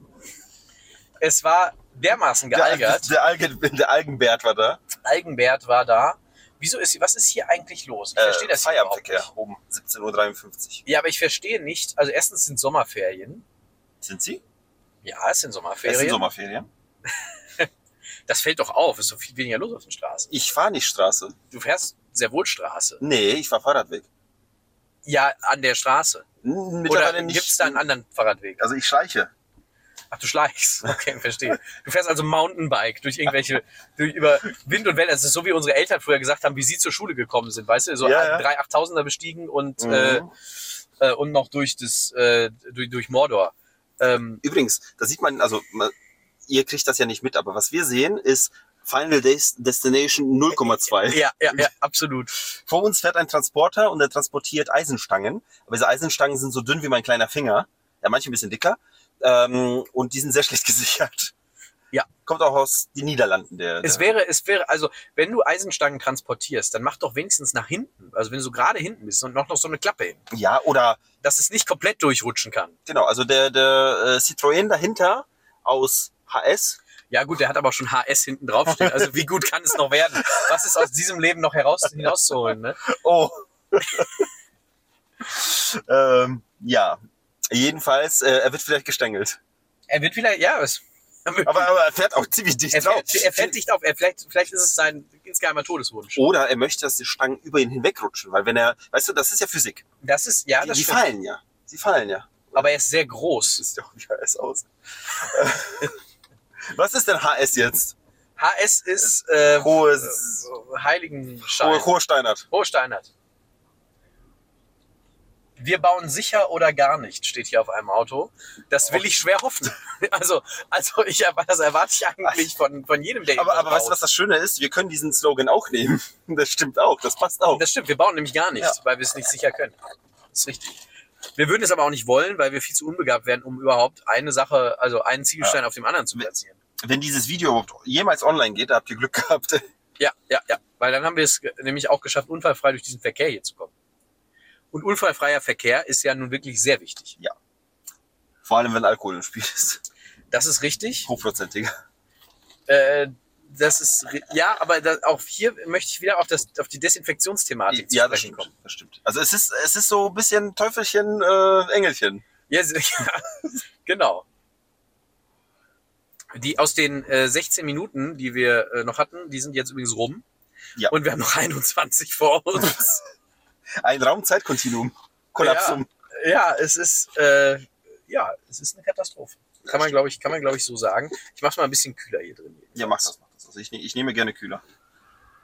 Speaker 2: Es war dermaßen gealgert.
Speaker 1: Der, Alge, der, Alge, der Algenbert war da.
Speaker 2: Algenbert war da. Wieso ist, was ist hier eigentlich los? Ich verstehe das hier überhaupt
Speaker 1: Äh, Feierabendverkehr
Speaker 2: nicht.
Speaker 1: um 17.53 Uhr.
Speaker 2: Ja, aber ich verstehe nicht. Also erstens sind Sommerferien.
Speaker 1: Sind sie?
Speaker 2: Ja, es sind
Speaker 1: Es
Speaker 2: Sommerferien.
Speaker 1: sind Sommerferien.
Speaker 2: Das fällt doch auf. Es ist so viel weniger los auf den Straßen.
Speaker 1: Ich fahre nicht Straße.
Speaker 2: Du fährst sehr wohl Straße.
Speaker 1: Nee, ich fahre Fahrradweg.
Speaker 2: Ja, an der Straße.
Speaker 1: N-
Speaker 2: Oder
Speaker 1: Mittlerweile nicht.
Speaker 2: gibt's da einen anderen Fahrradweg?
Speaker 1: also ich schleiche.
Speaker 2: Ach, du schleichst. Okay, verstehe. Du fährst also Mountainbike durch irgendwelche, durch über Wind und Wellen. Das ist so, wie unsere Eltern früher gesagt haben, wie sie zur Schule gekommen sind, weißt du? So
Speaker 1: Ja, ja.
Speaker 2: drei Achttausender bestiegen und,
Speaker 1: Mhm.
Speaker 2: äh, äh, und noch durch das, äh, durch, durch Mordor. Ähm,
Speaker 1: Übrigens, da sieht man, also man, ihr kriegt das ja nicht mit, aber was wir sehen ist Final Des Destination 0,2.
Speaker 2: ja, ja, ja, absolut.
Speaker 1: Vor uns fährt ein Transporter und der transportiert Eisenstangen. Aber diese Eisenstangen sind so dünn wie mein kleiner Finger. Ja, manche ein bisschen dicker. Ähm, und die sind sehr schlecht gesichert.
Speaker 2: Ja.
Speaker 1: Kommt auch aus den Niederlanden, der.
Speaker 2: Es
Speaker 1: der
Speaker 2: wäre, es wäre, also, wenn du Eisenstangen transportierst, dann mach doch wenigstens nach hinten. Also, wenn du so gerade hinten bist und noch, noch so eine Klappe hin,
Speaker 1: ja, oder
Speaker 2: dass es nicht komplett durchrutschen kann.
Speaker 1: genau, also der, der äh, Citroën dahinter aus HS.
Speaker 2: Ja, gut, der hat aber schon HS hinten draufstehen. Also, wie gut kann es noch werden? Was ist aus diesem Leben noch heraus, hinauszuholen, ne?
Speaker 1: Oh. ähm, ja. Jedenfalls, äh, er wird vielleicht gestängelt.
Speaker 2: Er wird vielleicht, ja, es,
Speaker 1: Aber, aber er fährt auch ziemlich dicht
Speaker 2: er,
Speaker 1: drauf.
Speaker 2: fährt, er fährt dicht auf. Er, vielleicht, vielleicht ist es sein insgeheimer Todeswunsch.
Speaker 1: Oder er möchte, dass die Stangen über ihn hinwegrutschen, weil wenn er, weißt du, das ist ja Physik.
Speaker 2: Das ist, ja,
Speaker 1: Die,
Speaker 2: das
Speaker 1: die
Speaker 2: stimmt.
Speaker 1: fallen ja. Sie fallen ja.
Speaker 2: Aber er ist sehr groß.
Speaker 1: Ist ja auch wie HS aus. Was ist denn HS jetzt?
Speaker 2: HS ist äh,
Speaker 1: Hohe,
Speaker 2: Heiligenschein.
Speaker 1: hohe, hohe Steinert.
Speaker 2: Hohe Steinert. Wir bauen sicher oder gar nicht, steht hier auf einem Auto. Das will ich schwer hoffen. Also, also ich, erwar- das erwarte ich eigentlich von, von jedem, der
Speaker 1: Aber,
Speaker 2: irgendwas
Speaker 1: aber weißt du, was
Speaker 2: baut.
Speaker 1: das Schöne ist? Wir können diesen Slogan auch nehmen. Das stimmt auch, das passt auch.
Speaker 2: Das stimmt, wir bauen nämlich gar nichts, weil wir es nicht sicher können. Das ist richtig. Wir würden es aber auch nicht wollen, weil wir viel zu unbegabt wären, um überhaupt eine Sache, also einen Ziegelstein auf dem anderen zu platzieren.
Speaker 1: Wenn dieses Video überhaupt jemals online geht, da habt ihr Glück gehabt.
Speaker 2: Ja, ja, ja. Weil dann haben wir es ge- nämlich auch geschafft, unfallfrei durch diesen Verkehr hier zu kommen. Und unfallfreier Verkehr ist ja nun wirklich sehr wichtig.
Speaker 1: Vor allem, wenn Alkohol im Spiel ist.
Speaker 2: Das ist richtig.
Speaker 1: Hochprozentiger.
Speaker 2: Äh, das ist, ri- ja, aber das, auch hier möchte ich wieder auf, das, auf die Desinfektionsthematik zu
Speaker 1: Ja, das
Speaker 2: sprechen
Speaker 1: stimmt,
Speaker 2: kommen.
Speaker 1: das stimmt. Also es ist, es ist so ein bisschen Teufelchen, äh, Engelchen.
Speaker 2: Ja, se- ja genau. Die aus den äh, 16 Minuten, die wir äh, noch hatten, die sind jetzt übrigens rum.
Speaker 1: Ja.
Speaker 2: Und wir haben noch 21 vor uns.
Speaker 1: Ein Raumzeitkontinuum. Kollapsum.
Speaker 2: ja, es ist, äh, ja, es ist eine Katastrophe. Kann man, glaube ich, kann man, glaube ich, so sagen. Ich mache mal ein bisschen kühler hier drin.
Speaker 1: Ja, mach das, mach das. Also ich, ne- ich nehme gerne Kühler.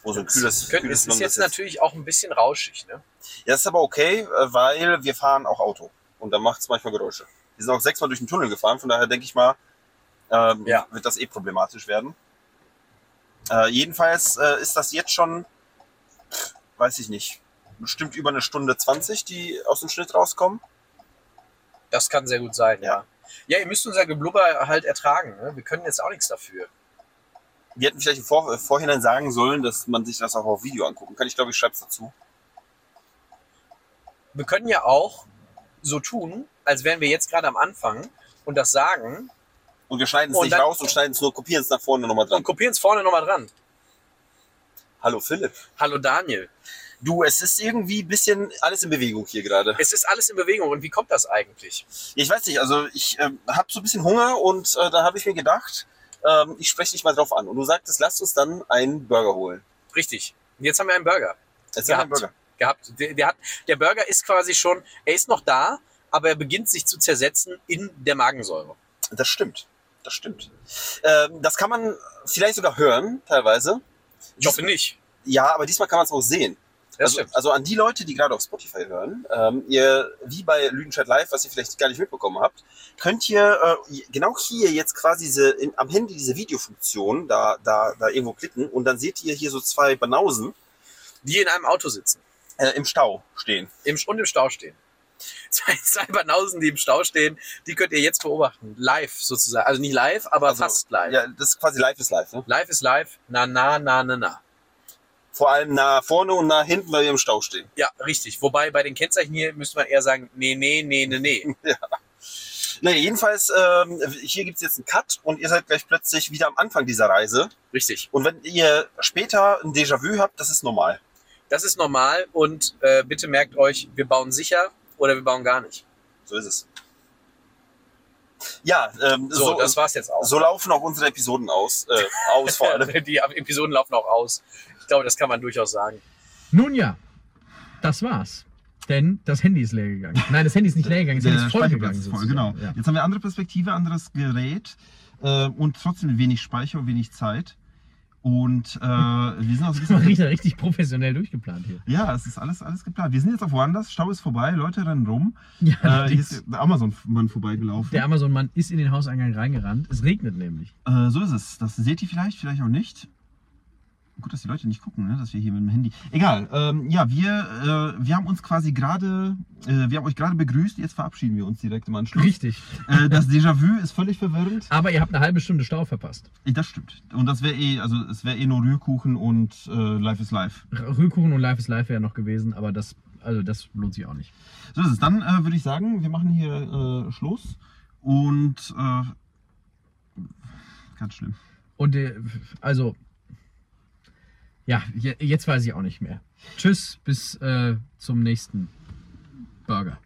Speaker 1: Oh, so ein kühles,
Speaker 2: Könnte-
Speaker 1: kühles
Speaker 2: es ist
Speaker 1: London
Speaker 2: jetzt
Speaker 1: Sitz.
Speaker 2: natürlich auch ein bisschen rauschig, ne?
Speaker 1: Ja, ist aber okay, äh, weil wir fahren auch Auto. Und da macht es manchmal Geräusche. Wir sind auch sechsmal durch den Tunnel gefahren, von daher denke ich mal, ähm,
Speaker 2: Ja.
Speaker 1: wird das eh problematisch werden. Äh, jedenfalls äh, ist das jetzt schon, pff, weiß ich nicht, bestimmt über eine Stunde 20, die aus dem Schnitt rauskommen.
Speaker 2: Das kann sehr gut sein, ja.
Speaker 1: Ja.
Speaker 2: Ja, ihr müsst unser Geblubber halt ertragen. Ne? Wir können jetzt auch nichts dafür.
Speaker 1: Wir hätten vielleicht im Vor äh, Vorhinein sagen sollen, dass man sich das auch auf Video angucken kann. Ich glaube, ich schreibe es dazu.
Speaker 2: Wir können ja auch so tun, als wären wir jetzt gerade am Anfang und das sagen
Speaker 1: Und wir schneiden es
Speaker 2: Und
Speaker 1: nicht
Speaker 2: dann-
Speaker 1: raus und schneiden es nur, kopieren es nach vorne nochmal
Speaker 2: und
Speaker 1: dran.
Speaker 2: kopieren es vorne nochmal dran.
Speaker 1: Hallo Philipp.
Speaker 2: Hallo Daniel.
Speaker 1: Du, es ist irgendwie ein bisschen alles in Bewegung hier gerade.
Speaker 2: Es ist alles in Bewegung. Und wie kommt das eigentlich?
Speaker 1: Ich weiß nicht, also ich ähm, habe so ein bisschen Hunger und äh, da habe ich mir gedacht, ähm, ich spreche dich mal drauf an. Und du sagtest, lasst uns dann einen Burger holen.
Speaker 2: Richtig. Und jetzt haben wir einen Burger
Speaker 1: Jetzt haben wir einen
Speaker 2: Gehabt.
Speaker 1: Burger.
Speaker 2: gehabt. Der, der, hat, der Burger ist quasi schon, er ist noch da, aber er beginnt sich zu zersetzen in der Magensäure.
Speaker 1: Das stimmt. Das stimmt. Ähm, das kann man vielleicht sogar hören, teilweise.
Speaker 2: Ich hoffe nicht.
Speaker 1: Ja, aber diesmal kann man es auch sehen.
Speaker 2: Das
Speaker 1: also,
Speaker 2: stimmt.
Speaker 1: also an die Leute, die gerade auf Spotify hören, ähm, ihr, wie bei Lüdenscheid Live, was ihr vielleicht gar nicht mitbekommen habt, könnt ihr äh, genau hier jetzt quasi diese, in, am Handy diese Videofunktion da, da, da irgendwo klicken und dann seht ihr hier so zwei Banausen
Speaker 2: Die in einem Auto sitzen.
Speaker 1: äh, im Stau stehen.
Speaker 2: im, und im Stau stehen. Zwei, zwei Banausen, die im Stau stehen, die könnt ihr jetzt beobachten. Live sozusagen. Also nicht live, aber
Speaker 1: Also,
Speaker 2: fast live.
Speaker 1: Ja, das ist quasi live ist live. Ne?
Speaker 2: Live ist live. Na, na, na, na, na.
Speaker 1: Vor allem nah vorne und nah hinten, weil wir im Stau stehen.
Speaker 2: Ja, richtig. Wobei bei den Kennzeichen hier müsste man eher sagen, nee, nee, nee, nee, nee.
Speaker 1: Naja, jedenfalls, ähm, hier gibt's jetzt einen Cut und ihr seid gleich plötzlich wieder am Anfang dieser Reise.
Speaker 2: Richtig.
Speaker 1: Und wenn ihr später ein Déjà-vu habt, das ist normal.
Speaker 2: Das ist normal und äh, bitte merkt euch, wir bauen sicher oder wir bauen gar nicht.
Speaker 1: So ist es. Ja, ähm,
Speaker 2: So,
Speaker 1: so,
Speaker 2: das war's jetzt auch.
Speaker 1: so laufen auch unsere Episoden aus. Äh, aus vor allem.
Speaker 2: Die Episoden laufen auch aus. Ich glaube, das kann man durchaus sagen.
Speaker 4: Nun ja, das war's. Denn das Handy ist leer gegangen. Nein, das Handy ist nicht leer gegangen, das
Speaker 1: Äh,
Speaker 4: Handy ist voll genau. gegangen. sozusagen. Ja.
Speaker 1: genau. Jetzt haben wir andere Perspektive, anderes Gerät äh, und trotzdem wenig Speicher, wenig Zeit. Und äh, wir sind auch so ein
Speaker 4: Das war richtig, richtig professionell durchgeplant hier.
Speaker 1: Ja, es ist alles, alles geplant. Wir sind jetzt auch woanders. Stau ist vorbei, Leute rennen rum.
Speaker 4: Ja,
Speaker 1: Äh, hier ist der Amazon-Mann vorbeigelaufen.
Speaker 4: der Amazon-Mann ist in den Hauseingang reingerannt. Es regnet nämlich.
Speaker 1: Äh, so ist es. Das seht ihr vielleicht, vielleicht auch nicht. Gut, dass die Leute nicht gucken, ne? dass wir hier mit dem Handy. Egal. Ähm, ja, wir, äh, wir haben uns quasi gerade, äh, wir haben euch gerade begrüßt. Jetzt verabschieden wir uns direkt im Anschluss.
Speaker 4: Richtig.
Speaker 1: Äh, das Déjà-vu ist völlig verwirrend.
Speaker 4: Aber ihr habt eine halbe Stunde Stau verpasst.
Speaker 1: Äh, Das stimmt. Und das wäre eh, also es wäre eh nur Rührkuchen und äh, Life is Life.
Speaker 4: R- Rührkuchen und Live is Live wäre noch gewesen, aber das, also das lohnt sich auch nicht.
Speaker 1: So ist es. Dann äh, würde ich sagen, wir machen hier äh, Schluss und äh, ganz schlimm.
Speaker 4: Und äh, also, ja, je- jetzt weiß ich auch nicht mehr. Tschüss, bis äh, zum nächsten Burger.